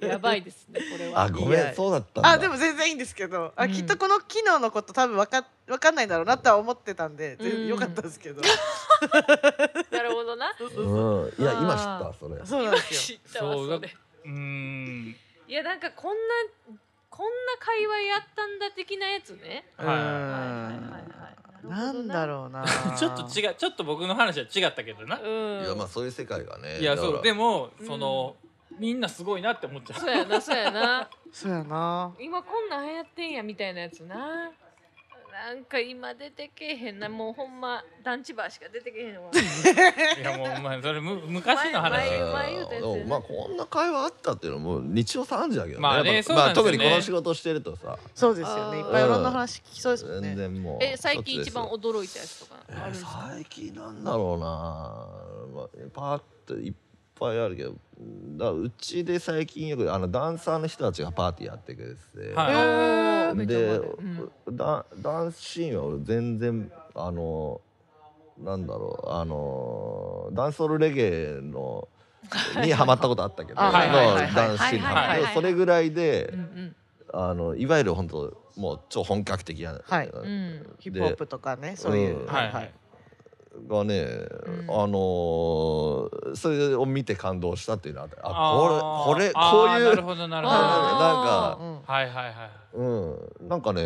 B: やばいですねこれは
D: あご
A: い
D: め
A: や
D: んそうだったんだ
A: あでも全然いいんですけどあ、
B: うん
A: きっとこの機能のこと多分わかわかんないんだろうなとは思ってたんで、全
B: うん
A: よかったですけど、
B: なるほどな
D: うんいや今知ったそれ
A: そうなんです
B: 知
A: よ
B: ったわ
C: そうだ
B: それ
C: うーん。
B: いやなんかこんなこんな界隈やったんだ的なやつね
A: う
C: は
A: ん
B: はいはいはいは
C: い
B: いな
A: な
B: るほどなん
A: だろうな
C: ちょっと違うちょっと僕の話は違ったけどな。
B: うん
D: いやまあそういう世界がね
C: いや
D: だから
C: そうでも
B: うん
C: その、みんなすごいなって思っちゃう
B: そうやなそうやな
A: そうやな
B: 今こんなん流行ってんやみたいなやつななんか今出てけえへんなもうほんま団地バーしか出てけえへんわ
C: いやもうお前それむ昔の話
B: 前前
C: だよ
B: 前言うたやつ
D: うんまあこんな会話あったっていうのも日常茶飯事だけどね
C: まあね
D: やっぱ
C: そうなん
D: ま
C: で
D: あ
C: すよ
D: 特
C: ね
D: にこの仕事してるとさ
A: そうですよねいっぱいいろんな話聞きそうですもん
D: 全
A: ね
D: 然もう
B: え最近一番
D: 一つ
B: 驚いたやつとか
D: ですよ
B: あるんですか
D: えー最近なんだろうな、まあ、パーッといっぱいあるけどだからうちで最近よくあのダンサーの人たちがパーティーやってくれてて、
C: は
B: あ
C: い
B: ーめっちゃ
D: で、
B: 覚えてるうん
D: ダンダンスシーンは俺全然あのなんだろうあのダンスソールレゲエのにハマったことあったけど、
A: あはい
C: はいはいはい
D: のダンスシーンにハマった
B: はいはいはいはい
D: でそれぐらいで、
B: うん
D: あのいわゆる本当もう超本格的な、
A: はい
B: うんうん
A: ヒップホップとかねそういう、
D: うん
A: はいはい
D: がね、
B: ん
D: あのーそれを見て感動したっていうのはあったあ
C: あー
D: これこれ
C: あ
D: こ
C: ー
D: う
C: ないる
D: う
C: ほどな
D: な
C: る
D: ん
C: ほど
B: あ
D: か
A: う、ん
C: はいはいはい
D: うん、なんかね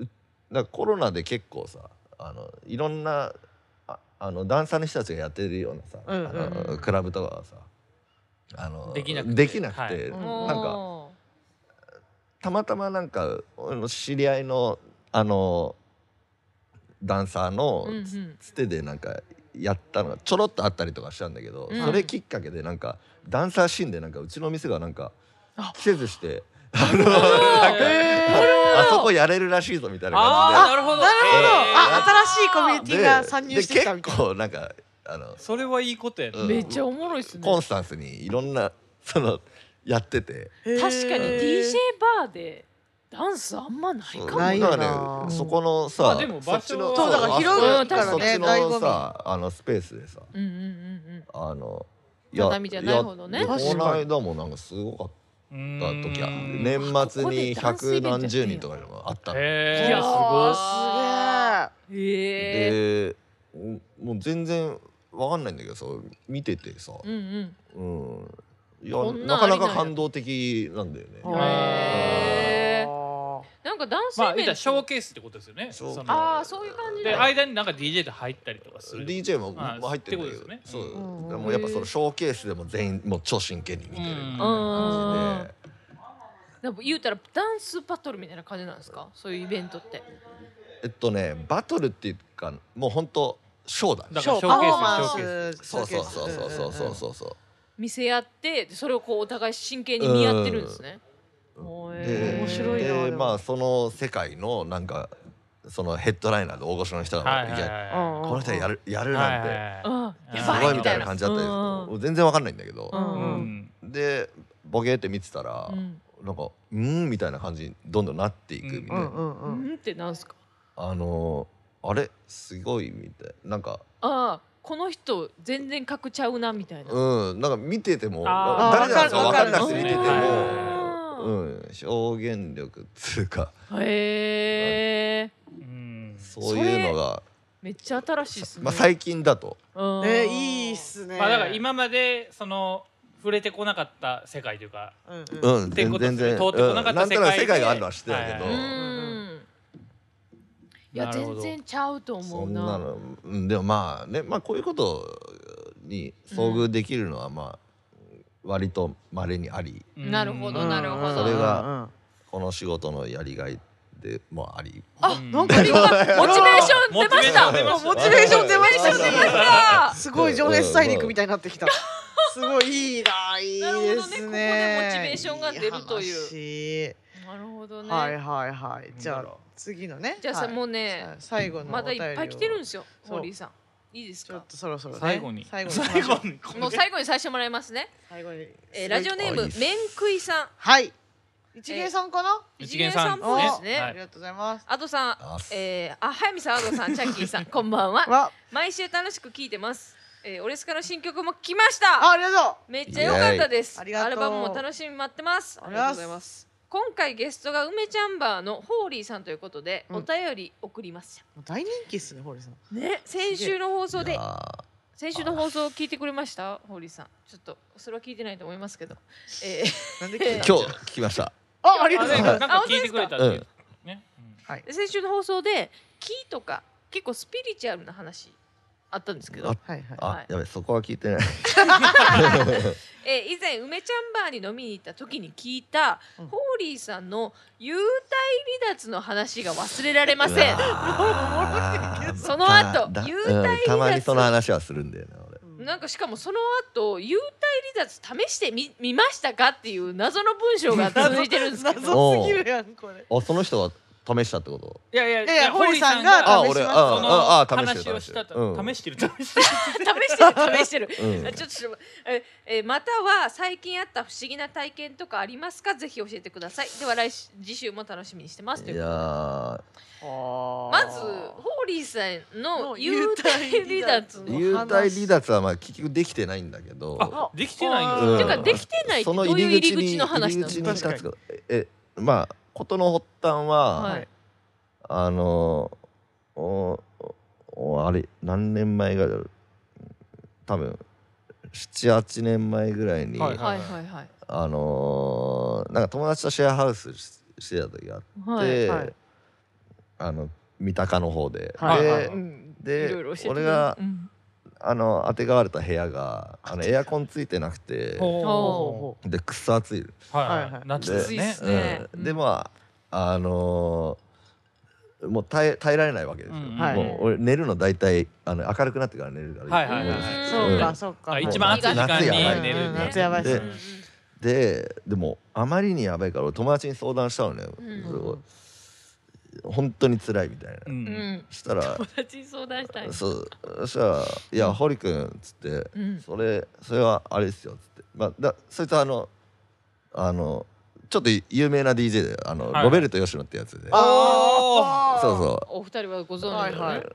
D: うなんかコロナで結構さあのいろんなああのダンサーの人たちがやってるようなさ、
A: うんうん
B: うん
D: あのクラブとかはさあの
C: できなくて
D: できなくて
C: はい
A: うん
D: なんか
B: おー
D: たまたまなんか俺の知り合いのあのダンサーの
B: うんうん
D: つ,、てでなんかやったのがちょろっとあったりとかしたんだけど、
B: うん
D: それきっかけでなんかダンサーシーンでなんかうちの店がなんか
A: あ
D: 季節してあの
C: あ
D: なんか
A: えー
D: あそこやれるらしいぞみたいな
C: あー
D: 感
C: なるほど
A: なるほど、
D: え
A: あ新しいコミュニ
D: じ
A: テ
D: で
A: ィ
D: で
A: が参入してきたみ
D: で
A: たい
D: 結
A: な
D: 構なんかあの
C: それはいいことやね
D: うん
B: めっちゃおもろいっすね
D: コンスタンスにいろんなそのやってて
A: へー
B: 確かに DJ バーでダンスあんまないかも
A: ない
D: だ
A: よ
D: か
A: な
D: らねそこのさ、
C: まあでも場所は
D: そっちの
C: そうだから広
B: いからね
D: そっち
A: 醍醐
D: の
A: 味
D: さあのスペースでさ
B: うんうんうん
D: あの
B: 畳じゃないほどね
D: や
A: 確か
D: こ
A: に
D: の間もなんかすごかっ
C: うーん
D: た時は
C: へ
D: 年末に百何十人とかでもあったの
C: え
B: いや
C: すごい
B: あ
A: す
B: うんええ
D: でもう全然わかんないんだけどさ見ててさ、
B: うんうん
D: うん、いや
B: こんな
D: なん
B: あ
D: か
B: りな
D: なん
B: や
D: か感動的なんだよね。
A: げえ
B: へー
A: あ
B: なんかダンス
C: まあ
B: イ
C: 言
B: ベ
C: っ
B: ント
C: たらショーケースってことですよね
D: そう
C: その
B: ああそういう感じ
C: で
B: だ
C: 間になんか DJ で入ったりとかする
D: DJ も
C: まあ
D: 入ってるんだけど、
C: ってことです
D: そ
C: よね
D: う、
A: うん
D: でもやっぱそのショーケースでも全員もう超真剣に見て
C: う
D: る
C: ん
D: 感じで、
B: でも言うたらダンスバトルみたいな感じなんですかそういうイベントって
D: えっとねバトルっていうかもう本当ショーだね
C: だ
A: シ
C: から
A: ョ
C: シ
A: ー
C: ョー
A: パ
C: ケ
A: フォー
C: ー
A: マン
C: スショーケース
A: ス
D: そうそうそうそうそうそうそうそう
B: 見せ合ってでそれをこうお互い真剣に見合ってるんですね
D: で
B: へー
A: 面白いな
D: で
A: でも
D: まあその世界のなんかそのヘッドライナーで大御所の人が、
C: はい
D: い
C: はい
D: や
C: は
D: この人やるやる
C: い
D: なんて、
C: はいは
B: あ
C: い
B: や
D: す
B: ばい
D: ごいみ
B: み
D: た
B: た
D: い
B: い
D: な
B: な
D: 感じだったんで
B: うん
D: すけどもう全然わかんないんだけど、
B: うん
C: いううん
D: でボケーって見てたら、
B: うん
D: なんか「うん」みたいな感じにどんどんなっていくみたいな、
A: んうん
B: う
A: うんうん
B: んってなんすか
D: あのーあれすごいみたいなんか
B: ああこの人全然格ちゃうなみたいな
D: うんなんか見てても
C: あー
D: 誰なんですか
A: わ
D: 分
A: か
D: か
A: る
D: んなくて見てて
C: わかる
D: も、
B: あ
D: うん、表現力っつうか
B: ーへえ
C: うん
D: そういうのが、
B: めっちゃ新しいっすね
D: まあ、最近だと
B: うん
A: えーいいっすね
C: まあだから今までその触れてこなかった世界というか
A: うん
D: う
A: うん
D: ん
C: てことですね
D: 全然全然
C: 通ってこなかった
D: うんなんとな
C: 世界
D: く
C: で
D: 世界があるのは知ってたけど、
B: う
C: はい
B: んいや
C: なるほ
B: 全
C: ど
B: 然ちゃうと思
D: そ
B: うんな
D: なの、うん、でもまあね、まあ、こういうことに遭遇できるのはまあ割と稀にあり
B: なるほど
C: うん
B: なるほど
D: それが
A: うんうん
D: この仕事のやりがいでもあり
B: あ
C: うん
A: なんか
B: モチベーション出ました
C: モチベーション出ました
A: モチベーション出ました
B: モチベーション出ました
A: すごい情熱大陸みたいになってきたすごいいい ないいですね
B: なるほどねここでモチベーションが出るという
A: いう
B: なるほど ね、
A: はいはいはいじゃ
C: なんだ
A: あ
C: ろ
A: 次のね
B: じゃあさ、
A: はい
B: もうね
A: さ最後の
B: まだいっぱい来てるん
A: ん
B: ですよ
A: そう
B: ホーリーさんいいです
A: ちょ
B: か
A: っとそろそろね
C: 最後に
A: 最後に
C: 最後に
B: もう最後にさせてもらいますね、
A: 最後に
B: えー、ラジオネー
D: あ
B: ム
D: いいっす
B: めんくいさん
A: はい一芸さんかな
C: 一元さん
B: 一元さんっぽいですね
A: あ
C: は
A: り
C: い
A: がとうございます
B: あとさん
D: あす
B: えー、あ早見さんあと さんチャッキーさんこんばんは
A: わ
B: 毎週楽しく聞いてます、えー、オレスカの新曲も来ました
A: あありがとう
B: めっちゃ良かったです
A: イエーイあ
B: ア
A: り
B: ル
A: がとう
B: バムも楽しみに待ってます
A: ありがとうございます
B: 今回ゲストが梅ちゃんバーのホーリーさんということで、
A: うん
B: お便り送りまし
A: もう大人気っすねホリさん
B: たね先週の放送
D: い
B: で
D: やー
B: 先週の放送聞いてくれましたホーリーさんちょっとそれは聞いてないと思いますけど、え ー
A: なんで聞いた
D: 今日聞きました
A: あありがとうございま
C: なん
A: す
C: か聞いてくれたっていうねうん
A: はい
B: で先週の放送で木とか結構スピリチュアルな話あったんですけど
D: あ
A: はいはい。
B: は
D: あ
B: い、
D: やべ、そこは聞いてない。
B: えー以前梅ちゃんバーに飲みに行った時に聞いた、
A: うん
B: ホーリーさんの幽体離脱の話が忘れられません
D: ん
B: その後幽体離脱
D: たまにその話はするんだよな、俺。
A: うん
B: なんかしかもその後幽体離脱試してみ見ましたかっていう謎の文章が続いてるんですけ ど
A: 謎すぎるやんこれ。
D: あ、その人が試したってこと。
C: いやいや
A: いやいや堀さん
D: あ、
A: が試しま
D: 俺、
A: す
D: あ、
C: その
D: あ、あ、試し
C: 話
D: てる、
C: を
D: 試し
C: してた
D: る
C: と。
D: うん
C: 試してる試してる
B: 試してる試してる
D: うん
B: あちょっとちょっとええーまたは最近あった不思議な体験とかありますかぜひ教えてくださいでは来週次週も楽しみにしてますとい
D: いうや
B: ことで
D: ー、
B: ま
A: ま
B: ずホーリーさんの
A: の
B: 幽体離脱の
A: 幽
D: 幽体離脱はまあ結局できてないんだけど。
C: あできてないん
A: あ
C: だ、
D: うん
B: てかできてないって
D: そ
B: ど
D: の
B: ういう入り
D: に
B: 口の話な
D: 入
B: の
D: り口に立つかえ、まあ事の発端は、
B: はい
D: あのおおあれ何年前が多分78年前ぐらいに、
C: はい
B: はいはいはい
D: あのなんか友達とシェアハウスししてた時があっ
B: は
D: て、
A: はい
D: あの三鷹の方で、
A: はい
D: で、
A: はい
B: うん
D: で
B: いろいろ教えてくれ
D: 俺が
B: うん
D: あの当てがわれた部屋があのエアコンついてなくて
C: ほう
A: ほ
D: でくっそ暑い
C: はい、
A: はいはい
C: 夏です
B: で
C: ね
B: すね
D: う
B: うん
D: ん、でまああのーもう耐え耐えられないわけですよ、
C: うん
A: はい
D: もう俺寝るの大体あの明るくなってから寝るから、
C: はいはいはい
A: うんそうかそうか。
C: あ
A: はい
C: 一番暑い時間に
D: 夏やばい
C: 寝るね
A: 夏やばい
D: っすね
B: うんうん
D: ででもあまりにやばいから俺友達に相談したのね、
B: うん
D: それを本当に辛いみたいな、
C: うん
B: うん
D: そしたら
B: 友達に相談したい
D: そうそしたら「いや堀君」っつって
B: うん
D: 「それそれはあれですよ」っつって、まあ、だそいつはあのあのちょっと有名な DJ であの、
C: はい
D: ロベルト吉野ってやつで
C: あ
A: あー
D: そうそう
B: お二人はご存知だ
A: はい
B: よね
A: はい。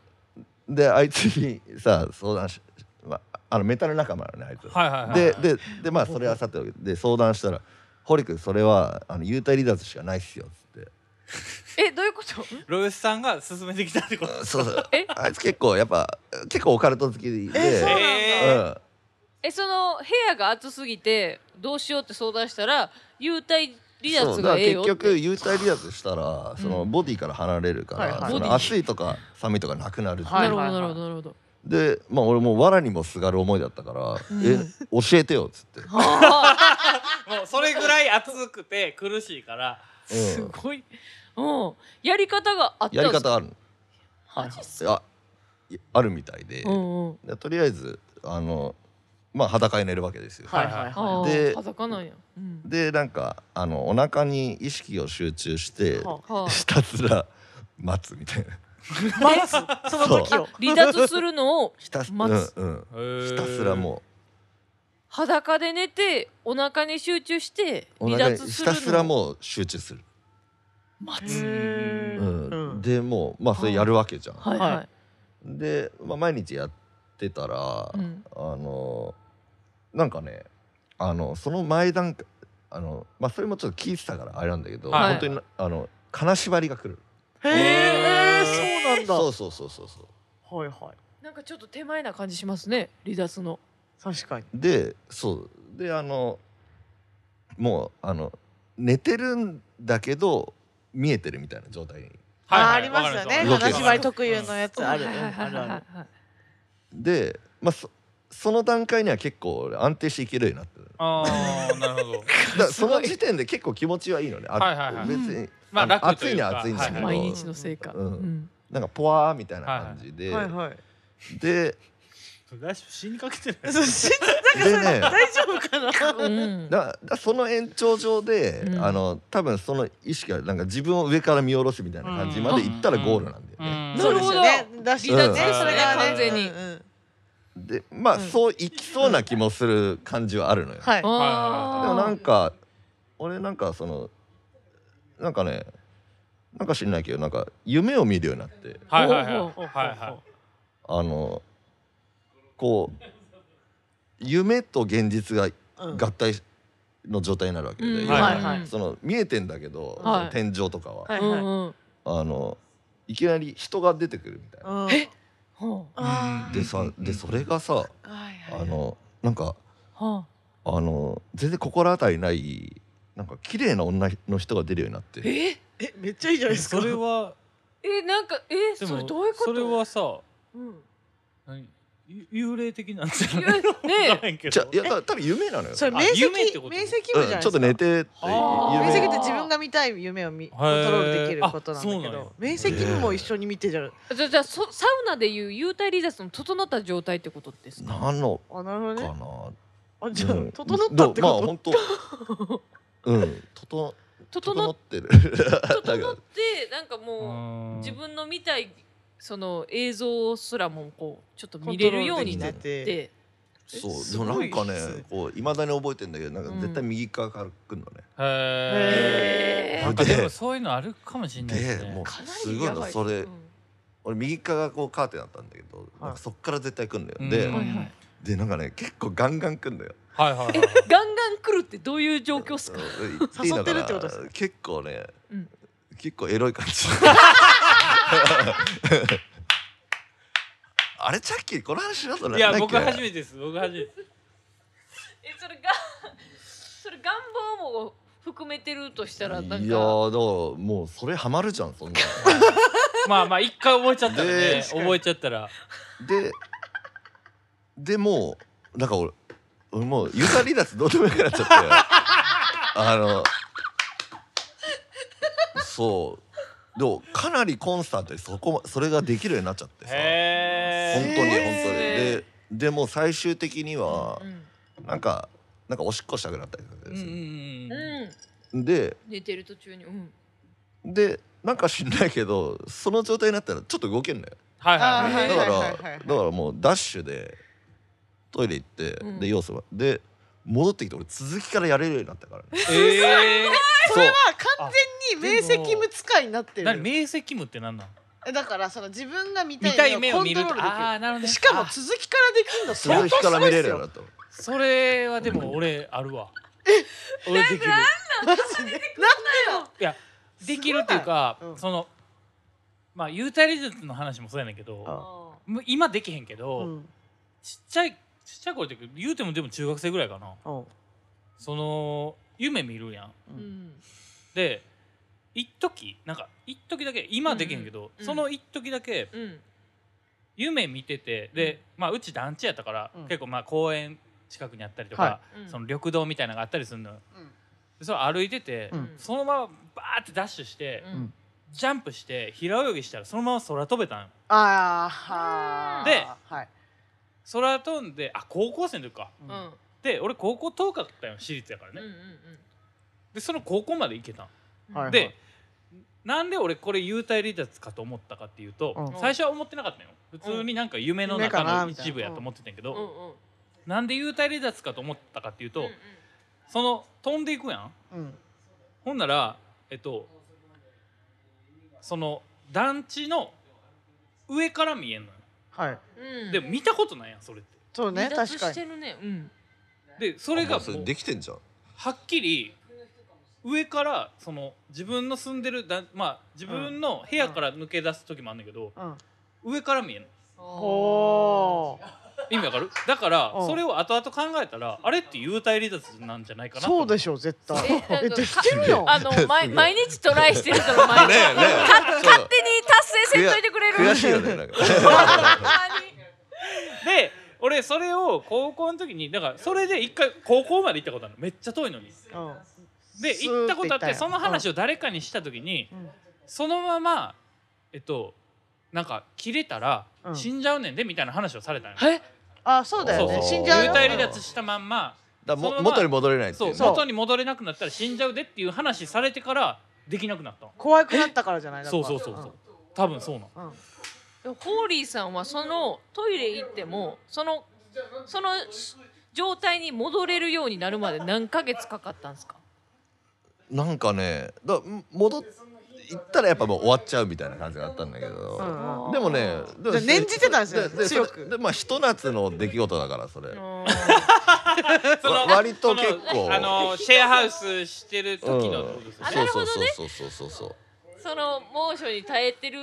D: であいつにさ相談し、まあのメタル仲間なのねあいつ、
C: はいはいはい
D: でででまあそれはさておきで相談したら「堀君それはあの幽体離脱しかないっすよ」っつって
B: えどういうこと？
C: ロイスさんが進めてきたってこと
D: そうそう
B: え
D: あいつ結構やっぱ結構オカルト好きで
A: えそうなんだ
C: え
B: えその部屋が暑すぎてどうしようって相談したら幽体離
D: うん、
B: 脱
D: そうだか
B: が
D: ら
B: ええよ
D: 結
B: って。
D: 局幽体離脱したらその
B: うん
D: ボディから離れるから、
A: はいはい
D: そ
B: ボデ
D: の
B: ィ
D: 暑いとか寒いとかなくなるっていう
A: は
B: ないるほ
A: は
B: ど
A: い
B: なるほどなるほど。
D: でまあ俺もう藁にもすがる思いだったから「
B: ん
D: え教えてよ」っつって、
B: あ
C: もうそれぐらい暑くて苦しいから
B: ーす
D: うん
B: ごい。うんやり方があったん
D: やり
B: ですか
D: 方ある
B: マジっすか。
D: あいあるみたいで。
B: うんうん。
D: でとりあえずあのまあ裸に寝るわけですよ、
A: はいはい
B: あ
A: は
B: あ
D: で
B: 裸なんや。うん。
D: でなんかあのお腹に意識を集中して、
A: は
B: は
D: ひたすら待つみたいな
A: い。待つその時 を。
B: あ離脱するのを
D: ひたす
B: 待つ
D: うんうん、
C: ひ
D: ひたすらも
B: 裸で寝てお腹に集中して
D: うお
B: 離
D: 腹に
B: 脱す
D: ひ
B: るの。
D: たすらもう集中する、
B: 待
C: う
B: つ。
D: うん
A: うんうん
D: でもうまあそれやるわけじゃん、
B: はいは
D: で、まあ、毎日やってたら、
B: い。うん。
D: あのなんかねあのその前段階あのまあそれもちょっと聞いてたからあれなんだけど、
C: はい
D: 本当になあの金縛りが来る
A: へえそうなんだ。
D: そうそうそうそうそう
A: はいはい。
B: なんかちょっと手前な感じしますね離脱の。
A: 確かに。
D: でそうであのもうあの寝てるんだけど見えてるみたいな状態に
C: はいはい
A: あーありますよね。
D: わか
A: 金
D: ります
A: 縛り特有のやつある。うん
B: はいはいは
A: あ
B: い
A: る
B: はい
A: あ
B: は
A: る
B: い。はい。
D: で、まあ、そその段階には結構俺安定していけるように なってる
C: ああなるほ ど
D: だからその時点で結構気持ちはいいのね、あ
C: はいはいはい
D: 別に
C: まあ
D: の
C: 楽というか
D: 暑いには暑いんだけど、
C: は
B: 毎
C: い
B: 日の成果。
D: うん
B: ん。
D: なんかポワーみたいな感じで、
A: はいはい。
D: で
C: 来週死にかけてる
A: そうし
D: でね
A: 大丈夫かな。
B: うん。
D: だだその延長上で、
B: うん
D: あの多分その意識がなんか自分を上から見下ろすみたいな感じまでいったらゴールなんだよね。
B: ん
A: そうですよね。だしね、
D: 離脱
B: ですね
A: それがね
B: 完全に
A: うんうん
D: でまあ、
A: うん
D: そういきそうな気もする感じはあるのよ。
A: はい。
C: あ
D: でもなん
B: か
D: か俺なんかそのなんかねなんか知んないけどなんか夢を見るようになって
C: はいはいはい
B: ほうほ
C: はいは
D: あのこう夢と現実が
A: うん
D: 合体の状態になるわけで、
B: うん
D: 要は
C: はいはい
D: その見えてんだけど、
B: はい
D: その天井とかは、
A: はい
B: うん
A: はい。
B: うん
D: あのいきなり人が出てくるみたいな。
A: うん
B: えほう
A: あ
D: でさでそれがさ
A: ーはいはい
D: あのなんか
B: は
D: あの全然心当たりないなんか綺麗な女の人が出るようになって。
B: え
A: えめっちゃいいじゃない
C: い
A: ですか。
C: それは
B: えなんかえ
C: で
B: そ
C: も
B: れどういうこと
C: それはさ
B: うん
C: 何ゆ幽霊的なんじゃない
B: ゆねえ
C: わからへんけど
D: じゃいやだ多分夢なのよ、
A: それ明
C: あ
A: 晰
C: 夢ってこと
A: 明晰夢じゃないです
D: う
A: か、
D: ん、ちょっと寝てって
C: あー
A: 明
D: 夢
A: 晰って自分が見たい夢を見コントロールできることなんだけ
C: へーあそうなんや
A: ど明晰夢も一緒に見てじゃん
B: じゃじゃあそサウナでいう幽体離脱の整った状態ってことですか
D: なの
A: あなるほど
D: かな
A: ね、あじゃあ
D: うん
A: 整ったってこ
D: どうまあ
A: と、
D: 本当うん整整
B: 整
D: っ
B: って
D: るなん
B: 整っ
D: か
B: てなんか
C: う
B: もう
C: ー
B: ん自分の見たいその映像すらもこうちょっと見れるようになっ
A: コントロールできて
B: て
D: そ
A: え
D: う
A: す
D: でもな
A: ご
D: ん
A: い
D: かね
A: っす
D: こういまだに覚えてんだけどなんか絶対右側から来るのね、
A: へ
C: へえ
A: ー
C: なんかでもそういうのあるかもしれないです
D: で
C: ね
D: も
B: かな
D: す
B: り
D: ごい
B: や
D: の
B: ばい
D: それ、
B: うん
D: 俺右側がこうカーテンあったんだけど、なんかそっから絶対来るのよ、
C: うん
D: で
C: はい
B: はい
D: でなんかね結構ガンガン来るのよ
C: はいはいは い
B: ガンガン来るってどういう状況っすか
D: うん言いい
A: 誘っ
D: のかな
A: てるってことですか
D: 結構ね、
B: うん
D: 結構エロい感 じあれチャッキーこの話します
C: いや僕初めてです僕初めてです
B: えそれがそれ願望も含めてるとしたらなん
D: いや
B: か
D: ーだからもうそれハマるじゃんそんな
C: まあまあ一回覚えちゃったら
D: で
C: ね覚えちゃったら
D: のででもうなんか俺俺もうゆかりだつどうでもよくなっちゃってあのそうでもかなりコンスタントにそこまそれができるようになっちゃってさ
C: へ
D: 本当
C: え
D: に本当にででも最終的には
B: うん
D: なんかなんかおしっこしたくなったりとか
C: うん
D: で
C: う
D: する
C: ん
B: う
C: うん
B: ん
D: で
B: 寝てる途中にうん
D: でなんか知んないけどその状態になったらちょっと動けんのよ
C: はい
A: あー
C: はい
A: は
C: はいい
D: だから、
A: はいはい
D: だからもうダッシュでトイレ行って、
B: うん
D: で要素はで戻ってきて俺続きからやれるようになったからね
C: ええ
A: それは
D: そう
A: 完全に明晰夢使いになって
C: 何明
A: る
C: 晰夢って何なん
A: えだからその自分が見
C: 見
A: た
C: た
A: い
C: い目を見る
A: コントロールできる
C: ああなるほどね
A: しかも
C: あ
A: 続きからできるの相
D: 続
A: 当
D: きから
A: すご
D: 見
A: いで
D: れ
A: す
D: るように
A: よ
D: なったの
C: それはでも俺あるわ俺できる
A: マジでなんで
C: いやできるっていうか
A: すごいうん
C: そのまあ幽体離脱の話もそうやねんけど
B: あ
C: もう今できへんけ
A: よ、
C: ど
A: ん
C: ちっちゃいちっちゃい頃って言うてもでも中学生ぐらいかな
A: おう
C: その夢見るやん
B: ーうん
C: で一時なんか一時だけ今はできへんけど、
B: うん
C: その一時だけ
B: うん
C: 夢見ててで、まあ、うち団地やったから、
A: うん
C: 結構まあ公園近くにあったりとか、
B: うん
C: その緑道みたいなのがあったりするのよ
A: うん
C: でそれ歩いてて、
A: うん
C: そのままバーってダッシュして、
B: うん
C: ジャンプして平泳ぎしたらそのまま空飛べたんよ
A: あーはー
C: で
A: はい
C: 空飛んであ高校生の時か
A: う
B: うんんうん
C: で俺高校遠かったよ私立やからね、
B: うん
C: でその高校まで行けたん
B: うん
A: はい
C: でなんで俺これ幽体離脱かと思ったかっていうと、
A: うん
C: 最初は思ってなかったよ普通になんか夢の
A: 夢か
C: 中
A: な
C: の
A: みたいな
C: 一部やと思ってたんやけ
B: う
C: ど、
B: んうん
C: なんで幽体離脱かと思ったかっていうと、
B: うんうん
C: その飛んでいくやん
A: うん
C: ほんならえっとその団地の上から見えんのよ
A: はい
B: うん
C: でも見たことないやんそれって
A: そうね
B: 離
A: 確
B: 脱
A: か
B: し
A: に
B: てるねうん
C: でそれが
D: あ
C: も
D: そうできてんじゃん
C: はっきり上からその自分の住んでるだまあ自分の部屋から抜け出す時もあんだけど、
A: うん
C: 上から見えんの
A: おー
C: 意味わか るだから
A: うん
C: それを後々考えたらあれって幽体離脱なんじゃないかなと
A: そ
C: 思
A: うでしょ絶対
B: えだ
A: え
B: か
A: できてるよ
B: あ の毎毎日トライしてるから毎日
D: ねえね え
B: か勝手に達成せんといてくれる
D: 悔しいよねなんか
C: で俺それを高校の時にだからそれで一回高校まで行ったことあるのめっちゃ遠いのに
A: うん
C: で
A: スーッ
C: 行ったことあっ
A: と行ったん
C: て
A: や
C: その話を誰かにした時に
A: うん
C: そのままえっとなんか切れたら
A: うん
C: 死んじゃうねんでみたいな話をされたのよ、
B: え
A: あそうだよね
D: そうそう
A: 死んじゃう
C: 幽
A: よ
C: 体離脱したまんま
D: だから
C: そのま
D: も
C: ま
D: 元に戻れないってい,、
C: そうう
A: そう
C: 元に戻れなくなったら死んじゃうでっていう話されてからできなくなったの
A: 怖くなったからじゃないだか
C: そ
A: ら
C: うそうそうそう 多分そうなの
A: うんうん
B: でもホーリーさんはそのトイレ行ってもそのその状態に戻れるようになるまで何ヶ月かかったんですか
D: なんかねだん戻っ行ったらやっぱもう終わっちゃうみたいな感じがあったんだけ
A: う
D: ど、
A: んうん
D: でもねで
A: じ
D: も
A: ゃあ念じてたんですよ
D: でで
A: 強く
D: それでまあひと夏の出来事だからそれ、
C: その
D: 割と
C: その
D: 結構
C: あのシェアハウスしてる
D: うん
C: 時のってことですよ
B: あ
C: ね
B: なるほどね
D: そうそうそうそうそうそう
B: その猛暑に耐えてる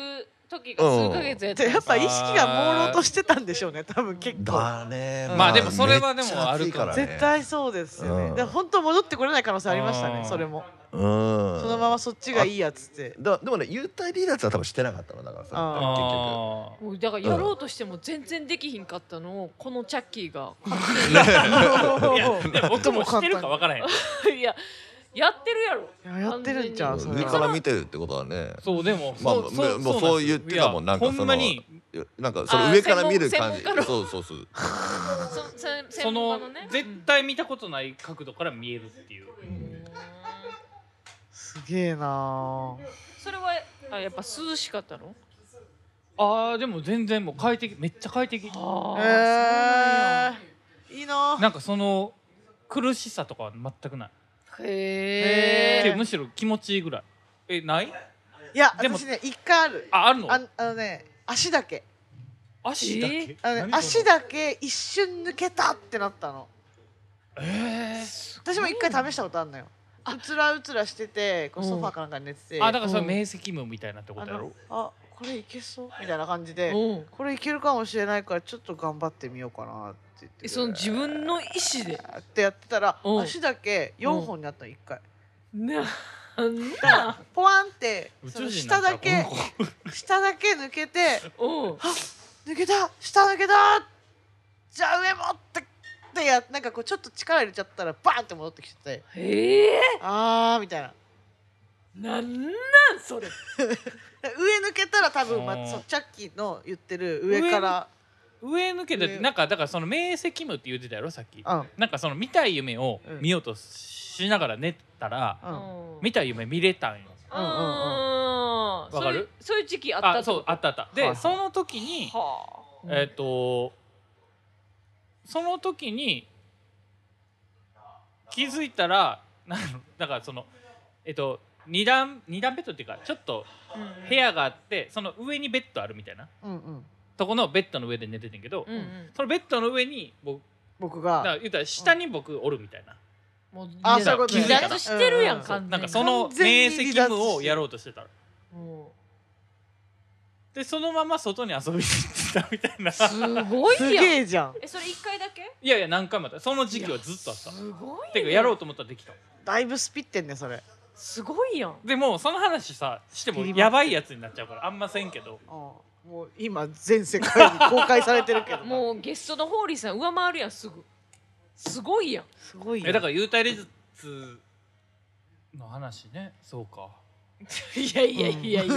B: 時が数ヶ月やった
A: で
B: んです
A: やっ
B: か
A: ぱ意識が朦朧としてたんでしょうね多分結構
D: だね、
A: うん
C: まあでもそれはでも
D: めっちゃ暑い
C: あるか
A: 絶対そうですよね、
D: うん
A: で本当戻ってこれない可能性ありましたね
C: うん
A: それも
D: うんそ
A: そのままそっちがいいやつって
D: だでもね幽体離脱は多分してなかったのだからさ
A: あ
C: あ
B: もうだからやろうとしても全然できひんかったのをこのチャッキーが
C: ーいやでも僕もしてるか分からへん
B: いややってるやろ
A: いややってるんじゃん
D: 結
A: そ
D: 局
A: れ
D: 上か
A: は
D: ら見てるってことはね
C: そうでも
D: まあ
C: そうそう
D: もう
C: そ
D: そう
C: なんで
D: う
C: すよ
D: 言ってたもんなんか
C: いやほんまに
D: なんかその上から見る
B: 専門
D: 感じ
B: 専門家の
D: そうそ うそう
B: そそ
C: そ
B: 専門
C: の
B: 家のね
C: 絶対見たことない角度から見えるっていう
B: うん
A: すげえなー
B: それはあやっぱ涼しかったの
C: ああでも全然もう快適めっちゃ快適
B: あ
A: えー、いいなー
C: なんかその苦しさとかは全くない、
B: へえ
C: でむしろ気持ちいいぐらいえない
A: いや
C: でも
A: 私ね一回ある
C: ああるの
A: ああのね足だけ
C: 足だけ、
B: え
A: あのね
C: 何それ
A: 足だけ一瞬抜けたってなったの私も一回試したことあるのようつらうつらしててこう
B: うん
A: ソファーかなんかに寝てて
C: あだからそれ
B: うん
C: 明晰夢みたいなってこ
A: あ
C: とやろ
A: のあこれいけそうみたいな感じで
B: うん
A: これいけるかもしれないからちょっと頑張ってみようかなって言って
B: えその自分の意思で
A: ってやってたら
B: うん
A: 足だけ4本になったの1回
B: な
A: だ
B: ん
A: から
B: だ
A: ポワンって
C: 宇
A: その
C: 宙人
A: 下
C: なん
A: だ
C: か
A: け
C: こ
A: 下だけ抜けて
B: うん
A: 抜けた下抜けたじゃあ上もってってやなんかこうちょっと力入れちゃったらバーンって戻ってきてて
B: へえ
A: あーみたいな
B: なんなんそれ
A: 上抜けたら多分、ま
C: あー
A: あ、そうチャッキーの言ってる上から
C: の上抜けたって
A: 上
C: なんかだからその明晰夢って言ってたやろさっ
A: う
C: き
A: ん
C: なんかその見たい夢を見ようとしながら寝たら、
A: うん
C: 見たい夢見れたんよ
B: うんわ
C: わかる
B: そういう時期あった
C: あそうあ
B: っ
C: ったあった
A: はいは
C: で
A: い
C: その時に
B: はあ
C: えっ、とその時に気づいたらなんだろうだからそのえっ、と二段二段ベッドっていうかちょっと
B: うん
C: 部屋があってその上にベッドあるみたいな
A: うんうん
C: とこのベッドの上で寝ててんけど、
B: うんうん
C: そのベッドの上に僕
A: 僕
C: だか
A: が
C: ら言ったら下に僕おるみたいな、
B: もう
A: あ
C: そういうことね
B: 離脱してるや
A: うんん
B: 完全に
C: なんかその
A: 完
C: 明
A: 全に
C: 晰
A: 離脱
C: 夢をやろうとしてた
B: も
C: でそのまま外に遊びに行ってたみ
B: う
C: たい
B: す
C: な
B: ご
A: すげ
B: いやん
A: えじゃん
B: えそれ一回だけ
C: いやいや何回もあったその時期はずっとあった
B: すごい
C: てかやろうと思ったらできた
A: だいぶスピってんねそれ、
B: すごいやん
C: でもその話さしてもやばいやつになっちゃうからあんませんけど
A: うん、もう今全世界に公開されてるけどう
B: もうゲストのホーリーさん上回るやんすぐすごいやん
A: すごいよ
C: えだから幽体離脱の話ねそうか
B: いやいやいやいや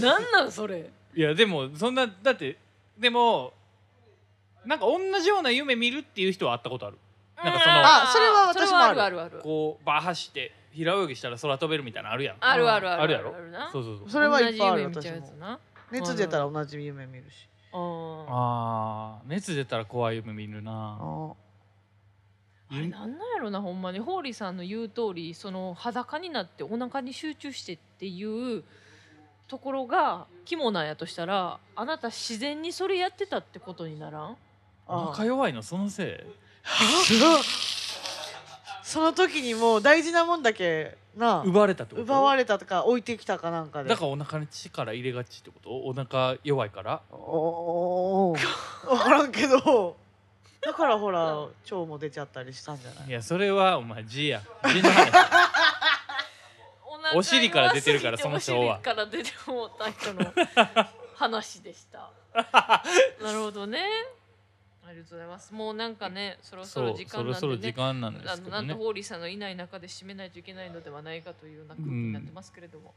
B: なんなんそれ
C: いやでもそんなだってでもなんか同じような夢見るっていう人は会ったことあるなんかその
A: あそれは私もある
B: それはあるあるある
C: こうバー走って平泳ぎしたら空飛べるみたいなのあるやん
B: あるあるある
C: あるやろ
B: あるな
C: そうそうそう
A: それはいっぱいある
B: 同
A: 私も
B: じ夢見ちゃうやつな
A: 熱出たら同じ夢見るし
B: あ
C: あー熱出たら怖い夢見るな
A: あ
B: あれなんなんやろなほんまにホーリーさんの言う通りその裸になってお腹に集中してっていうところが肝なんやとしたらあなた自然にそれやってたってことにならん
C: お
A: あ
C: 腹弱いのそのせい
A: その時にもう大事なもんだけな
C: 奪われたってこと
A: 奪わ
C: れ
A: れたとか置いてきたかなんかで
C: だからお腹に力入れがちってことお腹弱いから
A: お ー分からんけどだからほら腸も出ちゃったりしたんじゃない
C: いやそれはお前 G や G の話お尻から出てるからその人は
B: お尻から出てもうた人の話で したなるほどねありがとうございますもうなんかねそろそ
C: そ
B: ろ
C: う
B: 時
C: そ
B: 間
C: ろ
B: なん
C: そろ
B: で
C: 時
B: ね
C: 間なんで
B: あ
C: す
B: の
C: け
B: な
C: ど
B: んと
C: ね
B: ホーリーさんのいない中で締めないといけないのではないかというような空気になってますけれども、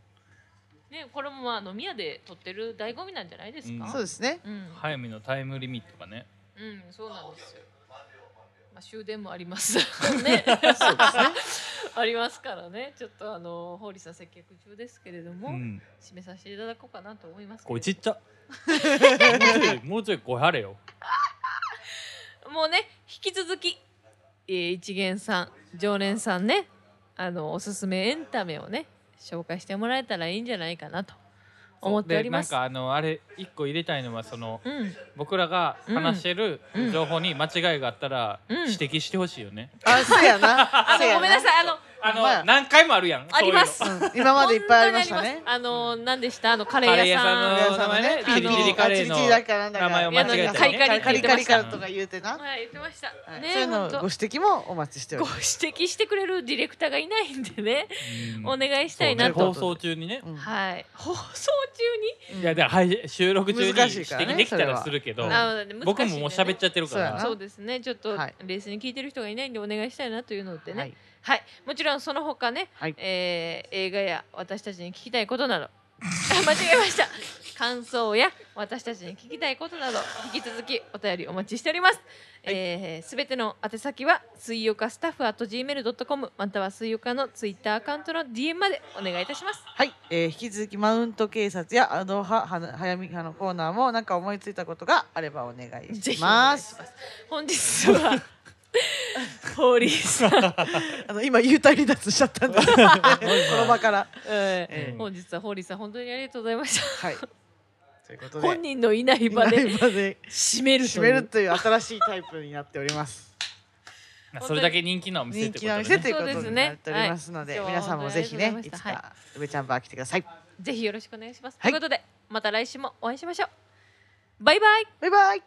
B: ねこれもまあ飲み屋で取ってる醍醐味なんじゃないですか、
C: う
B: うんん、
A: そうですね
B: うん、
C: 早見のタイムリミットがね
B: そうなんですよまあ終電もありますね ありますからねちょっとあのホーリーさん接客中ですけれども、
C: うん
B: 締めさせていただこうかなと思いますけれど
C: こいちっちゃもうちょいもうちょいこれあれよ
B: もうね引き続き、えー一元さん常連さんねあのおすすめエンタメをね紹介してもらえたらいいんじゃないかなと 思っております
C: でなんかあのあれ一個入れたいのはその
B: うん
C: 僕らが話してる
B: うん
C: 情報に間違いがあったら
B: うん
C: 指摘してほしいよね、
A: あそうやな
B: あ
A: そう
B: の
A: や
B: ごめんな
A: な
B: さいあの
C: あの、
A: まあ
C: 何回もあるやん。
B: あります
C: そういう
A: うん今までいっぱいありましたね
B: 本当にありますあの何でしたあのカレ
C: の。カ
B: ー
C: レー
B: 屋
C: 屋
B: さん
C: さんの名前ね、
B: カレー屋さんの
C: チリチリカレーの。
A: あチリチリだからなんだか
C: 名前を間違えたり
A: い
C: ね
A: やカリカリカリとか言うてな、
B: はい言ってました、
A: はい
B: ね
A: そういうのをご
B: 本
A: 指摘もお待ちして
B: 当
A: おり
B: ご
A: ます
B: 指摘してくれるディレクターがいないんでね、
C: うん
B: お願いしたい
C: そう
B: な
C: ね
B: と、
C: 放送中にね。
A: うん
B: はい放送中
A: う
B: に
A: ん
C: いやだからはい収録中に指
A: 難しいからね
C: 摘できた
A: それ
C: ら
A: は
C: するけど
A: うん、
B: あのね難しいんでね
C: 僕ももう喋っちゃってるか
A: そうやな
C: ら。
B: そうですねちょっと
A: はい
B: 冷静に聞いてる人がいないんでお願いしたいなというのでね、
A: はい
B: はい、もちろんその他ね、
A: はい
B: えー映画や私たちに聞きたいことなど あ間違えました感想や私たちに聞きたいことなど引き続きお便りお待ちしております
A: はい
B: えーすべ、ての宛先は水曜かスタッフ at gmail.com または水曜かのツイッターアカウントの DM までお願いいたします
A: はい、えー引き続きマウント警察やアドハはな早見派のコーナーもなんか思いついたことがあればお願い
B: ぜ
A: し
B: ひお願
A: ま
B: い
A: す
B: します本日は ホーリーさん、
A: あの今幽体離脱しちゃったんですこの場から
B: え
A: え
B: ー
A: ー
B: 本日はホーリーさん本当にありがとうございました
A: はいということで
B: 本人のいない場
A: 今
B: で
A: ね場で
B: 締めると
A: 締
B: い
A: め
B: う
A: るという新しいタイプになっております
C: まあそれだけ人気なお店っ
A: 人
C: てこ
A: 気
C: と
A: なお
C: ね。
A: 店というこ
B: そ
A: と
B: うです
A: に
B: ね
A: なっておりますので
B: はい
A: 皆さんもぜひ
B: 今日は
A: ね
B: 本当にあり
A: いつ
B: がとうございました
A: か上チャンバー来てください
B: ぜひよろしくお願いします。
A: はい
B: ということで、また来週もお会いしましょう。バイバイ
A: バイバイ